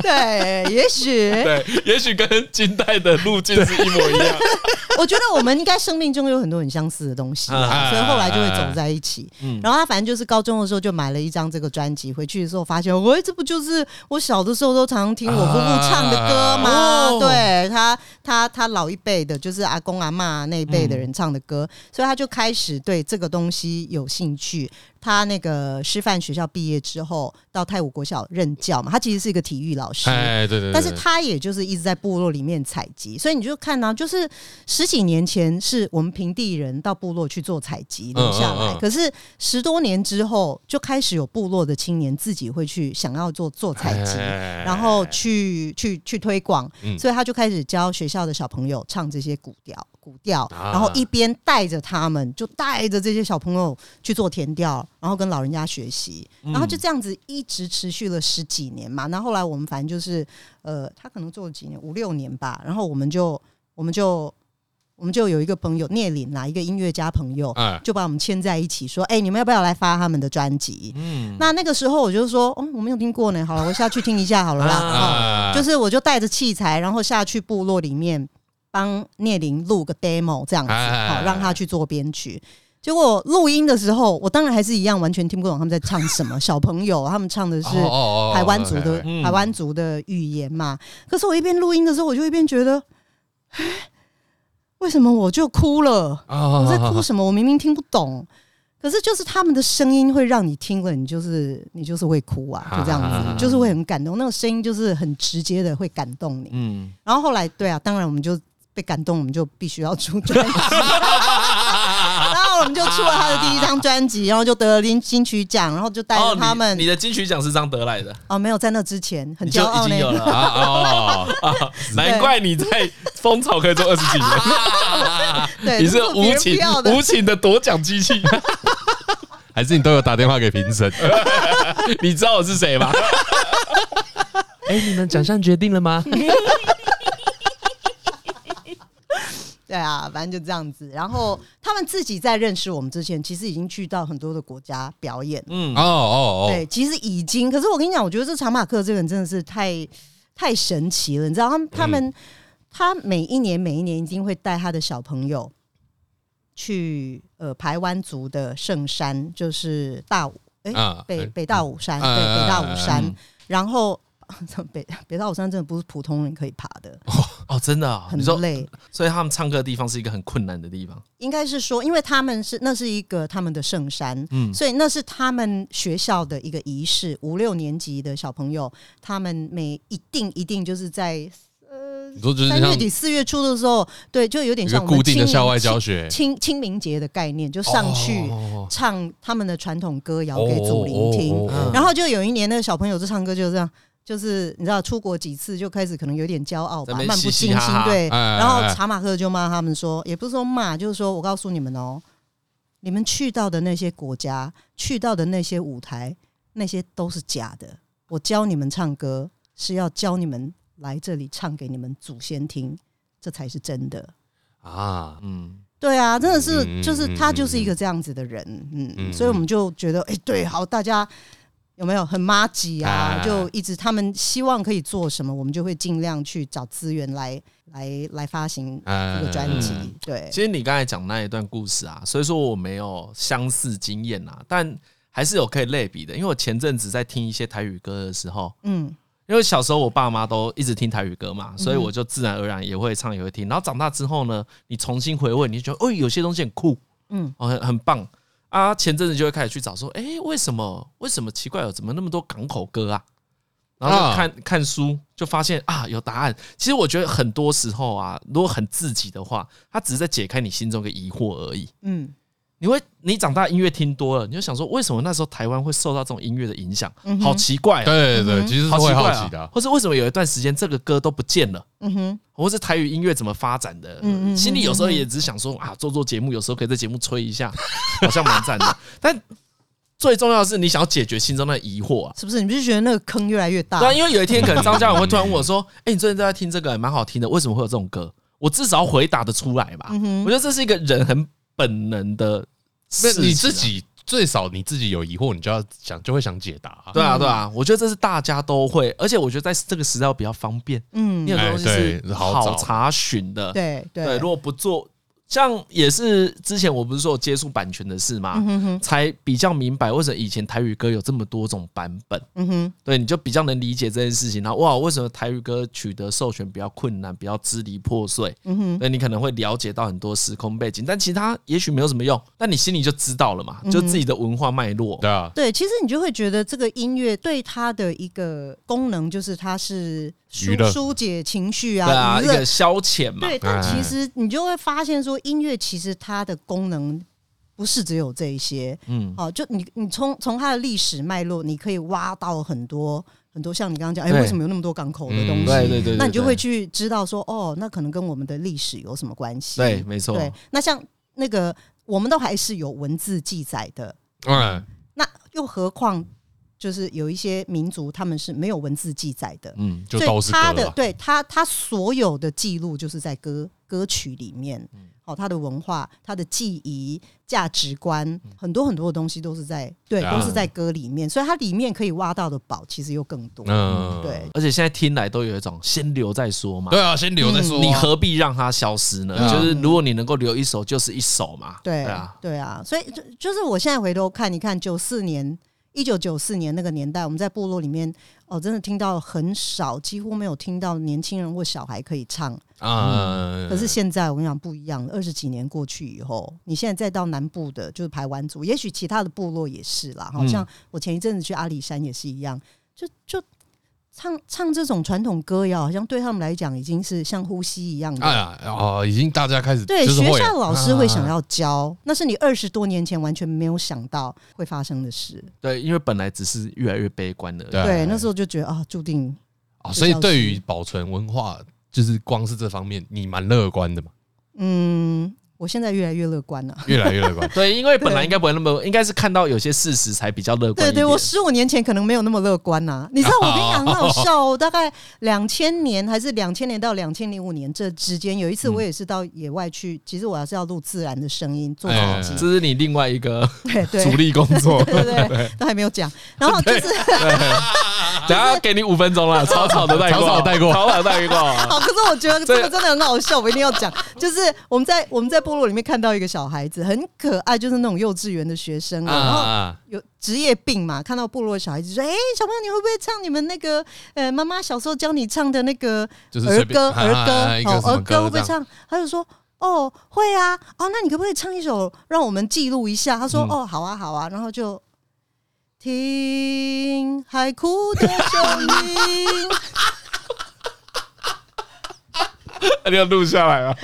Speaker 4: 对，也许
Speaker 1: 对，也许跟近代的路径是一模一样。
Speaker 4: 我觉得我们应该生命中有很多很相似的东西
Speaker 1: 啊
Speaker 4: 啊，
Speaker 2: 啊
Speaker 4: 所以后来就会走在一起。然后他反正就是高中的时候就买了一张这个专辑，回去的时候发现，喂，这不就是我小的时候都常听我姑姑唱的歌吗？
Speaker 1: 啊哦
Speaker 4: 对他，他他老一辈的，就是阿公阿妈那一辈的人唱的歌，所以他就开始对这个东西有兴趣。他那个师范学校毕业之后，到泰武国小任教嘛，他其实是一个体育老师。
Speaker 2: 哎，对对对，
Speaker 4: 但是他也就是一直在部落里面采集，所以你就看到、就是十几年前是我们平地人到部落去做采集留下来，
Speaker 2: 嗯嗯嗯
Speaker 4: 可是十多年之后就开始有部落的青年自己会去想要做做采集。
Speaker 2: 哎
Speaker 4: 然后去去去推广，
Speaker 2: 嗯
Speaker 4: 所以他就开始教学校的小朋友唱这些古调古调，
Speaker 2: 啊
Speaker 4: 然后一边带着他们，就带着这些小朋友去做填调，然后跟老人家学习，
Speaker 2: 嗯
Speaker 4: 然后就这样子一直持续了十几年嘛。那后来我们反正就是呃，他可能做了几年，五六年吧，然后我们就我们就我们就有一个朋友聂林啦，一个音乐家朋友，
Speaker 2: 哎，
Speaker 4: 就把我们牵在一起，说：“哎、你们要不要来发他们的专辑？”
Speaker 1: 嗯，
Speaker 4: 那那个时候我就说：“哦，我没有听过呢，好了，我下去听一下好了啦。哦
Speaker 2: 啊
Speaker 4: 就是我就带着器材，然后下去部落里面帮聂林录个 demo 这样子，
Speaker 2: 哎哎哎
Speaker 4: 好让他去做编曲。结果录音的时候，我当然还是一样完全听不懂他们在唱什么。小朋友他们唱的是
Speaker 2: 哦是
Speaker 4: 台湾族
Speaker 2: 哎
Speaker 4: 的
Speaker 1: 嗯
Speaker 4: 台湾族的语言嘛。可是我一边录音的时候，我就一边觉得，哎，为什么我就哭了？
Speaker 2: 啊
Speaker 4: 我在哭什么？我明明听不懂。可是就是他们的声音会让你听了，你就是你就是会哭啊，就这样子，就是会很感动。那个声音就是很直接的会感动你。
Speaker 1: 嗯，
Speaker 4: 然后后来对啊，当然我们就被感动，我们就必须要出 专辑。 然后我们就出了他的第一张专辑，然后就得了金金曲奖，然后就带着
Speaker 1: 哦你
Speaker 4: 他们
Speaker 1: 你的金曲奖是这样得来的，
Speaker 4: 哦，没有在那之前很
Speaker 1: 你
Speaker 4: 骄
Speaker 1: 就已
Speaker 4: 傲
Speaker 1: 经有
Speaker 4: 呢。
Speaker 1: 了啊
Speaker 2: 啊。哦，
Speaker 1: 难怪你在蜂巢可以做二十几年，
Speaker 4: 对，
Speaker 1: 你是
Speaker 4: 都别
Speaker 1: 无
Speaker 4: 人
Speaker 1: 情
Speaker 4: 不要的
Speaker 1: 无情的夺奖机器。
Speaker 2: 还是你都有打电话给评审？
Speaker 1: 你知道我是谁吗？
Speaker 5: 哎，你们奖项决定了吗？
Speaker 4: 对啊，反正就这样子。然后他们自己在认识我们之前，其实已经去到很多的国家表演。
Speaker 2: 哦哦
Speaker 4: 对，其实已经。可是我跟你讲，我觉得这查马克这个人真的是太太神奇了。你知道，他们他们、他每一年每一年一定会带他的小朋友去呃台湾族的圣山，就是大武哎、
Speaker 2: 哦，啊
Speaker 4: 北北大武山，
Speaker 2: 嗯
Speaker 4: 对北大
Speaker 2: 嗯
Speaker 4: 武
Speaker 2: 嗯
Speaker 4: 山，然后。 北北大武山真的不是普通人可以爬的，
Speaker 1: 哦，真的、哦，
Speaker 4: 很
Speaker 1: 你说，
Speaker 4: 累。
Speaker 1: 所以他们唱歌的地方是一个很困难的地方。
Speaker 4: 应该是说，因为他们是那是一个他们的圣山，
Speaker 1: 嗯
Speaker 4: 所以那是他们学校的一个仪式。五六年级的小朋友，他们每一定一定就是在
Speaker 2: 你说就是
Speaker 4: 三
Speaker 2: 像
Speaker 4: 月底四月初的时候，对，就有点
Speaker 2: 一
Speaker 4: 像
Speaker 2: 个
Speaker 4: 我们
Speaker 2: 固定的
Speaker 4: 清明
Speaker 2: 校外教学，
Speaker 4: 清清明节的概念，就上
Speaker 2: 哦
Speaker 4: 去唱他们的传统歌谣给祖灵
Speaker 2: 哦
Speaker 4: 听。
Speaker 1: 嗯
Speaker 4: 然后就有一年，那个小朋友就唱歌就这样，就是你知道出国几次就开始可能有点骄傲
Speaker 1: 在那，
Speaker 4: 吧
Speaker 1: 边
Speaker 4: 漫不
Speaker 1: 嘻
Speaker 4: 经
Speaker 1: 嘻
Speaker 4: 心
Speaker 1: 哈哈
Speaker 4: 对。
Speaker 2: 哎哎哎
Speaker 4: 然后查马克就骂他们说，也不是说骂，就是说我告诉你们哦，你们去到的那些国家，去到的那些舞台，那些都是假的。我教你们唱歌是要教你们来这里唱给你们祖先听，这才是真的。
Speaker 2: 啊，
Speaker 1: 嗯，
Speaker 4: 对啊，真的是，
Speaker 2: 嗯嗯
Speaker 4: 就是他就是一
Speaker 2: 嗯
Speaker 4: 个这样子的人，嗯，
Speaker 2: 嗯
Speaker 4: 所以我们就觉得，哎、对，好，大家有没有很妈吉啊？
Speaker 2: 啊
Speaker 4: 就一直他们希望可以做什么，我们就会尽量去找资源来来来发行
Speaker 2: 哎
Speaker 4: 这个专辑，
Speaker 1: 嗯
Speaker 4: 对，
Speaker 1: 其实你刚才讲那一段故事啊，所以说我没有相似经验啊，但还是有可以类比的。因为我前阵子在听一些台语歌的时候，
Speaker 4: 嗯
Speaker 1: 因为小时候我爸妈都一直听台语歌嘛，所以我就自然而然也会唱也会听。然后长大之后呢，你重新回味，你就觉得哦，有些东西很酷，
Speaker 4: 嗯，
Speaker 1: 哦，很很棒啊！前阵子就会开始去找说，哎、为什么为什么奇怪哦，怎么那么多港口歌啊？然后就
Speaker 2: 啊
Speaker 1: 看、看书，就发现啊，有答案。其实我觉得很多时候啊，如果很自己的话，它只是在解开你心中的疑惑而已。
Speaker 4: 嗯，
Speaker 1: 你会你长大音乐听多了，你就想说为什么那时候台湾会受到这种音乐的影响
Speaker 4: 嗯，哼
Speaker 1: 好奇怪、啊，
Speaker 2: 对对对，其实是
Speaker 1: 好
Speaker 2: 会
Speaker 1: 奇
Speaker 2: 好
Speaker 1: 怪、
Speaker 2: 奇的
Speaker 1: 啊
Speaker 2: 啊，，
Speaker 1: 或是为什么有一段时间这个歌都不见了，
Speaker 4: 嗯哼，
Speaker 1: 或是台语音乐怎么发展的，
Speaker 4: 嗯嗯嗯
Speaker 1: 心里有时候也只想说啊，做做节目，有时候可以在节目吹一下，好像蛮赞的。但最重要的是，你想要解决心中的疑惑啊。
Speaker 4: 是不是？你不是觉得那个坑越来越大
Speaker 1: 对？啊，因为有一天可能张嘉文会突然问我说：“哎、你最近都在听这个，蛮好听的，为什么会有这种歌？”我至少回答得出来吧。
Speaker 4: 嗯哼
Speaker 1: 我觉得这是一个人很本能的
Speaker 2: 那
Speaker 1: 事情啊、
Speaker 2: 你自己最少你自己有疑惑，你就要想就会想解答啊。
Speaker 1: 对啊，对啊，我觉得这是大家都会，而且我觉得在这个时代比较方便，
Speaker 4: 嗯
Speaker 1: 你，有东西
Speaker 2: 哎
Speaker 1: 是
Speaker 2: 对好找
Speaker 1: 好查询的。
Speaker 4: 对
Speaker 1: 对，
Speaker 4: 对
Speaker 1: 如，果不做，像也是之前我不是说有接触版权的事嘛，
Speaker 4: 嗯哼哼，
Speaker 1: 才比较明白为什么以前台语歌有这么多种版本。
Speaker 4: 嗯哼，
Speaker 1: 对，你就比较能理解这件事情。然后哇，为什么台语歌取得授权比较困难，比较支离破碎？
Speaker 4: 嗯哼，
Speaker 1: 那你可能会了解到很多时空背景，但其他也许没有什么用，但你心里就知道了嘛，
Speaker 4: 嗯
Speaker 1: 就自己的文化脉络。
Speaker 2: 对啊，
Speaker 4: 对，其实你就会觉得这个音乐对它的一个功能就是它是疏
Speaker 2: 娱乐
Speaker 4: 疏解情绪
Speaker 1: 对啊，
Speaker 4: 啊，
Speaker 1: 一
Speaker 4: 娱乐
Speaker 1: 个消遣嘛。
Speaker 4: 对，但
Speaker 1: 哎
Speaker 4: 其实你就会发现说，音乐其实它的功能不是只有这一些，嗯，好、就你你从从它的历史脉络，你可以挖到很多很多，像你刚刚讲，哎、
Speaker 1: 对
Speaker 4: 为什么有那么多港口的东
Speaker 2: 嗯
Speaker 4: 西？
Speaker 1: 对对对对，
Speaker 4: 那你就会
Speaker 1: 对
Speaker 4: 去知道说，哦，那可能跟我们的历史有什么关系？
Speaker 1: 对，没错。
Speaker 4: 嗯对，那像那个我们都还是有文字记载的，
Speaker 2: 嗯，
Speaker 4: 那又何况就是有一些民族他们是没有文字记载的，
Speaker 1: 嗯，
Speaker 2: 就
Speaker 4: 所
Speaker 2: 都
Speaker 4: 以
Speaker 2: 是
Speaker 4: 他
Speaker 2: 歌
Speaker 4: 的
Speaker 2: 啊。
Speaker 4: 对他他所有的记录就是在歌歌曲里面，
Speaker 2: 嗯
Speaker 4: 好、他的文化、他的记忆、价值观，很多很多的东西都是在对，
Speaker 2: 嗯啊
Speaker 4: 都是在歌里面，所以它里面可以挖到的宝其实又更多。
Speaker 2: 嗯，
Speaker 4: 对，
Speaker 1: 而且现在听来都有一种先留再说嘛。
Speaker 2: 对啊，先留再说啊。
Speaker 1: 嗯你何必让它消失呢？
Speaker 2: 嗯
Speaker 1: 就是如果你能够留一首，就是一首嘛。
Speaker 4: 对
Speaker 1: 啊，
Speaker 4: 对啊，所以就就是我现在回头看，你看九四年。一九九四年那个年代，我们在部落里面，哦，真的听到很少，几乎没有听到年轻人或小孩可以唱
Speaker 2: 嗯，
Speaker 4: 可是现在我跟你讲不一样了，二十几年过去以后，你现在再到南部的，就是排湾族，也许其他的部落也
Speaker 2: 嗯
Speaker 4: 是啦，好像我前一阵子去阿里山也是一样，就就唱唱这种传统歌谣，好像对他们来讲已经是像呼吸一样的。
Speaker 2: 哎呀，哦，已经大家开始
Speaker 4: 对，
Speaker 2: 就是
Speaker 4: 学
Speaker 2: 会
Speaker 4: 校老师会想
Speaker 2: 啊
Speaker 4: 要教，那是你二十多年前完全没有想到会发生的事。
Speaker 1: 对，因为本来只是越来越悲观而已。。
Speaker 2: 对
Speaker 4: 对，那时候就觉得啊，注定
Speaker 2: 哦，所以对于保存文化，就是光是这方面，你蛮乐观的 嘛，
Speaker 4: 嗯，我现在越来越乐观了。
Speaker 2: 越来越乐观
Speaker 1: 对，因为本来应该不会那么，应该是看到有些事实才比较乐观
Speaker 4: 对
Speaker 1: 一点。
Speaker 4: 对，我十五年前可能没有那么乐观呐、你知道我跟你 讲很好笑、哦，我大概两千年还是两千年到两千零五年这之间，有一
Speaker 1: 嗯
Speaker 4: 次我也是到野外去，其实我还是要录自然的声音做
Speaker 2: 哎
Speaker 4: 自己，
Speaker 1: 这是你另外一个
Speaker 4: 对对
Speaker 1: 主力工作。
Speaker 4: 对对对，都还没有讲。然后就是
Speaker 1: 等下给你五分钟了，草草的带过，
Speaker 2: 草草带过
Speaker 1: 草草带过。
Speaker 4: 好，可是我觉得这个真的很好笑，我一定要讲。就是我们在我们在部落里面看到一个小孩子很可爱，就是那种幼稚园的学生啊，然后
Speaker 2: 啊，
Speaker 4: 有职业病嘛，看到部落的小孩子就说：“哎、小朋友，你会不会唱你们那个呃，妈妈小时候教你唱的那个
Speaker 2: 就是
Speaker 4: 儿
Speaker 2: 随便
Speaker 4: 歌？
Speaker 2: 啊啊啊
Speaker 4: 儿
Speaker 2: 一
Speaker 4: 歌，
Speaker 2: 个什
Speaker 4: 哦，
Speaker 2: 么
Speaker 4: 儿歌会不
Speaker 2: 这样
Speaker 4: 会唱？”他就说：“哦，会啊，哦，那你可不可以唱一首让我们记录一下？”他说：“
Speaker 2: 嗯
Speaker 4: 哦，好啊，好啊。”然后就听海哭的声音，
Speaker 1: 你要录下来啊？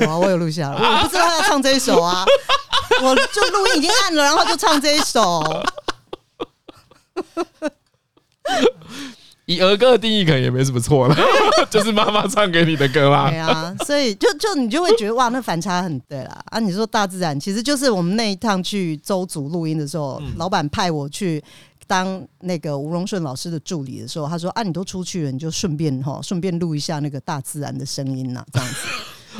Speaker 4: 有啊，我有录下来，我不知道他要唱这一首啊，我就录音已经按了，然后就唱这一首。
Speaker 1: 以儿歌的定义，可能也没什么错 了，就是妈妈唱给你的歌啦
Speaker 4: 对。啊，所以就就你就会觉得哇，那反差很对啦啊！你说大自然，其实就是我们那一趟去周族录音的时候，
Speaker 1: 嗯
Speaker 4: 老板派我去当那个吴荣顺老师的助理的时候，他说啊，你都出去了，你就顺便哈，顺便录一下那个大自然的声音呐、这 样子。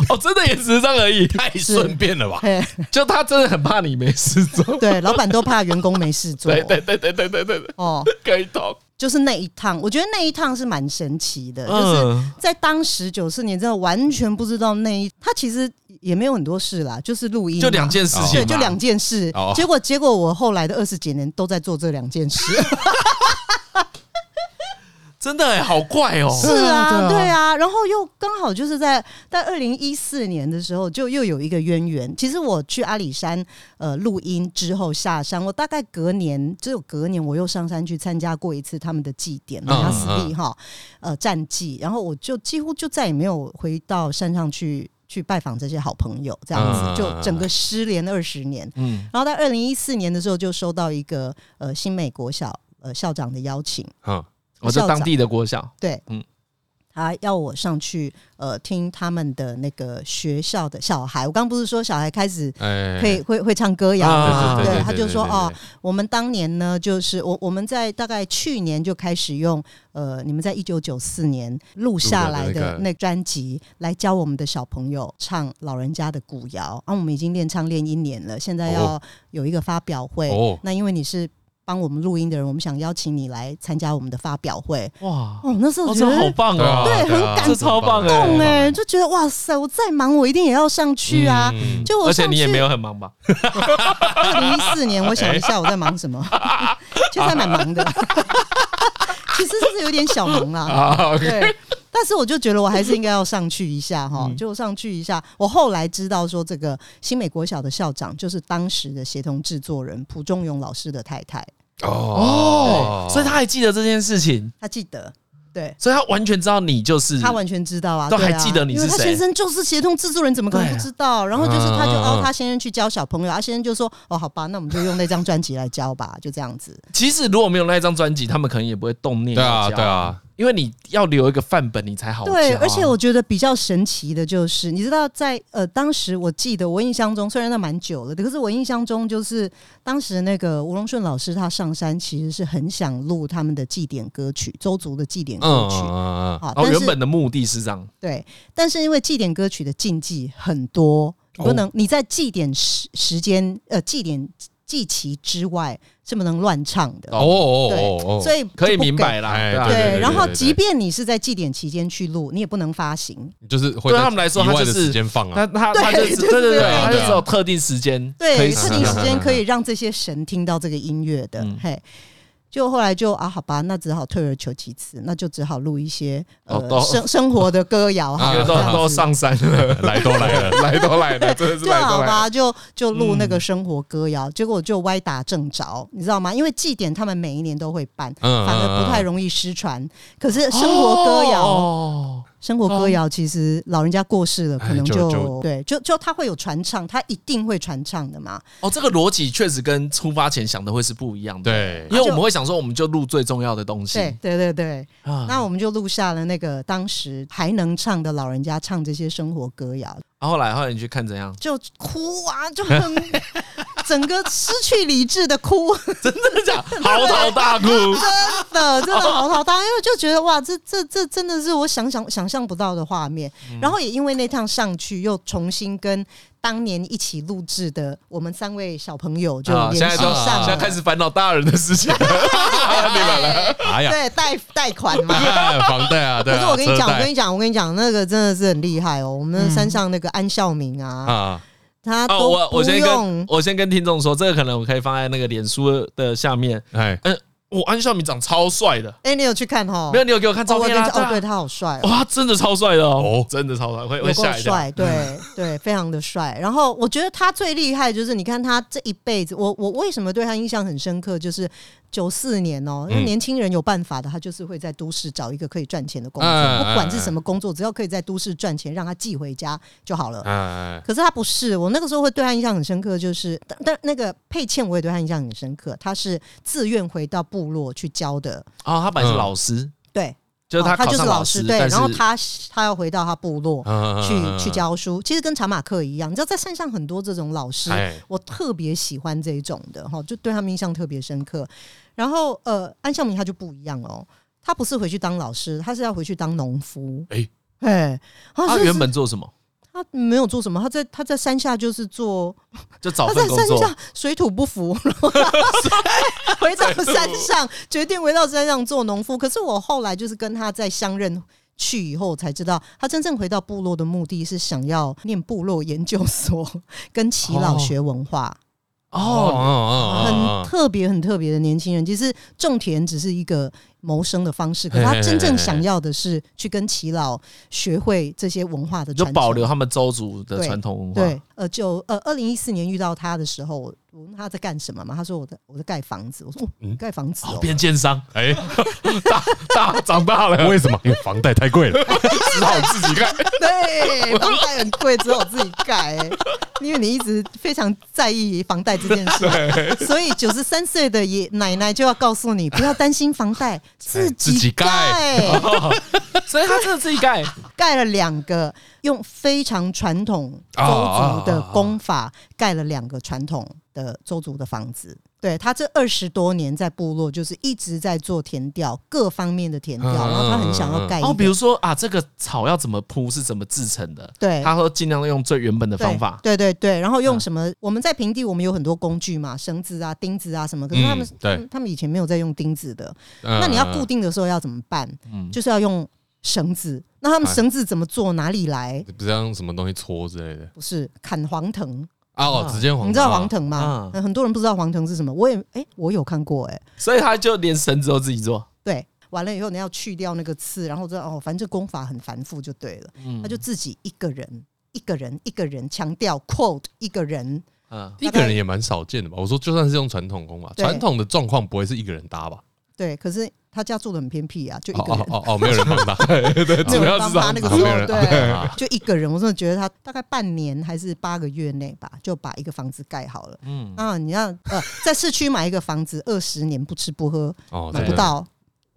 Speaker 1: 哦，真的也只是这样而已。
Speaker 2: 太顺便了吧？
Speaker 4: 嘿
Speaker 1: 就他真的很怕你没事做。
Speaker 4: 对，老板都怕员工没事做。
Speaker 1: 对对对对对对对，对
Speaker 4: 哦，
Speaker 1: 可以懂。
Speaker 4: 就是那一趟，我觉得那一趟是蛮神奇的，
Speaker 1: 嗯
Speaker 4: 就是。在当时九四年，真的完全不知道那一，他其实也没有很多事啦，就是录音嘛，啊
Speaker 1: 就两件事情嘛，
Speaker 4: 对，就两件事。
Speaker 2: 哦
Speaker 4: 结果结果我后来的二十几年都在做这两件事。
Speaker 1: 真的哎，好怪哦。
Speaker 4: 是啊，对啊。然后又刚好就是在在二零一四年的时候，就又有一个渊源。其实我去阿里山呃录音之后下山，我大概隔年只有隔年我又上山去参加过一次他们的祭典，
Speaker 2: 嗯
Speaker 4: 拉斯利哈呃战祭，然后我就几乎就再也没有回到山上去。去拜访这些好朋友，这样
Speaker 2: 嗯
Speaker 4: 子就整个失联二十年。
Speaker 1: 嗯，
Speaker 4: 然后在二零一四年的时候，就收到一个呃新美国校呃校长的邀请，
Speaker 2: 嗯，
Speaker 1: 我在当地的国小，
Speaker 4: 对，
Speaker 1: 嗯
Speaker 4: 嗯，他要我上去呃听他们的那个学校的小孩。我刚不是说小孩开始
Speaker 2: 哎，
Speaker 4: 可以会会唱歌谣
Speaker 1: 啊
Speaker 4: 吗？
Speaker 2: 对，对对
Speaker 4: 对
Speaker 2: 对，
Speaker 4: 他就说
Speaker 2: 对对
Speaker 4: 哦我们当年呢，就是我我们在大概去年就开始用呃，你们在一九九四年录下来
Speaker 2: 录的那
Speaker 4: 的
Speaker 2: 个
Speaker 4: 那专辑来教我们的小朋友唱老人家的古谣。啊，我们已经练唱练一年了，现在要
Speaker 2: 哦
Speaker 4: 有一个发表会。
Speaker 2: 哦
Speaker 4: 那因为你是帮我们录音的人，我们想邀请你来参加我们的发表会。
Speaker 1: 哇，
Speaker 4: 哦，那时候
Speaker 1: 哦，
Speaker 4: 我觉
Speaker 1: 这
Speaker 4: 得
Speaker 1: 好棒
Speaker 2: 对啊，
Speaker 1: 哦！
Speaker 4: 对
Speaker 2: 对啊
Speaker 4: 很感
Speaker 1: 这超棒哎
Speaker 2: 很
Speaker 4: 动
Speaker 2: 很
Speaker 4: 哎、
Speaker 2: 棒
Speaker 4: 就觉得哇塞，我再忙我一定也要上去啊。
Speaker 2: 嗯
Speaker 4: 就我
Speaker 1: 而且
Speaker 4: 上
Speaker 1: 你也
Speaker 4: 去
Speaker 1: 没有很忙吧？
Speaker 4: 二零一四年，我想 一
Speaker 1: 哎
Speaker 4: 下我在忙什么， 其实还蛮忙的， 其实是有点小忙啦。
Speaker 2: 啊，
Speaker 4: 对，但是我就觉得我还是应该要上去一下
Speaker 1: 嗯
Speaker 4: 哈，就上去一下。我后来知道说，这个新美国小的校长就是当时的协同制作人蒲仲勇老师的太太，
Speaker 1: 嗯哦，所以他还记得这件事情，
Speaker 4: 他记得，对
Speaker 1: 所以他完全知道你就是
Speaker 4: 他完全知道啊，
Speaker 1: 都还
Speaker 4: 对啊
Speaker 1: 记得你是
Speaker 4: 因为他
Speaker 1: 谁
Speaker 4: 先生就是协同制作人，怎么可能
Speaker 1: 对
Speaker 4: 不
Speaker 1: 啊
Speaker 4: 知道？然后就是他就
Speaker 2: 嗯嗯
Speaker 4: 哦
Speaker 2: 嗯，
Speaker 4: 他先生去教小朋友，他先生就说哦，好吧，那我们就用那张专辑来教吧，就这样子。
Speaker 1: 其实如果没有那一张专辑，他们可能也不会动念
Speaker 2: 对啊，
Speaker 1: 要教
Speaker 2: 对，啊，
Speaker 1: 因为你要留一个范本，你才好
Speaker 4: 对，
Speaker 1: 教啊
Speaker 4: 而且我觉得比较神奇的就是，你知道在，呃当时我记得我印象中，虽然那蛮久了，可是我印象中就是当时那个吴荣顺老师他上山其实是很想录他们的祭典歌曲，周族的祭典
Speaker 2: 嗯
Speaker 4: 歌
Speaker 2: 嗯
Speaker 4: 曲。
Speaker 2: 嗯嗯
Speaker 4: 好，
Speaker 1: 哦，
Speaker 4: 但
Speaker 1: 原
Speaker 4: 是
Speaker 1: 本的目的是这样，
Speaker 4: 对，但是因为祭典歌曲的禁忌很多，你
Speaker 1: 哦
Speaker 4: 不能、你在祭典时时间呃祭典祭旗之外是不能乱唱的，
Speaker 2: 哦哦哦哦，
Speaker 4: 所
Speaker 2: 以
Speaker 4: 以就
Speaker 1: 可以
Speaker 4: 不
Speaker 1: 明
Speaker 4: 给
Speaker 1: 白啦，
Speaker 2: 哎
Speaker 1: 对啊
Speaker 2: 对
Speaker 4: 对，然后
Speaker 2: 对
Speaker 4: 即便你是在祭典期间去录，你也不不能发行，
Speaker 2: 就是会
Speaker 1: 对
Speaker 2: 在
Speaker 1: 他们来说
Speaker 2: 意
Speaker 1: 他
Speaker 2: 外
Speaker 1: 就
Speaker 2: 的
Speaker 1: 是
Speaker 2: 时间放啊，
Speaker 1: 他他他就
Speaker 4: 对
Speaker 1: 是
Speaker 4: 就
Speaker 1: 对
Speaker 4: 是
Speaker 1: 对对
Speaker 4: 这
Speaker 2: 样
Speaker 1: 他就只
Speaker 2: 对
Speaker 1: 有
Speaker 2: 啊
Speaker 1: 特定时间可
Speaker 4: 对，
Speaker 1: 以
Speaker 4: 特
Speaker 1: 使
Speaker 4: 定
Speaker 1: 用
Speaker 4: 时间可以让这些神听到这个音乐的。
Speaker 1: 嗯
Speaker 4: 嘿，就后来就啊，好吧，那只好退而求其次，那就只好录一些呃、
Speaker 1: 哦都啊
Speaker 4: 生生活的歌谣哈，
Speaker 1: 因为
Speaker 4: 这
Speaker 1: 都
Speaker 4: 样子
Speaker 1: 都上山了，
Speaker 2: 来都来 了，来都来了， 真的是
Speaker 4: 就
Speaker 2: 来
Speaker 4: 好
Speaker 2: 都来了，
Speaker 4: 吧，啊就就录那
Speaker 2: 嗯
Speaker 4: 个生活歌谣，结果就歪打正着，你知道吗？因为祭典他们每一年都会办，
Speaker 2: 嗯
Speaker 4: 反而不太容易失传。可是生活歌谣，
Speaker 1: 哦，
Speaker 4: 生活歌谣其实老人家过世了，可
Speaker 2: 哎
Speaker 4: 能
Speaker 2: 就
Speaker 4: 就
Speaker 2: 就
Speaker 4: 对，就就他会有传唱，他一定会传唱的嘛。
Speaker 1: 哦，这个逻辑确实跟出发前想的会是不一样的，，
Speaker 2: 对
Speaker 1: 因为我们会想说，我们就录最重要的东西
Speaker 4: 对对对对，
Speaker 1: 啊
Speaker 4: 那我们就录下了那个当时还能唱的老人家唱这些生活歌谣，
Speaker 1: 啊然后后来后来你去看怎样？
Speaker 4: 就哭啊，就 很整个失去理智的哭，真
Speaker 1: 真的假的？嚎啕大 哭，啊
Speaker 4: 的真的嚎啕大哭，因为就觉得哇，这这这真的是我想想想象不到的画面。
Speaker 1: 嗯
Speaker 4: 然后也因为那趟上去，又重新跟当年一起录制的我们三位小朋友就
Speaker 1: 啊，
Speaker 4: 联
Speaker 1: 现在
Speaker 4: 系
Speaker 1: 都
Speaker 4: 上
Speaker 1: 现
Speaker 4: 了，
Speaker 1: 在开始烦恼大人的事情，
Speaker 2: 哎呀，
Speaker 4: 对贷贷款 嘛。
Speaker 2: 房贷啊，对啊，
Speaker 4: 可是我跟你讲，
Speaker 2: 车
Speaker 4: 我
Speaker 2: 贷
Speaker 4: 跟你讲，我跟你讲，那个真的是很厉害哦。我们山上那个安孝明啊，
Speaker 2: 啊，
Speaker 4: 他
Speaker 1: 嗯哦，
Speaker 4: 都
Speaker 1: 我
Speaker 4: 不
Speaker 1: 我先
Speaker 4: 用
Speaker 1: 跟我先跟听众说，这个可能我可以放在那个脸书的下面。
Speaker 2: 哎，
Speaker 1: 嗯，我安孝明长超帅的，
Speaker 4: 哎、你有去看哈？
Speaker 1: 没有你有给我看
Speaker 4: 哦，
Speaker 1: 照
Speaker 4: 我
Speaker 1: 片
Speaker 4: 跟你
Speaker 1: 啊？
Speaker 4: 讲哦，对
Speaker 1: 啊
Speaker 4: 他好帅、哦，
Speaker 1: 哇，真的超帅的哦
Speaker 2: 哦，
Speaker 1: 真的超帅，会 会
Speaker 4: 有够
Speaker 1: 吓一跳。嗯
Speaker 4: 帅，对对，非常的帅。然后我觉得他最厉害就是，你看他这一辈子，我我为什么对他印象很深刻？就是九四年哦，因为
Speaker 2: 嗯
Speaker 4: 年轻人有办法的，他就是会在都市找一个可以赚钱的工作，
Speaker 2: 嗯嗯
Speaker 4: 不管是什么工作，只要可以在都市赚钱，让他寄回家就好
Speaker 1: 嗯
Speaker 4: 了。
Speaker 2: 哎，
Speaker 4: 可是他不是，我那个时候会对他印象很深刻，就是但但那个佩倩，我也对他印象很深刻，他是自愿回到部落去教的，
Speaker 1: 哦，他本来是
Speaker 2: 嗯
Speaker 1: 老师，
Speaker 4: 对，
Speaker 1: 就是他
Speaker 4: 啊他
Speaker 1: 考
Speaker 4: 就是
Speaker 1: 上
Speaker 4: 老
Speaker 1: 师，
Speaker 4: 对，
Speaker 1: 但
Speaker 4: 然后
Speaker 1: 是
Speaker 4: 他他要回到他部落
Speaker 2: 嗯
Speaker 4: 去
Speaker 2: 去
Speaker 4: 去，教书，其实跟查马克一样，你知道在山上很多这种老师，
Speaker 2: 哎，
Speaker 4: 我特别喜欢这一种的哈，就对他们印象特别深刻。然后呃，安孝明他就不一样哦，他不是回去当老师，他是要回去当农夫。
Speaker 2: 哎
Speaker 4: 哎，他
Speaker 1: 他
Speaker 4: 是
Speaker 1: 原本做什么？
Speaker 4: 他没有做什么，他在他在山下就是做
Speaker 1: 就找
Speaker 4: 他
Speaker 1: 份
Speaker 4: 在
Speaker 1: 工
Speaker 4: 山
Speaker 1: 作
Speaker 4: 下水土 不服，然后回到山上，决定回到山上做农夫。可是我后来就是跟他在相认去以后，才知道他真正回到部落的目的是想要念部落研究所，跟耆老学 文化。
Speaker 2: 哦哦
Speaker 1: 啊
Speaker 4: 哦很特别、很特别的年轻人，其实种田只是一个谋生的方式，可是他真正想要的是去跟耆老学会这些文化的
Speaker 1: 就
Speaker 4: 传承，
Speaker 1: 保留他们周族的传统文化。
Speaker 4: 对，呃，就呃，二零一四年遇到他的时候，我我问他在干什么嘛，他说我在我在盖房子，我说、哦、你盖房子、
Speaker 1: 哦，
Speaker 4: 哦，
Speaker 1: 变奸商，
Speaker 2: 哎，
Speaker 1: 大大长大了，
Speaker 2: 为什么？因为房贷太贵了，只好自己盖。
Speaker 4: 对，房贷很贵，只好自己盖、欸，因为你一直非常在意房贷这件事，所以九十三岁的爷奶奶就要告诉你，不要担心房贷，自
Speaker 2: 自己
Speaker 4: 己
Speaker 2: 盖
Speaker 4: 盖，
Speaker 1: 所以他真的自己 盖。
Speaker 4: 盖了两个，用非常传统
Speaker 1: 啊
Speaker 4: 周族的功法盖了两个传统的周族的房子。对他这二十多年在部落就是一直在做田调，各方面的田调，
Speaker 2: 嗯
Speaker 4: 然后他很想要盖一
Speaker 1: 哦，
Speaker 4: 个。
Speaker 1: 比如说啊，这个草要怎么铺，是怎么制成的？
Speaker 4: 对
Speaker 1: 他说尽量用最原本的
Speaker 4: 对
Speaker 1: 方法。
Speaker 4: 对对对，然后用
Speaker 1: 嗯
Speaker 4: 什么？我们在平地，我们有很多工具嘛，绳子啊、钉子啊什么。可是他们
Speaker 2: 嗯，对
Speaker 4: 他们他们以前没有在用钉子的，
Speaker 2: 那
Speaker 4: 那你要固定的时候要怎么办？
Speaker 1: 嗯
Speaker 4: 就是要用绳子。那他们
Speaker 2: 哎
Speaker 4: 绳子怎么做？哪里来？
Speaker 2: 不是用什么东西搓之类的
Speaker 4: 不是砍黄藤，
Speaker 2: 啊？哦，直接黄，
Speaker 4: 你知道黄藤吗
Speaker 1: 啊？
Speaker 4: 嗯很多人不知道黄藤是什么，我也哎、我有看过哎、
Speaker 1: 所以他就连绳子都自己做。
Speaker 4: 对，完了以后你要去掉那个刺，然后知道哦，反正这功法很繁复就对了，
Speaker 2: 嗯
Speaker 4: 他就自己一个人。一个人，一个人强调 quote 一个人，
Speaker 1: 嗯，
Speaker 2: 一个人也蛮少见的吧？我说，就算是用传统功法，
Speaker 4: 对
Speaker 2: 传统的状况不会是一个人搭吧？
Speaker 4: 对，可是他家住的很偏僻啊，就一
Speaker 2: 哦
Speaker 4: 个
Speaker 2: 哦
Speaker 4: 人，
Speaker 2: 哦哦，没有人帮搭， 对，
Speaker 4: 没有
Speaker 2: 主
Speaker 4: 人
Speaker 2: 要
Speaker 4: 帮
Speaker 2: 是
Speaker 4: 他那个时
Speaker 2: 没有
Speaker 4: 候，
Speaker 2: 人
Speaker 4: 对，
Speaker 2: 啊
Speaker 4: 就一个人，我真的觉得他大概半年还是八个月内吧，就把一个房子盖好了。嗯啊，你要呃，在市区买一个房子，二十年不吃不喝，
Speaker 2: 哦，
Speaker 4: 买
Speaker 2: 对
Speaker 4: 不，到，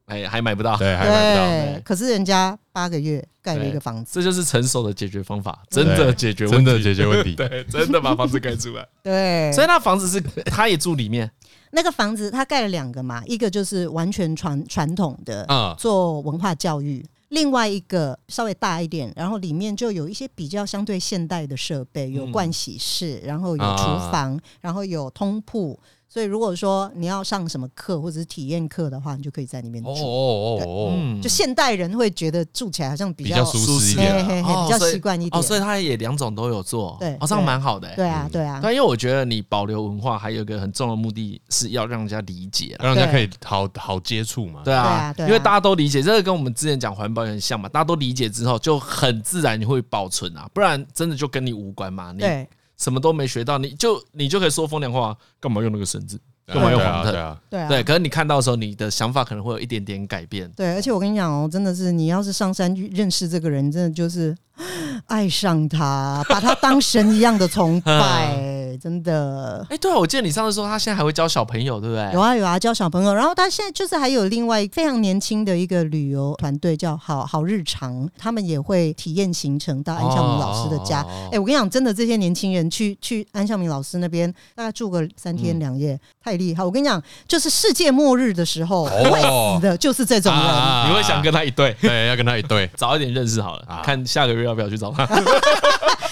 Speaker 1: 哎，还买不到。
Speaker 2: 对，还买不到，
Speaker 4: 对，可是人家八个月盖了一个房子，
Speaker 1: 这就是成熟的解决方法，真的解决
Speaker 2: 真
Speaker 1: 问题，
Speaker 2: 的解决问 题。
Speaker 1: 对，真的把房子盖出来。
Speaker 4: 对，
Speaker 1: 所以那房子是他也住里面，
Speaker 4: 那个房子他盖了两个嘛，一个就是完全传传统的
Speaker 2: 啊
Speaker 4: 做文化教育，另外一个稍微大一点，然后里面就有一些比较相对现代的设备，有盥洗室，然后有厨房，然后有通铺。所以如果说你要上什么课或者是体验课的话，你就可以在里面
Speaker 2: 哦
Speaker 4: 住。
Speaker 2: 哦哦哦，
Speaker 1: 嗯
Speaker 4: 就现代人会觉得住起来好像比
Speaker 2: 比
Speaker 4: 较
Speaker 2: 较舒适一点
Speaker 4: 嘿
Speaker 2: 啊。
Speaker 4: 嘿嘿
Speaker 1: 哦
Speaker 4: 比较
Speaker 1: 所以
Speaker 4: 习惯一点。
Speaker 1: 哦，所以他也两种都有做，
Speaker 4: 对
Speaker 1: 哦，这样
Speaker 4: 对
Speaker 1: 蛮好的。欸
Speaker 4: 对啊，对啊，
Speaker 1: 但因为我觉得你保留文化还有一个很重要的目的是要让人家理解啦。
Speaker 2: 让人家可以好好接触嘛。
Speaker 1: 对啊，
Speaker 4: 对啊对啊
Speaker 1: 因为大家都理解，这个跟我们之前讲环保也很像嘛，大家都理解之后就很自然你会保存啊，不然真的就跟你无关嘛，你
Speaker 4: 对啊
Speaker 1: 什么都没学到，你就你就可以说风凉话，干嘛用那个绳子？
Speaker 2: 对啊，
Speaker 1: 对
Speaker 2: 对啊，对啊，
Speaker 4: 对啊，
Speaker 1: 对，可是你看到的时候，你的想法可能会有一点点改变。
Speaker 4: 对，而且我跟你讲哦，真的是你要是上山去认识这个人，真的就是 爱上他，把他当神一样的崇
Speaker 2: 嗯
Speaker 4: 拜， 真的。
Speaker 1: 哎，对啊，我记得你上次说他现在还会教小朋友，对不对
Speaker 4: 有？啊有啊，教小朋友，然后他现在就是还有另外非常年轻的一个旅游团队叫好好日常，他们也会体验行程到安孝明老师的家。哎、
Speaker 2: 哦哦哦
Speaker 4: 我跟你讲，真的这些年轻人去去安孝明老师那边大概住个三
Speaker 2: 嗯
Speaker 4: 天两夜，太厉害！我跟你讲，就是世界末日的时候、
Speaker 2: 哦啊
Speaker 4: 会死的，就是这种人。
Speaker 1: 你会想跟他一对，
Speaker 2: 对，要跟他一对。
Speaker 1: 早一点认识好了
Speaker 2: 啊，
Speaker 1: 看下个月要不要去 找他。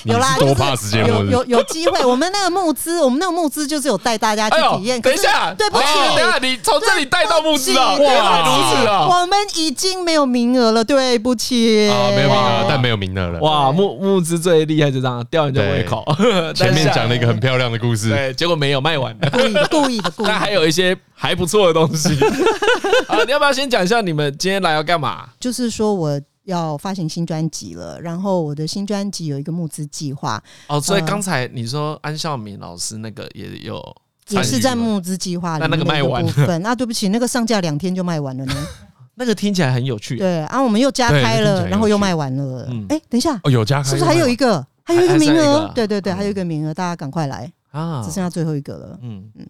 Speaker 2: 你
Speaker 4: 有啦，
Speaker 2: 是多怕世界末
Speaker 4: 有
Speaker 2: 日
Speaker 4: 有有机会，我们那个募资，我们那个募资就是有带大家去体验。可
Speaker 1: 哎等
Speaker 4: 是
Speaker 1: 一下，
Speaker 4: 对不起，
Speaker 1: 哎等一下，你从这里带到木
Speaker 4: 对
Speaker 1: 子啊，
Speaker 4: 不起
Speaker 1: 原来如此啊！哦
Speaker 4: 我们已经没有名额了，对不起。
Speaker 2: 啊，没有名额
Speaker 1: 哇，
Speaker 2: 但没有名额了。
Speaker 1: 哇，木木之最厉害就这样吊人家胃口，
Speaker 2: 前
Speaker 1: 但
Speaker 2: 面
Speaker 1: 是
Speaker 2: 讲了一个很漂亮的故事，
Speaker 1: 对，结果没有卖完，
Speaker 4: 故意的，故意的，故意
Speaker 1: 但还
Speaker 4: 的。
Speaker 1: 有一些还不错的东西。 啊，你要不要先讲一下你们今天来要干嘛？
Speaker 4: 就是说我要发行新专辑了，然后我的新专辑有一个募资计划，
Speaker 1: 哦，所以
Speaker 4: 嗯
Speaker 1: 刚才你说安孝敏老师那个也有参
Speaker 4: 也
Speaker 1: 与
Speaker 4: 是在
Speaker 1: 吗
Speaker 4: 募资计划里
Speaker 1: 那那
Speaker 4: 面
Speaker 1: 个
Speaker 4: 的
Speaker 1: 卖
Speaker 4: 一
Speaker 1: 完
Speaker 4: 部分。啊那对不起，那个上架两天就卖完了呢。
Speaker 1: 那个听起来很有趣，
Speaker 4: 对，啊，我们又加
Speaker 2: 对
Speaker 4: 开
Speaker 2: 听起来
Speaker 4: 了，
Speaker 2: 有
Speaker 4: 然后又
Speaker 2: 趣
Speaker 4: 卖完了
Speaker 1: 嗯。
Speaker 4: 哎，等一下，
Speaker 2: 哦，有加开，
Speaker 4: 是不是还有一个？还有一个
Speaker 1: 还
Speaker 4: 名
Speaker 1: 还剩一个
Speaker 4: 额
Speaker 1: 啊，
Speaker 4: 对对对，还有一个名额，大家赶快来，
Speaker 1: 啊
Speaker 4: 只剩下最后一个了。
Speaker 1: 嗯
Speaker 4: 嗯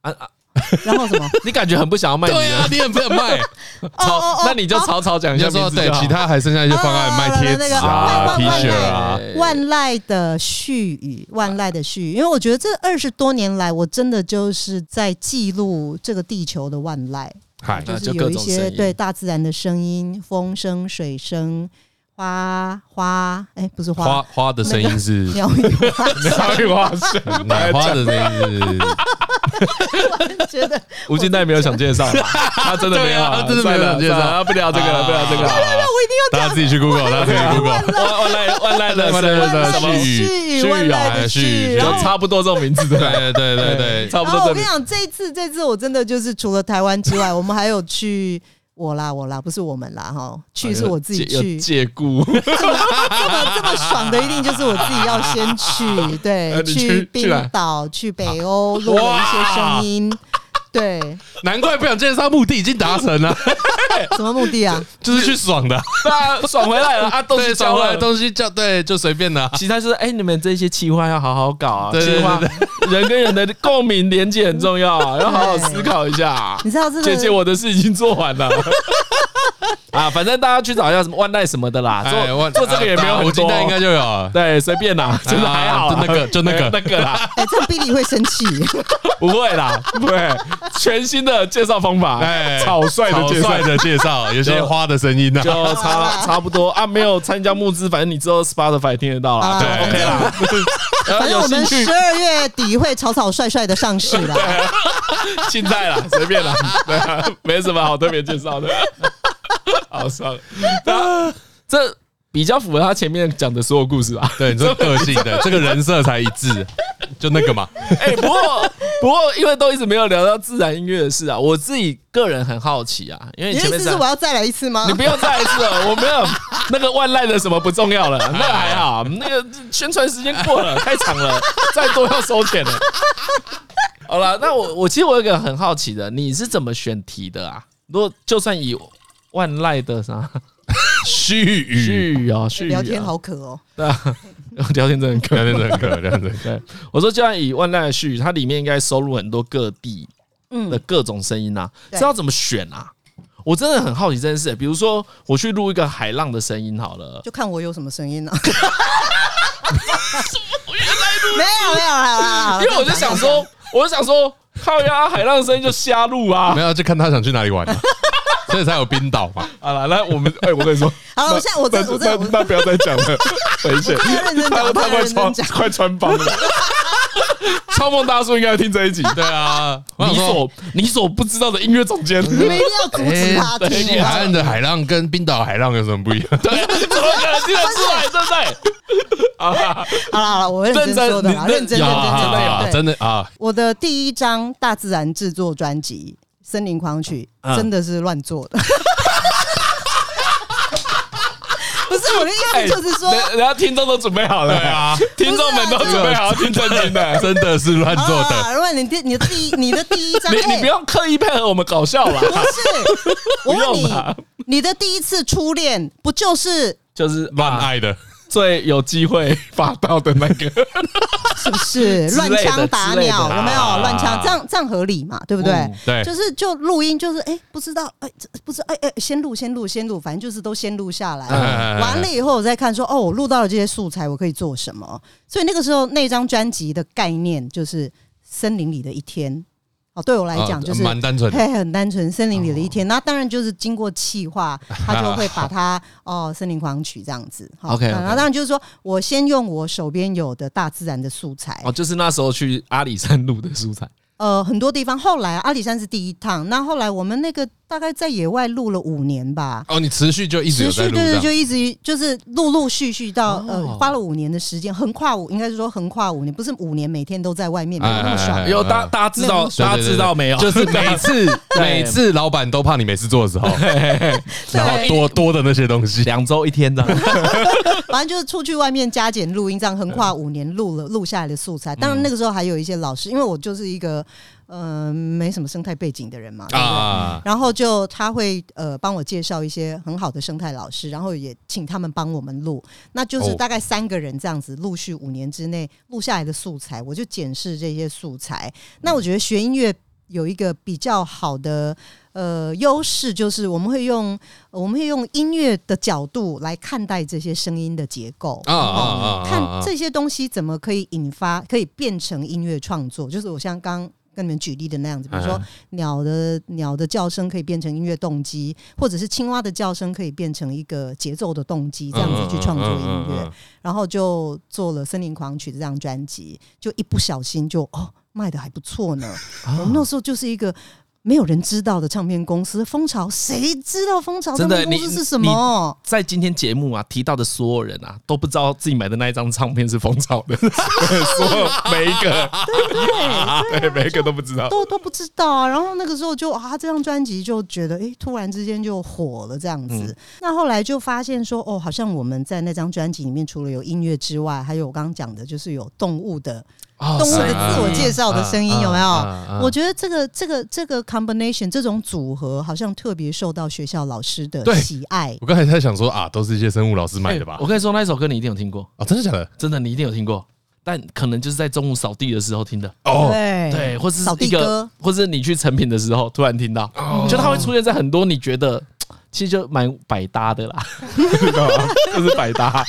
Speaker 1: 啊啊，
Speaker 4: 然后什 么？
Speaker 1: 你感觉很不想要卖你
Speaker 2: 对啊，
Speaker 1: 的，
Speaker 2: 你很想 卖，
Speaker 4: 哦
Speaker 1: 草，那你就草草讲一
Speaker 2: 你
Speaker 1: 下
Speaker 2: 就
Speaker 1: 名
Speaker 2: 说
Speaker 1: 字就
Speaker 2: 对，
Speaker 1: 好
Speaker 2: 其他还剩下一些方案，
Speaker 4: 啊
Speaker 2: 卖贴纸
Speaker 4: 啊
Speaker 2: 啊、
Speaker 4: 万万
Speaker 2: T 恤
Speaker 1: 万
Speaker 2: 啊，
Speaker 4: 万籁的絮语，万籁的絮语，因为我觉得这二十多年来，我真的就是在记录这个地球的万籁，
Speaker 2: 嗨，
Speaker 1: 那
Speaker 4: 是
Speaker 1: 啊就
Speaker 4: 有
Speaker 1: 各
Speaker 4: 一
Speaker 1: 种声
Speaker 4: 些
Speaker 1: 音
Speaker 4: 对大自然的声音，风声、水声、花花，哎，不是
Speaker 2: 花
Speaker 4: 花，
Speaker 2: 花的声音是
Speaker 4: 鸟语花 香，
Speaker 1: 花语花生，
Speaker 2: 奶花的声音是，
Speaker 4: 觉得
Speaker 1: 吴金 奈没有想介绍，他真的没有啊，
Speaker 2: 对啊他真的没有想介绍
Speaker 1: 算了算啊了不聊这个了，不聊这个 了。
Speaker 2: 大家自己去 Google，大家自己去 Google，
Speaker 1: 万万籁万籁的
Speaker 2: 万籁的
Speaker 1: 什
Speaker 4: 万
Speaker 1: 么
Speaker 2: 什么
Speaker 4: 籁的絮
Speaker 2: 絮
Speaker 4: 语，
Speaker 2: 语
Speaker 4: 万籁
Speaker 2: 哎
Speaker 4: 的
Speaker 2: 絮
Speaker 4: 絮
Speaker 2: 语
Speaker 4: 语，然
Speaker 1: 就
Speaker 4: 后
Speaker 1: 差不多这种名字的，
Speaker 2: 对对对对，
Speaker 1: 差不
Speaker 4: 然
Speaker 1: 多
Speaker 4: 后
Speaker 1: 这
Speaker 4: 哦
Speaker 1: 种
Speaker 4: 我跟你
Speaker 1: 名字。
Speaker 4: 讲，这一次这次我真的就是除了台湾之外，我们还有去我啦，我啦，不是我们啦，哈，去是
Speaker 1: 有
Speaker 4: 我自己
Speaker 1: 哦借有
Speaker 4: 去，
Speaker 1: 借 故，
Speaker 4: 这么这么爽的一定就是我自己要先去，
Speaker 2: 呃
Speaker 4: 对，
Speaker 2: 你去去哪
Speaker 4: 冰岛、去北欧录了一些声音，对，
Speaker 2: 难怪不想见上目的已经达成 了，
Speaker 4: 什么目的啊？
Speaker 2: 就是去爽的，
Speaker 1: 那爽回来了啊，东西
Speaker 2: 对，
Speaker 1: 交
Speaker 2: 爽回来
Speaker 1: 了。
Speaker 2: 东西叫对，就随便 的。
Speaker 1: 其他就是，哎、你们这些企划要好好搞啊，
Speaker 2: 对对
Speaker 1: 企划 人跟人的共鸣连接很重要啊，要好好思考一下、啊。
Speaker 4: 你知道这
Speaker 1: 姐姐，
Speaker 4: 个？
Speaker 1: 我的事已经做完 了。啊，反正大家去找一下什么万代什么的啦，
Speaker 2: 哎我
Speaker 1: 做做这个也没有
Speaker 2: 我
Speaker 1: 很
Speaker 2: 今
Speaker 1: 多，啊
Speaker 2: 天应该就有了。
Speaker 1: 对随便啦，真的还好啦，
Speaker 2: 就 那个就那个
Speaker 1: 那个 啦，
Speaker 4: 哎、这个 Billy 会生 气，
Speaker 1: 不会啦，不会，全新的介绍方法，
Speaker 2: 哎
Speaker 1: 草率的
Speaker 2: 草
Speaker 1: 介绍
Speaker 2: 率。的介绍，有些
Speaker 1: 就
Speaker 2: 花的声音啊呢
Speaker 1: 就。 差差不多啊，没有参加募资，反正你之后 Spotify 听得到啦，
Speaker 4: 啊
Speaker 1: 就 OK 啦。然后
Speaker 4: 反正
Speaker 1: 有
Speaker 4: 我
Speaker 1: 兴
Speaker 4: 们
Speaker 1: 趣
Speaker 4: 十二月底会草草率率的上市 啦。
Speaker 1: 现在啦，随便啦， 对啊，没什么好特别介绍的。 好，算了，那这比较符合他前面讲的所有故事吧。
Speaker 2: 对，你说个性的，这个人设才一致，就那 个嘛。
Speaker 1: 哎、不过不过，因为都一直没有聊到自然音乐的事啊，我自己个人很好奇啊，因为
Speaker 4: 你
Speaker 1: 你前
Speaker 4: 的意
Speaker 1: 面
Speaker 4: 思是
Speaker 1: 讲
Speaker 4: 我要再来一次吗
Speaker 1: 你？不要再一次 了，我没有那个万籁的什么不重 要了，那个还好，那个宣传时间过 了，太长了，再多要收钱了。 好了，那我我其实我有一个很好奇的，你是怎么选题的啊？如果就算以万籁的啥
Speaker 2: 虚语，
Speaker 1: 续哦，续
Speaker 4: 聊天好渴哦、
Speaker 1: 对啊，聊天真的很可
Speaker 2: 聊天整个，聊天整个。
Speaker 1: 对，我说就算以万籁的续，它里面应该收录很多各地的
Speaker 4: 嗯，
Speaker 1: 各种声音啊，
Speaker 4: 对
Speaker 1: 知道怎么选啊？我真的很好奇这件事、比如说我去录一个海浪的声音好了，
Speaker 4: 就看我有什么声音了、啊。没有没有没有没有，
Speaker 1: 因为我就想说，我就想说，靠呀，海浪声音就瞎录啊
Speaker 2: 没。有，就看他想去哪 里玩嘛，所以才有冰岛嘛。
Speaker 1: 好了，来我 们，哎，我跟你说，
Speaker 4: 好了，我现在我这我这我
Speaker 1: 那不要再讲了，危险，
Speaker 4: 太认真讲，太认真讲。
Speaker 1: 快穿帮了。超梦大叔应该要听这一集。
Speaker 2: 对啊， 我想
Speaker 1: 你
Speaker 2: 说，
Speaker 1: 所你所不知道的音乐总 监，
Speaker 4: 你们一定要阻止他
Speaker 2: 哎
Speaker 4: 听
Speaker 2: 西海岸的海浪跟冰岛海浪有什么不一样？
Speaker 1: 对，怎么可能听得出来，对不对？
Speaker 4: 好了好了，我认真说的啦，认真认真真的
Speaker 2: 啊真的 啊，
Speaker 4: 我的第一张大自然制作专辑《森林狂曲》真的是乱做的。不是我的意思，就是说，
Speaker 1: 哎人人家听众都准备好了，
Speaker 2: 对，啊，
Speaker 1: 听众们都准备好要听正经的。
Speaker 2: 真的是乱做
Speaker 4: 好啦
Speaker 2: 的。
Speaker 4: 好啦如果你第你的第一你的第一张，
Speaker 1: 你
Speaker 4: 哎
Speaker 1: 你不用刻意配合我们搞笑啦，
Speaker 4: 不是，我问
Speaker 1: 不用啦
Speaker 4: 你，你的第一次初恋不就是
Speaker 1: 就是
Speaker 2: 乱
Speaker 1: 啊
Speaker 2: 爱的，
Speaker 1: 最有机会发到的那个。
Speaker 4: 是不 是
Speaker 1: 之类
Speaker 4: 乱
Speaker 1: 的
Speaker 4: 枪打
Speaker 1: 之类的嗯
Speaker 4: 鸟？有没
Speaker 2: 啊
Speaker 4: 有乱枪？这样这样合理嘛？对不对？
Speaker 2: 对
Speaker 4: 就是就录音，就是哎、不知道哎、这不知道哎哎、先录先录先录，反正就是都先录下来。
Speaker 2: 嗯
Speaker 4: 完了以后，我再看说哦，我录到了这些素材，我可以做什么？所以那个时候那张专辑的概念就是森林里的一天。哦，对我来
Speaker 2: 啊
Speaker 4: 讲就是
Speaker 2: 蛮单纯的
Speaker 4: 嘿，很单纯，森林里的
Speaker 2: 哦
Speaker 4: 一天。那当然就是经过气化，他就 会把它哦，森林狂曲这样子。好
Speaker 1: OK，OK
Speaker 4: 那当然就是说我先用我手边有的大自然的素 材，
Speaker 1: 哦，就是那时候去阿里山录的蔬菜。
Speaker 4: 呃，很多地方。后来阿里山是第一趟，那后来我们那个大概在野外录了五年吧。
Speaker 2: 哦，你持续就一直有
Speaker 4: 持续
Speaker 2: 在录
Speaker 4: 对
Speaker 2: 这
Speaker 4: 对，就
Speaker 2: 样，
Speaker 4: 一直就是陆陆续续到、
Speaker 1: 哦
Speaker 4: 呃，花了五年的时间，横跨五，应该是说横跨五年，不是五年每天都在外面，没有那么爽。
Speaker 2: 哎
Speaker 1: 有大大家知道，
Speaker 2: 对
Speaker 1: 大家知道没有？
Speaker 2: 就是每次
Speaker 1: 对
Speaker 2: 每次老板都怕你没事做的时候，然后多多的那些东西，
Speaker 1: 两周一天的，
Speaker 4: 反正就是出去外面加减录音，这样横跨五年录了录下来的素材。当然那个时候还有一些老师，因为我就是一个呃没什么生态背景的人嘛，对不对
Speaker 2: 啊
Speaker 4: 然后就他会呃帮我介绍一些很好的生态老师，然后也请他们帮我们录，那就是
Speaker 2: 哦
Speaker 4: 大概三个人这样子，陆续五年之内录下来的素材，我就检视这些素材。那我觉得学音乐有一个比较好的呃优势，就是我们会用呃我们会用音乐的角度来看待这些声音的结构
Speaker 2: 啊啊啊啊！
Speaker 4: 哦看这些东西怎么可以引发，可以变成音乐创作。就是我像刚跟你们举例的那样子，比如说
Speaker 1: 哎
Speaker 2: 嗯
Speaker 4: 鸟的鸟的叫声可以变成音乐动机，或者是青蛙的叫声可以变成一个节奏的动机，
Speaker 1: 嗯
Speaker 4: 这样子去创作音乐。然后就做了《森林狂曲》这张
Speaker 1: 啊
Speaker 4: 专辑，就一不小心就哦卖的还不错呢。我们那时候就是一个没有人知道的唱片公司，蜂巢谁知道蜂巢
Speaker 1: 真
Speaker 4: 唱
Speaker 1: 的
Speaker 4: 片公司
Speaker 1: 你
Speaker 4: 是什么？
Speaker 1: 在今天节目啊提到的所有人啊，都不知道自己买的那一张唱片是蜂巢 的，所有每一个， 对对，每一个都不知道。
Speaker 4: 都都不知道啊。然后那个时候就啊，这张专辑就觉得，哎、突然之间就火了这样子。
Speaker 1: 嗯
Speaker 4: 那后来就发现说，哦，好像我们在那张专辑里面，除了有音乐之外，还有我刚刚讲的，就是有动物的、
Speaker 1: 哦啊
Speaker 4: 动物的
Speaker 1: 是
Speaker 4: 自我介绍的声音，有没有？我
Speaker 5: 我
Speaker 4: 觉得这个这个这个 combination 这种组合好像特别受到学校老师的
Speaker 2: 对
Speaker 4: 喜爱。
Speaker 2: 我刚才在想说啊，都是一些生物老师买的吧
Speaker 1: 哎？我跟你说，那一首歌你一定有听过，
Speaker 2: 啊，真的假的？
Speaker 1: 真的你一定有听过，但可能就是在中午扫地的时候听的，
Speaker 2: 哦，
Speaker 4: 对
Speaker 1: 对，或是
Speaker 4: 扫地
Speaker 1: 一个
Speaker 4: 歌，
Speaker 1: 或是你去成品的时候突然听到，就它会出现在很多你觉得。其实就蛮百搭的啦， 就是百 搭。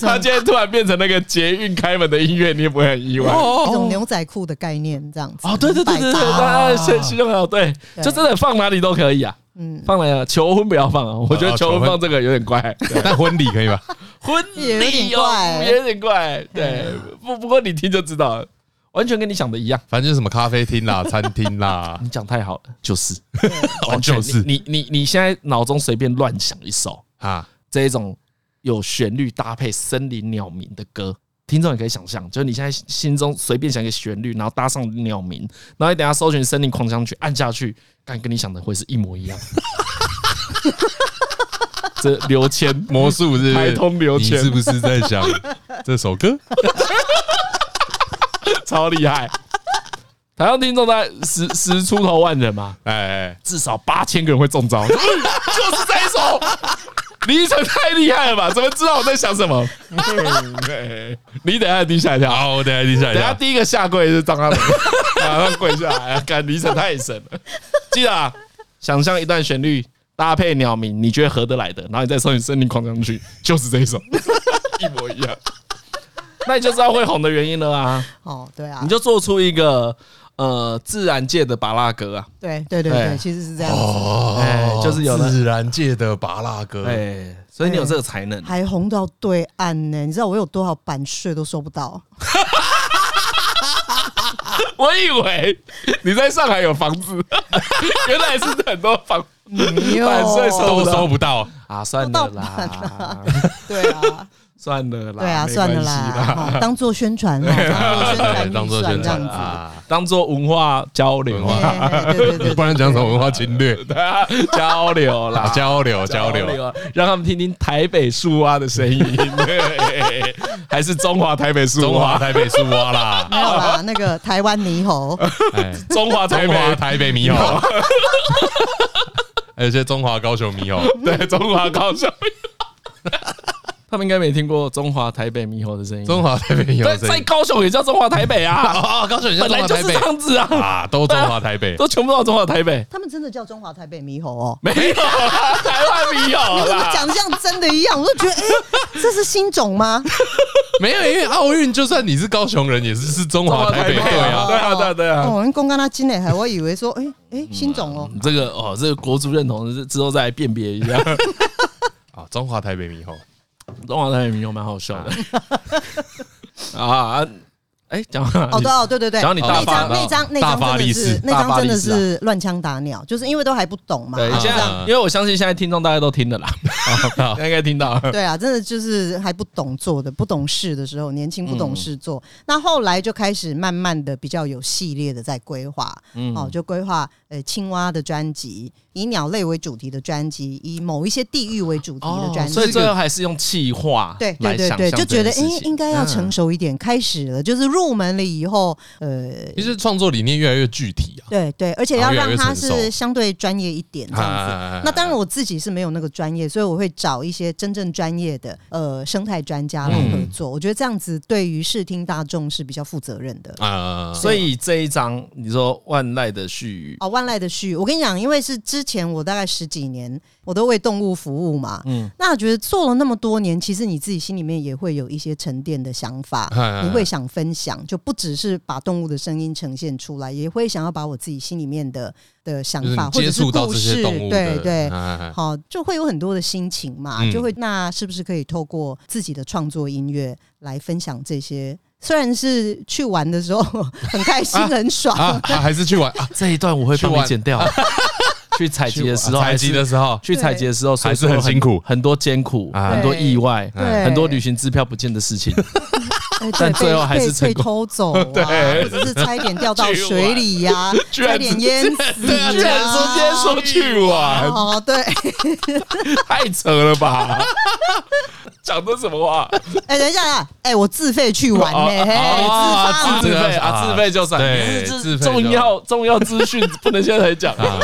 Speaker 1: 它今天突然变成那个捷运开门的音乐，你也不会很意外。
Speaker 4: 一种牛仔裤的概念这样子。
Speaker 1: 哦，对对对对对，
Speaker 4: 百搭
Speaker 1: 大家先先用好，对，
Speaker 4: 对
Speaker 1: 就真的放哪里都可以啊，
Speaker 4: 嗯，
Speaker 1: 放哪里啊求婚不要放啊，我觉得
Speaker 2: 啊
Speaker 1: 求
Speaker 2: 求
Speaker 1: 婚
Speaker 2: 婚
Speaker 1: 放这个有点怪，
Speaker 2: 但婚礼可以吧？
Speaker 1: 婚礼哦
Speaker 4: 也
Speaker 1: 有点怪，对，不不过你听就知道了，完全跟你想的一样，
Speaker 2: 反正就是什么咖啡厅啦、餐厅啦
Speaker 1: 你，讲太好了，就是，
Speaker 2: 哦，就是
Speaker 1: 你你你你现在脑中随便乱想一首
Speaker 2: 啊，
Speaker 1: 这一种有旋律搭配森林鸟鸣的歌。听众也可以想象，就是你现在心中随便想一个旋律，然后搭上鸟鸣，然后你等一下搜寻森林狂想曲，按下去，看跟你想的会是一模一样。这刘谦
Speaker 2: 魔术是不是
Speaker 1: 开通流
Speaker 2: 你
Speaker 1: 程
Speaker 2: 是不是在想这首歌？
Speaker 1: 超厉害，台湾听众大概十十出头万人嘛，
Speaker 2: 哎，
Speaker 1: 至少八千个人会中招，哎就是这一首。李依晨太厉害了吧？怎么知道我在想什么？对你等一下听下一条。
Speaker 2: 好，我等一下听下一
Speaker 1: 等一下
Speaker 2: 下。
Speaker 1: 第一个下跪是张阿伦， 马上跪下来，感李晨太神了。记得啊，想象一段旋律搭配鸟鸣，你觉得合得来的，然后你再搜你森林狂想曲，就是这一首， 一模一样。那你就知道会红的原因了啊！
Speaker 4: 哦，对啊，
Speaker 1: 你就做出一个呃自然界的巴拉格啊，
Speaker 4: 对对对
Speaker 1: 对
Speaker 4: 对，其实是这样子。
Speaker 1: 哎就是有了
Speaker 2: 哦自然界的拔蜡哥，
Speaker 1: 哎，所以你有这个才能。
Speaker 2: 哎
Speaker 4: 还红到对岸呢、你知道我有多少版税都收不到？
Speaker 1: 我以为你在上海有房子， 原来是很多房
Speaker 4: 没有，
Speaker 1: 版税收
Speaker 2: 都收不到。
Speaker 1: 啊，算了啦，
Speaker 4: 对啊，
Speaker 1: 算了啦，
Speaker 4: 对啊，
Speaker 1: 没
Speaker 4: 算了
Speaker 1: 关系
Speaker 4: 啦，哦当做宣传
Speaker 2: 哎
Speaker 4: 啦，当做宣传预算这样子。
Speaker 2: 啊，
Speaker 1: 当做文化交流
Speaker 2: 文
Speaker 1: 啊，
Speaker 2: 化
Speaker 4: 哎对对对
Speaker 2: 不
Speaker 4: 对，
Speaker 2: 然讲什么文化侵略？
Speaker 1: 交流啦，
Speaker 2: 啊交流交流，
Speaker 1: 啊，让他们听听台北树蛙的声 音，对还是中华台北树
Speaker 2: 中华
Speaker 1: 蛙，
Speaker 2: 台北树蛙啦，
Speaker 4: 没有啦，那个台湾猕猴，
Speaker 2: 哎
Speaker 1: 中华台
Speaker 2: 中华
Speaker 1: 北，
Speaker 2: 台北猕猴，而且中华高雄猕猴，
Speaker 1: 对，中华高 雄。他们应该没听过中华台北猕猴的声音，
Speaker 2: 中华台北猕
Speaker 1: 对，
Speaker 2: 猴声
Speaker 1: 在
Speaker 2: 音，
Speaker 1: 高雄也叫中华台北 啊，
Speaker 2: 哦，高雄人家
Speaker 1: 本
Speaker 2: 中
Speaker 1: 来
Speaker 2: 华
Speaker 1: 就
Speaker 2: 台
Speaker 1: 是这
Speaker 2: 北
Speaker 1: 样子啊，
Speaker 2: 啊，都中华台北，
Speaker 1: 都全部到中华台北，
Speaker 4: 他们真的叫中华台北猕猴哦。
Speaker 1: 没有啦，台湾猕
Speaker 4: 你
Speaker 1: 猴
Speaker 4: 为什么
Speaker 1: 啦，
Speaker 4: 讲得像真的一样？我就觉得，哎，这是新种吗？
Speaker 2: 没有，因为奥运就算你是高雄人，也是是中
Speaker 1: 中
Speaker 2: 华台北，
Speaker 1: 对
Speaker 2: 对啊
Speaker 1: 啊，，对啊，对啊，对啊。
Speaker 4: 哦，我们刚刚他进来还我以为说，哎哎，新种哦。
Speaker 1: 这个哦，这个国族认同是之后再来辨别一下。
Speaker 2: 啊，中华台北猕猴，
Speaker 1: 中华台北民谣蛮好笑的 啊！啊哎，讲完了
Speaker 4: 哦，对哦，对对对，
Speaker 1: 只要你大
Speaker 4: 那
Speaker 1: 发
Speaker 4: 张那张那
Speaker 2: 大发
Speaker 4: 张真
Speaker 2: 利
Speaker 4: 的
Speaker 2: 是
Speaker 4: 是那
Speaker 1: 大发
Speaker 4: 张真的
Speaker 1: 利是啊
Speaker 4: 是乱枪打鸟，就是因为都还不懂嘛。
Speaker 1: 对，
Speaker 2: 啊
Speaker 1: 现在
Speaker 2: 啊
Speaker 1: 因为我相信现在听众大家都听的啦，
Speaker 2: 好
Speaker 1: 应该听到。
Speaker 4: 对啊，真的就是还不懂做的，不懂事的时候，年轻不
Speaker 1: 嗯
Speaker 4: 懂事做。那后来就开始慢慢的比较有系列的在规划，
Speaker 1: 嗯
Speaker 4: 哦，就规划呃青蛙的专辑，以鸟类为主题的专辑，以某一些地域为主题的专辑。
Speaker 1: 哦所以最后还是用气化
Speaker 4: 对对
Speaker 1: 来
Speaker 4: 对
Speaker 1: 想
Speaker 4: 对，
Speaker 1: 象
Speaker 4: 就觉
Speaker 1: 这
Speaker 4: 得
Speaker 1: 件事
Speaker 4: 应
Speaker 1: 情
Speaker 4: 应该要成熟一点，开始了，就是入门了以后，呃，
Speaker 2: 其实创作理念越来越具体啊。
Speaker 4: 对对，而且
Speaker 2: 然
Speaker 4: 要
Speaker 2: 后越来
Speaker 4: 让
Speaker 2: 越
Speaker 4: 它
Speaker 2: 成熟
Speaker 4: 是相对专业一点这样子。
Speaker 2: 啊
Speaker 4: 那当然，我自己是没有那个专业，所以我会找一些真正专业的呃生态专家来合作。
Speaker 2: 嗯
Speaker 4: 我觉得这样子对于视听大众是比较负责任的。
Speaker 2: 啊，
Speaker 1: 所以这一张你说万籁的絮语，
Speaker 4: 哦，万籁的絮，我跟你讲，因为是之前我大概十几年，我都为动物服务嘛。嗯，那我觉得做了那么多年，其实你自己心里面也会有一些沉淀的想法，
Speaker 2: 嗯
Speaker 4: 你会想分享，就不只是把动物的声音呈现出来，也会想要把我自己心里面的的想
Speaker 2: 就是
Speaker 4: 法
Speaker 2: 你
Speaker 4: 或者
Speaker 2: 接
Speaker 4: 是
Speaker 2: 触到
Speaker 4: 故
Speaker 2: 这
Speaker 4: 事
Speaker 2: 些动，物
Speaker 4: 对
Speaker 2: 的，
Speaker 4: 对，
Speaker 1: 嗯
Speaker 2: 啊
Speaker 4: 好，就会有很多的心情嘛，
Speaker 2: 嗯
Speaker 4: 就会那是不是可以透过自己的创作音乐来分享这些虽然是去玩的时候很开心很爽，
Speaker 2: 啊，啊还是去玩啊？
Speaker 1: 这一段我会帮
Speaker 2: 去
Speaker 1: 你
Speaker 2: 玩
Speaker 1: 剪掉。 去采集的时候，
Speaker 2: 采集的时候
Speaker 1: 还是去采集的时候，
Speaker 2: 还是很辛苦
Speaker 1: 很多艰苦，
Speaker 2: 啊
Speaker 1: 很多意外，
Speaker 4: 对
Speaker 1: 很多旅行支票不见的事情。
Speaker 4: 哎对
Speaker 1: 但
Speaker 4: 被
Speaker 1: 最后还是
Speaker 4: 被
Speaker 1: 成
Speaker 4: 被
Speaker 1: 功
Speaker 4: 偷走、 啊，或者是差一点掉到水里呀、差一点淹 死、啊，
Speaker 2: 居然说今天说去玩，
Speaker 4: 哦，对，
Speaker 2: 太扯了吧？
Speaker 1: 讲的什么话？
Speaker 4: 哎、等一下啊，哎、我自费去玩呢、嘿，
Speaker 1: 哦
Speaker 4: 自发
Speaker 1: 自费
Speaker 2: 啊
Speaker 1: 啊，自费就算。
Speaker 2: 对
Speaker 1: 这
Speaker 2: 自
Speaker 1: 是
Speaker 2: 费就
Speaker 1: 重要重要资讯不能现在才讲。
Speaker 2: 啊，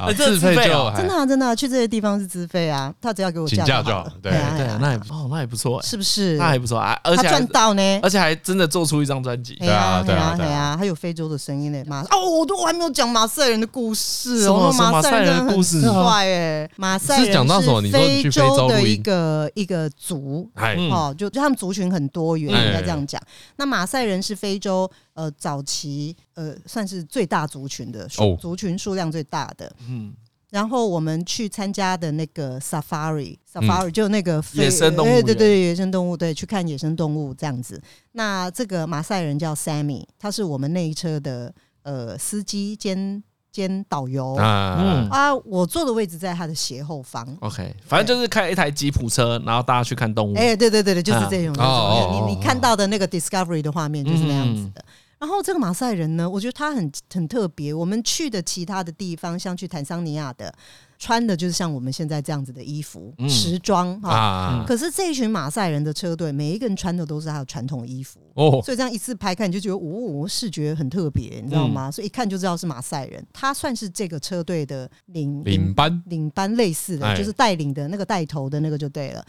Speaker 2: 啊
Speaker 1: 这
Speaker 2: 自
Speaker 1: 自费
Speaker 2: 费就
Speaker 1: 啊
Speaker 4: 真的、啊、真的、啊、去这些地方是自费啊，他只要给我
Speaker 2: 请假
Speaker 4: 假
Speaker 2: 就
Speaker 4: 好
Speaker 2: 好
Speaker 4: 了，，
Speaker 2: 对
Speaker 4: 哎，呀
Speaker 1: 对啊，那也哦，那也不错哎，
Speaker 4: 是不是？
Speaker 1: 那还不错啊，而
Speaker 4: 他
Speaker 1: 且还
Speaker 4: 赚到呢。
Speaker 1: 而且还真的做出一张专辑
Speaker 4: 哎
Speaker 2: 对。啊
Speaker 4: 呀，哎
Speaker 2: 对啊
Speaker 4: 呀，
Speaker 2: 对啊
Speaker 4: 哎呀，还有非洲的声音呢，马哦，我都我还没有讲马赛人的故事
Speaker 1: 是
Speaker 4: 哦，
Speaker 1: 吗
Speaker 4: 我说马赛人真的很
Speaker 1: 是吗
Speaker 4: 帅哎，马赛
Speaker 2: 是
Speaker 4: 人
Speaker 2: 讲到什么你说你去
Speaker 4: 非
Speaker 2: 非洲
Speaker 4: 洲的
Speaker 2: 露营
Speaker 4: 一个一个族，
Speaker 2: 哎，
Speaker 1: 嗯哎
Speaker 4: 哦，就就他们族群很多元，
Speaker 2: 嗯
Speaker 4: 应该这样讲。那马赛人是非洲呃早期呃算是最大族群的数
Speaker 2: 哦
Speaker 4: 族群数量最大的。
Speaker 1: 嗯，
Speaker 4: 然后我们去参加的那个 safari，safari、就那个
Speaker 1: 嗯
Speaker 4: 非
Speaker 1: 野生动物
Speaker 4: 哎对
Speaker 1: 园
Speaker 4: 对，野生动物，对，去看野生动物这样子。那这个马赛人叫 Sammy，他是我们那一车的呃司机兼兼导游啊
Speaker 2: 啊，
Speaker 4: 我坐的位置在他的斜后方。
Speaker 1: OK，反正就是开一台吉普车，然后大家去看动物。
Speaker 4: 哎、对对对对，就是这种，就是这
Speaker 2: 嗯
Speaker 4: 种
Speaker 2: 哦哦哦嗯
Speaker 4: 你你看到的那个 Discovery 的画面就是那样子的。然后这个马赛人呢，我觉得他很很特别。我们去的其他的地方，像去坦桑尼亚的，穿的就是像我们现在这样子的衣服、
Speaker 1: 嗯
Speaker 4: 时装哈。
Speaker 2: 啊，
Speaker 4: 可是这一群马赛人的车队，每一个人穿的都是他的传统衣服，
Speaker 2: 哦，
Speaker 4: 所以这样一次拍看，你就觉得，哦，视觉很特别，你知
Speaker 2: 嗯
Speaker 4: 道吗？所以一看就知道是马赛人。他算是这个车队的领
Speaker 2: 领班
Speaker 4: 领班类似的，
Speaker 2: 哎
Speaker 4: 就是带领的那个带头的那个就对了。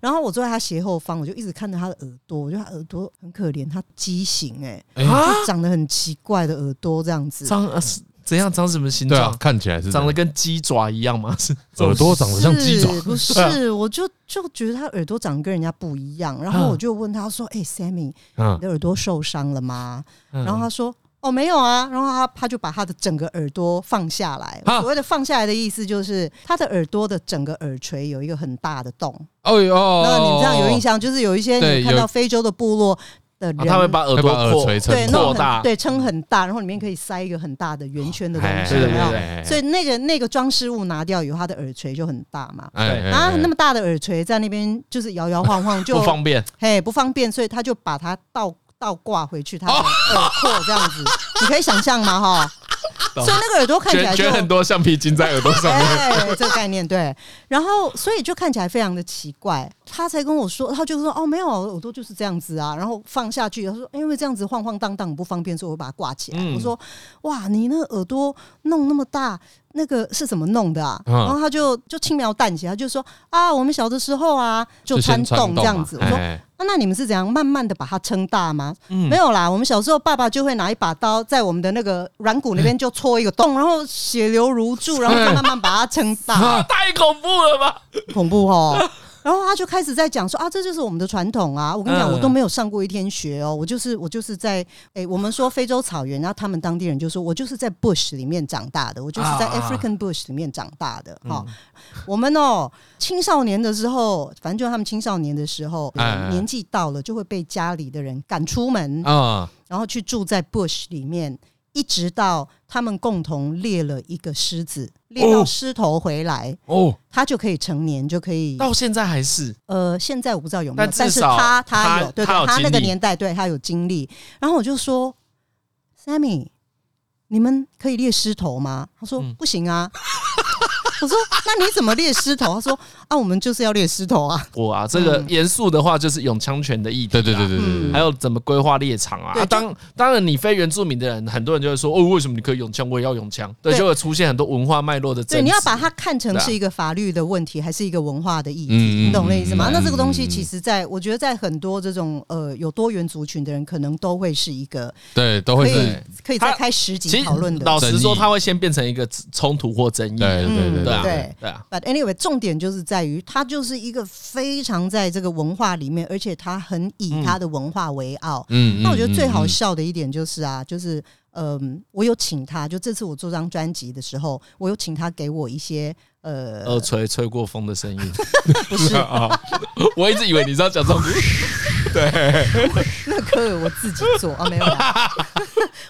Speaker 4: 然后我坐在他斜后方，我就一直看着他的耳朵，我觉得他耳朵很可怜，他畸形哎、
Speaker 2: 哎
Speaker 4: 就长得很奇怪的耳朵这样子。
Speaker 1: 长呃是怎样长什么形
Speaker 2: 对啊
Speaker 1: 状，？
Speaker 2: 看起来是
Speaker 1: 长得跟鸡爪一样吗？是啊
Speaker 2: 耳朵长得像鸡爪，
Speaker 4: 是 不是？我就就觉得他耳朵长得跟人家不一样，然后我就问他说：“哎、s a m m y
Speaker 2: 嗯
Speaker 4: 你的耳朵受伤了吗？”
Speaker 1: 嗯
Speaker 4: 然后他说：“哦，没有啊。”然后他他就把他的整个耳朵放下来。
Speaker 2: 啊
Speaker 4: 所谓的放下来的意思就是，他的耳朵的整个耳垂有一个很大的洞。
Speaker 2: 哦哦，
Speaker 4: 那你们这样有印象，就是有一些
Speaker 2: 对
Speaker 4: 你看
Speaker 2: 有
Speaker 4: 到非洲的部落的人，
Speaker 1: 啊他会把耳
Speaker 2: 会
Speaker 1: 朵
Speaker 2: 把耳
Speaker 1: 扩
Speaker 2: 垂撑
Speaker 4: 对那
Speaker 1: 扩
Speaker 2: 破
Speaker 4: 种很
Speaker 1: 大，哦
Speaker 4: 对撑很大，然后里面可以塞一个很大的圆圈的东
Speaker 2: 哎
Speaker 4: 西，
Speaker 1: 对
Speaker 4: 有
Speaker 1: 对
Speaker 4: 没
Speaker 1: 对
Speaker 4: 有？
Speaker 2: 哎
Speaker 4: 所以那个那个装饰物拿掉以后，他的耳垂就很大嘛。
Speaker 2: 哎哎
Speaker 4: 然后
Speaker 2: 哎
Speaker 4: 啊那么大的耳垂在那边就是摇摇晃晃，就
Speaker 1: 不方便。
Speaker 4: 嘿不方便，所以他就把它倒倒挂回去他的耳廓这样子，你可以想象吗？哈，所以那个耳朵看起来
Speaker 1: 卷
Speaker 4: 就
Speaker 1: 卷很多橡皮筋在耳朵上面，
Speaker 4: 哎， 这个概念对。然后，所以就看起来非常的奇怪。他才跟我说，他就说哦，没有，耳朵就是这样子啊。然后放下去，他说因为这样子晃晃荡荡不方便，所以我把它挂起来。
Speaker 1: 嗯
Speaker 4: 我说哇，你那耳朵弄那么大，那个是怎么弄的啊？
Speaker 2: 嗯
Speaker 4: 然后他就就轻描淡写，他就说啊，我们小的时候啊，就穿
Speaker 2: 先
Speaker 4: 洞这样子。
Speaker 2: 嘛
Speaker 4: 我说
Speaker 2: 哎哎
Speaker 4: 啊，那你们是怎样慢慢的把它撑大吗？
Speaker 1: 嗯
Speaker 4: 没有啦，我们小时候爸爸就会拿一把刀在我们的那个软骨那边就戳一个洞，然后血流如注，然后再慢慢把它撑大，
Speaker 1: 太恐怖了吧？
Speaker 4: 恐怖哦。然后他就开始在讲说啊，这就是我们的传统啊！我跟你讲，
Speaker 1: 嗯
Speaker 4: 我都没有上过一天学哦，我就是我就是在诶、我们说非洲草原，然后他们当地人就说我就是在 bush 里面长大的，我就是在
Speaker 1: 啊嗯
Speaker 4: African bush 里面长大的哈、哦我们哦，青少年的时候，反正就他们青少年的时候，
Speaker 2: 哎哎哎
Speaker 4: 年纪到了就会被家里的人赶出门，
Speaker 2: 啊，
Speaker 4: 然后去住在 bush 里面，一直到他们共同猎了一个狮子，
Speaker 1: 哦
Speaker 4: 猎到狮头回来，
Speaker 2: 哦，
Speaker 4: 他就可以成年，就可以。
Speaker 1: 到现在还是
Speaker 4: 呃，现在我不知道有没有
Speaker 1: 但，至
Speaker 4: 但是
Speaker 1: 少
Speaker 4: 他他
Speaker 1: 他
Speaker 4: 有，对对
Speaker 1: 他有
Speaker 4: 他那
Speaker 1: 经
Speaker 4: 个
Speaker 1: 历
Speaker 4: 年代，对他有经历。然后我就说，Sammy，你们可以猎狮头吗？他说、
Speaker 1: 嗯
Speaker 4: 不行啊。 我说那你怎么猎狮头？他说啊，我们就是要猎狮头啊。
Speaker 1: 我啊，这个
Speaker 4: 嗯
Speaker 1: 严肃的话就是永枪权的议题
Speaker 2: 对
Speaker 1: 啦。
Speaker 2: 对对对对
Speaker 1: 还
Speaker 2: 对，
Speaker 1: 有怎么规划猎场啊？
Speaker 4: 对
Speaker 1: 啊
Speaker 4: 就
Speaker 1: 当当然，你非原住民的人，很多人就会说哦，为什么你可以用枪，我也要用枪？对，
Speaker 4: 对
Speaker 1: 就会出现很多文化脉络的争
Speaker 4: 对，
Speaker 1: 执。
Speaker 4: 你要把它看成
Speaker 1: 对啊
Speaker 4: 是一个法律的问题，还是一个文化的议题，
Speaker 2: 嗯嗯
Speaker 4: 你懂我的意思吗？
Speaker 2: 嗯嗯
Speaker 4: 那这个东西其实在，我觉得在很多这种呃有多元族群的人，可能都会是一个
Speaker 2: 对都
Speaker 4: 可
Speaker 2: 会
Speaker 4: 以
Speaker 2: 是，对
Speaker 4: 可以再
Speaker 1: 他
Speaker 4: 开十集
Speaker 1: 其实
Speaker 4: 讨论
Speaker 2: 嗯
Speaker 4: 的。
Speaker 1: 老实说，
Speaker 2: 争议
Speaker 1: 它会先变成一个冲突或争议。
Speaker 2: 对对
Speaker 4: 嗯
Speaker 2: 对
Speaker 1: 对啊，
Speaker 4: 对
Speaker 1: 对啊，
Speaker 4: But anyway，重点就是在于，它就是一个非常在这个文化里面，而且它很以它的文化为傲。
Speaker 2: 嗯，嗯
Speaker 4: 那我觉得最好
Speaker 2: 嗯
Speaker 4: 笑的一点就是啊，就是嗯，我有请他，就这次我做张专辑的时候，我有请他给我一些呃，
Speaker 1: 耳垂吹过风的声音。
Speaker 4: 不是
Speaker 1: 我一直以为你是要讲这种，
Speaker 4: 那个科委我自己做啊，没有啦，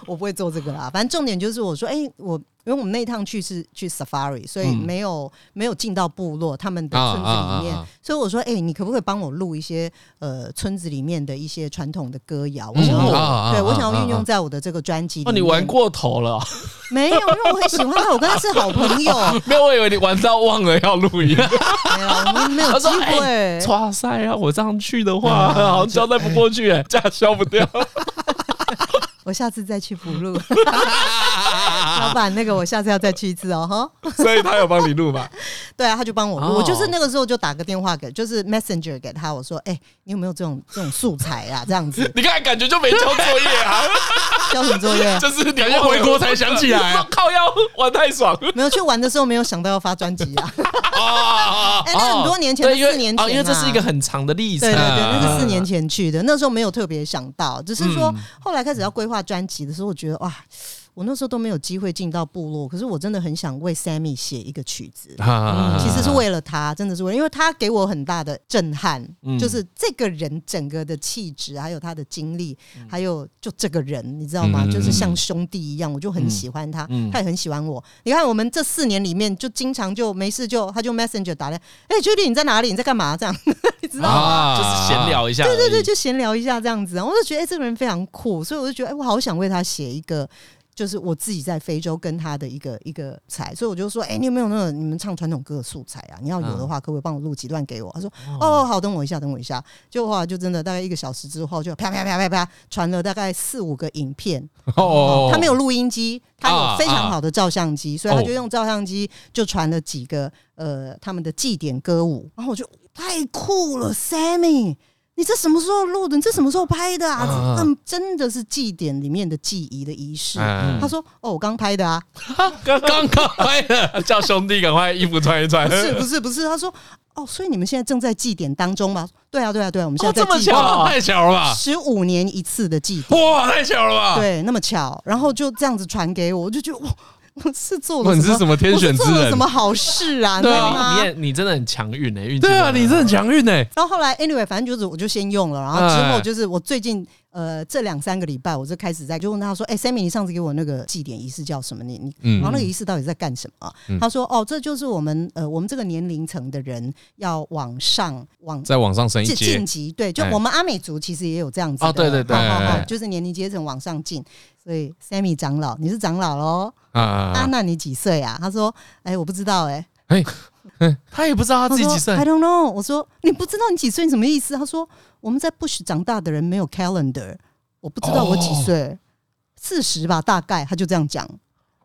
Speaker 4: 我不会做这个啦。反正重点就是我说，哎、我因为我们那一趟去是去 safari，所以
Speaker 1: 嗯
Speaker 4: 没有、没有进到部落他们的
Speaker 2: 啊
Speaker 4: 村子里面，
Speaker 2: 啊啊啊
Speaker 4: 所以我说，哎、你可不可以帮我录一些呃村子里面的一些传统的歌谣？我想要
Speaker 2: 嗯啊啊啊
Speaker 4: 对我
Speaker 2: 啊
Speaker 4: 想
Speaker 2: 啊
Speaker 4: 要运用在我的这个专辑里
Speaker 1: 哦，
Speaker 4: 面。
Speaker 1: 你玩过头了 哦，
Speaker 4: 没有？因为我很喜欢他，我跟他是好朋 友。
Speaker 1: 没有，我以为你玩到忘了要录音。
Speaker 4: 没有，我们没有
Speaker 1: 他
Speaker 4: 机
Speaker 1: 说
Speaker 4: 会。
Speaker 2: 哎
Speaker 1: 哇塞啊！我这样去的话， 好像交代不过去、欸，价消不掉。
Speaker 4: 我下次再去补 录。 老板，那个我下次要再去一次哦，哈。
Speaker 1: 所以他有帮你录吧？
Speaker 4: 对啊，他就帮我录，
Speaker 1: 哦
Speaker 4: 我就是那个时候就打个电话给，就是 Messenger 给他，我说，哎、你有没有这种这种素材啊？ 这样子
Speaker 1: 你看，感觉就没交作业 啊，
Speaker 4: 交什 么作业？
Speaker 1: 就是你
Speaker 2: 感觉回国才想起 来
Speaker 1: 靠腰玩太 爽了
Speaker 4: 没有去玩的时候没有想到要发专辑 啊。
Speaker 1: 哦啊！
Speaker 4: 哎、那很多年前，
Speaker 1: 对，因
Speaker 4: 四
Speaker 1: 为
Speaker 4: 年前、
Speaker 1: 啊，
Speaker 4: 啊
Speaker 1: 因为这是一个。很长的历程
Speaker 4: 对对对，
Speaker 1: 啊，嗯
Speaker 4: 那是四年前去的，那时候没有特别想到，只是说后来开始要规划专辑的时候，我觉得哇，我那时候都没有机会进到部落，可是我真的很想为 Sammy 写一个曲子。
Speaker 2: 啊
Speaker 4: 其实是为了他，真的是为了，因为他给我很大的震撼，
Speaker 1: 嗯
Speaker 4: 就是这个人整个的气质，还有他的经历，
Speaker 1: 嗯
Speaker 4: 还有就这个人，你知道吗？
Speaker 2: 嗯
Speaker 4: 就是像兄弟一样，我就很喜欢他，
Speaker 1: 嗯
Speaker 4: 他也很喜欢我。你看，我们这四年里面，就经常就没事就他就 Messenger 打来，哎、j u d y 你在哪里？你在干嘛？这样，你知道吗？
Speaker 2: 啊
Speaker 1: 就是闲。聊一下而已。
Speaker 4: 对对对，就闲聊一下这样子，然后我就觉得，哎、这个人非常酷，所以我就觉得，哎、我好想为他写一个，就是我自己在非洲跟他的一个一个彩，所以我就说，哎、你有没有那种你们唱传统歌的素材啊？你要有的话，
Speaker 1: 嗯
Speaker 4: 可不可以帮我录几段给我？他说，哦，好，等我一下，等我一下。就后来就真的大概一个小时之后，就啪啪啪啪啪传了大概四五个影片，
Speaker 2: 哦，
Speaker 4: 他没有录音机，他
Speaker 2: 啊
Speaker 4: 有非常好的照相机，所以他
Speaker 2: 哦
Speaker 4: 就用照相机就传了几个呃他们的祭典歌舞，然后我就太酷了，Sammy。你这什么时候录的？你这什么时候拍的啊？
Speaker 2: 啊
Speaker 4: 这嗯，真的是祭典里面的祭仪的仪式。
Speaker 2: 嗯
Speaker 4: 他说：“哦，我刚拍的啊，
Speaker 1: 刚刚刚拍的， 叫兄弟赶快衣服穿一穿。
Speaker 4: 不是不是不是。”他说：“哦，所以你们现在正在祭典当中吗？”对啊对啊对啊，我们现在
Speaker 1: 哦这
Speaker 4: 在
Speaker 1: 么
Speaker 4: 祭典
Speaker 1: 巧啊
Speaker 2: 哇，太巧了吧！
Speaker 4: 十五年一次的祭典。
Speaker 2: 哇，太巧了吧！
Speaker 4: 对，那么巧，然后就这样子传给我，我就觉得哇，我是做
Speaker 2: 哇
Speaker 4: 了
Speaker 2: 你
Speaker 4: 什么？
Speaker 2: 是什么天
Speaker 4: 我是
Speaker 2: 选之
Speaker 4: 做了
Speaker 2: 人
Speaker 4: 什么好事啊？你知
Speaker 1: 对
Speaker 4: 道
Speaker 1: 啊，
Speaker 4: 吗
Speaker 1: 你也你真的很强运哎，运气
Speaker 2: 对啊，
Speaker 1: 真的
Speaker 2: 你
Speaker 1: 很
Speaker 2: 是
Speaker 1: 好
Speaker 2: 很强运哎，
Speaker 4: 然后后来，anyway，反正就是我就先用了，然后之后就是我最近呃这两三个礼拜，我就开始在就问他说，哎、s a m m y 你上次给我那个祭典仪式叫什么？你你，
Speaker 2: 嗯
Speaker 4: 然后那个仪式到底在干什么啊、
Speaker 2: 嗯
Speaker 4: 他说，哦，这就是我们呃我们这个年龄层的人要往上往
Speaker 2: 再往上升一
Speaker 4: 晋
Speaker 2: 阶
Speaker 4: 晋，级，对，就
Speaker 2: 哎
Speaker 4: 我们阿美族其实也有这样子的，啊
Speaker 1: 哦对对对
Speaker 4: 好好好
Speaker 2: 哎
Speaker 4: 就是年龄阶层往上进。所以，Sammy 长老，你是长老喽？啊，
Speaker 2: 啊，
Speaker 4: 那你几岁啊？他说，哎、我不知道、哎，
Speaker 1: 他也不知道他
Speaker 4: 他
Speaker 1: 自己几
Speaker 4: 说
Speaker 1: 岁
Speaker 4: ，I don't know。我说，你不知道你几岁，你什么意思？他说，我们在 Bush 长大的人没有 calendar，我不知道我几岁，四十、吧，大概。他就这样讲，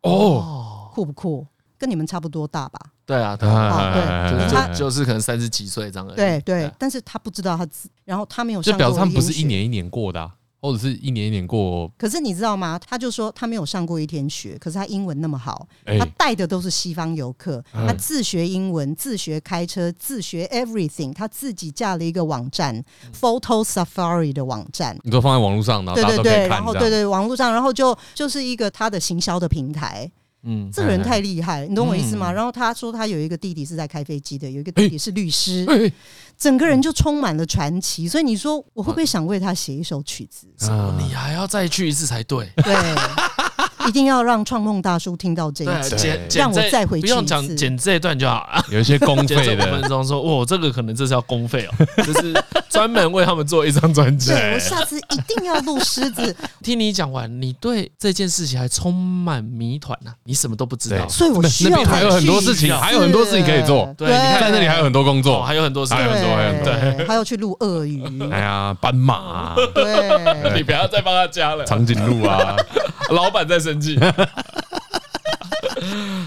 Speaker 2: 哦，
Speaker 4: 酷不酷？跟你们差不多大吧？
Speaker 1: 对啊，对啊，
Speaker 4: 啊
Speaker 1: 就是
Speaker 4: 他
Speaker 1: 就就是可能三十几岁这样而已。
Speaker 4: 对对，但是他不知道他自，然后他没有上
Speaker 2: 就
Speaker 4: 过
Speaker 2: 表示他们不是
Speaker 4: 天
Speaker 2: 一
Speaker 4: 学
Speaker 2: 年一年过的啊，或者是一年一年过，
Speaker 4: 可是你知道吗？他就说他没有上过一天学，可是他英文那么好，
Speaker 2: 哎嗯
Speaker 4: 他带的都是西方游客，他自学英文、自学开车、自学 everything，他自己架了一个网
Speaker 2: 嗯
Speaker 4: 站，Photo Safari 的网站。
Speaker 2: 你说放在网络上，然后
Speaker 4: 对
Speaker 2: 啊大家都
Speaker 4: 对
Speaker 2: 可
Speaker 4: 对，
Speaker 2: 以
Speaker 4: 然
Speaker 2: 看，
Speaker 4: 后
Speaker 2: 这
Speaker 4: 对
Speaker 2: 样
Speaker 4: 对网络上，然后就就是一个他的行销的平台，
Speaker 1: 嗯，
Speaker 4: 这个
Speaker 2: 哎
Speaker 4: 人太厉害了，你懂我意思
Speaker 2: 嗯
Speaker 4: 吗？然后他说他有一个弟弟是在开飞机的，有一个弟弟是律师，
Speaker 2: 哎
Speaker 4: 整个人就充满了传奇。所以你说我会不会想为他写一首曲子？
Speaker 2: 嗯啊
Speaker 1: 你还要再去一次才对。
Speaker 4: 对，一定要让创梦大叔听到这一集。
Speaker 1: 对，剪
Speaker 4: 让
Speaker 1: 剪
Speaker 4: 我
Speaker 1: 这
Speaker 4: 再回
Speaker 1: 不
Speaker 4: 去
Speaker 1: 用
Speaker 4: 一
Speaker 1: 讲
Speaker 4: 次
Speaker 1: 剪这一段就好了。
Speaker 2: 有一些 公
Speaker 1: 剪这
Speaker 2: 费
Speaker 1: 五分
Speaker 2: 的，
Speaker 1: 钟说，哇，这个可能这是要公费哦， 就是专门为他们做一张专辑。
Speaker 4: 对我下次一定要录狮子，
Speaker 1: 听你讲完，你对这件事情还充满谜团呢，你什么都不知道
Speaker 2: 对。
Speaker 4: 所 以我需
Speaker 2: 那
Speaker 4: 要
Speaker 2: 边还有
Speaker 4: 再
Speaker 2: 很
Speaker 4: 去
Speaker 2: 多
Speaker 4: 一
Speaker 2: 事情，
Speaker 4: 次
Speaker 2: 还有很多事情可以做，
Speaker 1: 对你看
Speaker 2: 在那里还有很多工
Speaker 1: 哦，
Speaker 2: 作
Speaker 1: 还，有很多事
Speaker 2: 还有很多还有很
Speaker 4: 对，还有去录鳄 鱼，
Speaker 2: 哎呀，斑马啊，
Speaker 4: 对，
Speaker 1: 你不要再帮他加 了，
Speaker 2: 长颈鹿啊，
Speaker 1: 老板在生 气。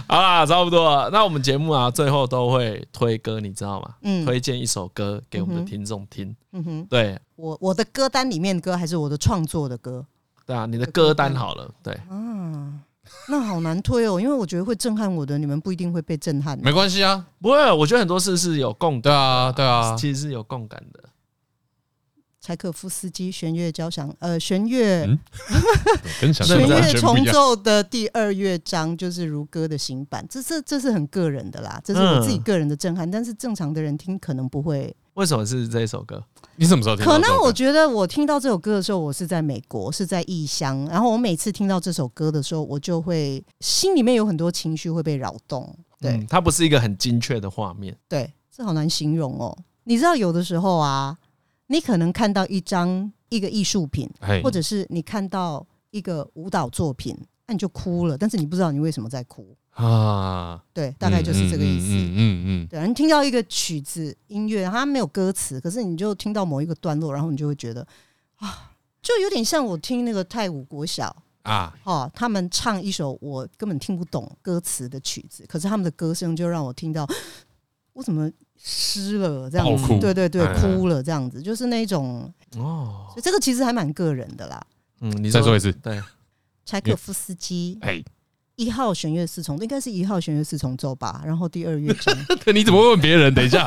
Speaker 1: 好啦，差不多了。那我们节目啊，最后都会推歌，你知道吗？
Speaker 4: 嗯
Speaker 1: 推荐一首歌给我们的听众听。
Speaker 4: 嗯哼，
Speaker 1: 对
Speaker 4: 我我的歌单里面的歌还是我的创作的歌，
Speaker 1: 对啊，你的歌单好了。对，
Speaker 4: 啊那好难推哦，因为我觉得会震撼我的，你们不一定会被震撼。
Speaker 2: 没关系啊，
Speaker 1: 不会，我觉得很多事是有共
Speaker 2: 对
Speaker 1: 感，
Speaker 2: 啊，对啊，
Speaker 1: 其实是有共感的。
Speaker 4: 柴可夫斯基弦乐交响，呃，弦乐
Speaker 2: 嗯跟想象
Speaker 4: 弦
Speaker 2: 中完
Speaker 4: 乐
Speaker 2: 全不一
Speaker 4: 重
Speaker 2: 样。
Speaker 4: 奏的第二乐章就是如歌的新版，这这这是很个人
Speaker 2: 嗯
Speaker 4: 的啦，这是我自己个人的震撼，但是正常的人听可能不会
Speaker 1: 为什么是这首歌？
Speaker 2: 你什么时候听到
Speaker 4: 可
Speaker 2: 这首歌？
Speaker 4: 能我觉得我听到这首歌的时候，我是在美国，是在异乡。然后我每次听到这首歌的时候，我就会心里面有很多情绪会被扰动。对、
Speaker 1: 嗯，它不是一个很精确的画面，
Speaker 4: 对，这好难形容哦。你知道，有的时候啊，你可能看到一张一个艺术品，
Speaker 2: 嘿
Speaker 4: 或者是你看到一个舞蹈作品，那你就哭了，但是你不知道你为什么在哭。
Speaker 2: 啊，
Speaker 4: 对，大概就是这个意思。
Speaker 2: 嗯嗯嗯
Speaker 4: 对啊，你听到一个曲子音乐，它没有歌词，可是你就听到某一个段落，然后你就会觉得啊，就有点像我听那个泰武国小
Speaker 2: 嗯啊，
Speaker 4: 哦，他们唱一首我根本听不懂歌词的曲子，可是他们的歌声就让我听到我怎么湿了这样
Speaker 2: 爆哭
Speaker 4: 子，对对对，
Speaker 2: 哎
Speaker 4: 哭了这样子，就是那种
Speaker 1: 哦，
Speaker 4: 所以这个其实还蛮个人的啦。
Speaker 1: 嗯，你
Speaker 2: 你再说一次，
Speaker 1: 对，
Speaker 4: 柴可夫斯基
Speaker 2: 哎，
Speaker 4: 一号弦乐四重，应该是一号弦乐四重奏吧，然后第二乐 章。
Speaker 2: 你怎么会问别人？等一下，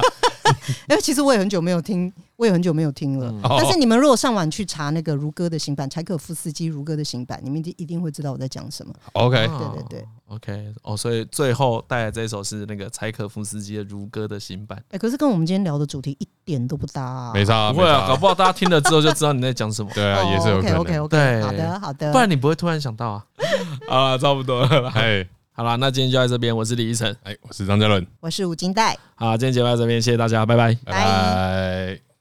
Speaker 4: 因为其实我也很久没有听，我也很久没有听了。但是
Speaker 2: 哦
Speaker 4: 你们如果上网去查那个如歌的新版，柴可夫斯基如歌的新版，你们一定一定会知道我在讲什么。
Speaker 2: ，OK，
Speaker 4: 对对对，
Speaker 1: 哦，OK，哦，所以最后带来这首是那个柴可夫斯基的《如歌》的新版。
Speaker 4: 哎、可是跟我们今天聊的主题一点都不搭、啊。
Speaker 2: 没差，
Speaker 1: 不会
Speaker 2: 没
Speaker 1: 啊，
Speaker 2: 差，
Speaker 1: 搞不好大家听了之后就知道你在讲 什么
Speaker 2: 对啊，也是有可
Speaker 4: OK
Speaker 2: 能。
Speaker 4: OK
Speaker 1: 对
Speaker 4: OK，好哦的好的。
Speaker 1: 不然你不会突然想到啊。 啊，差不多了啦。
Speaker 2: 哎
Speaker 1: 好啦，那今天就在这边，我是李依晨。
Speaker 2: 哎，我是张嘉伦，
Speaker 4: 我是吴金代。
Speaker 1: 好，今天节目到这边，谢谢大家，拜拜。
Speaker 2: 拜
Speaker 4: 拜
Speaker 2: 拜。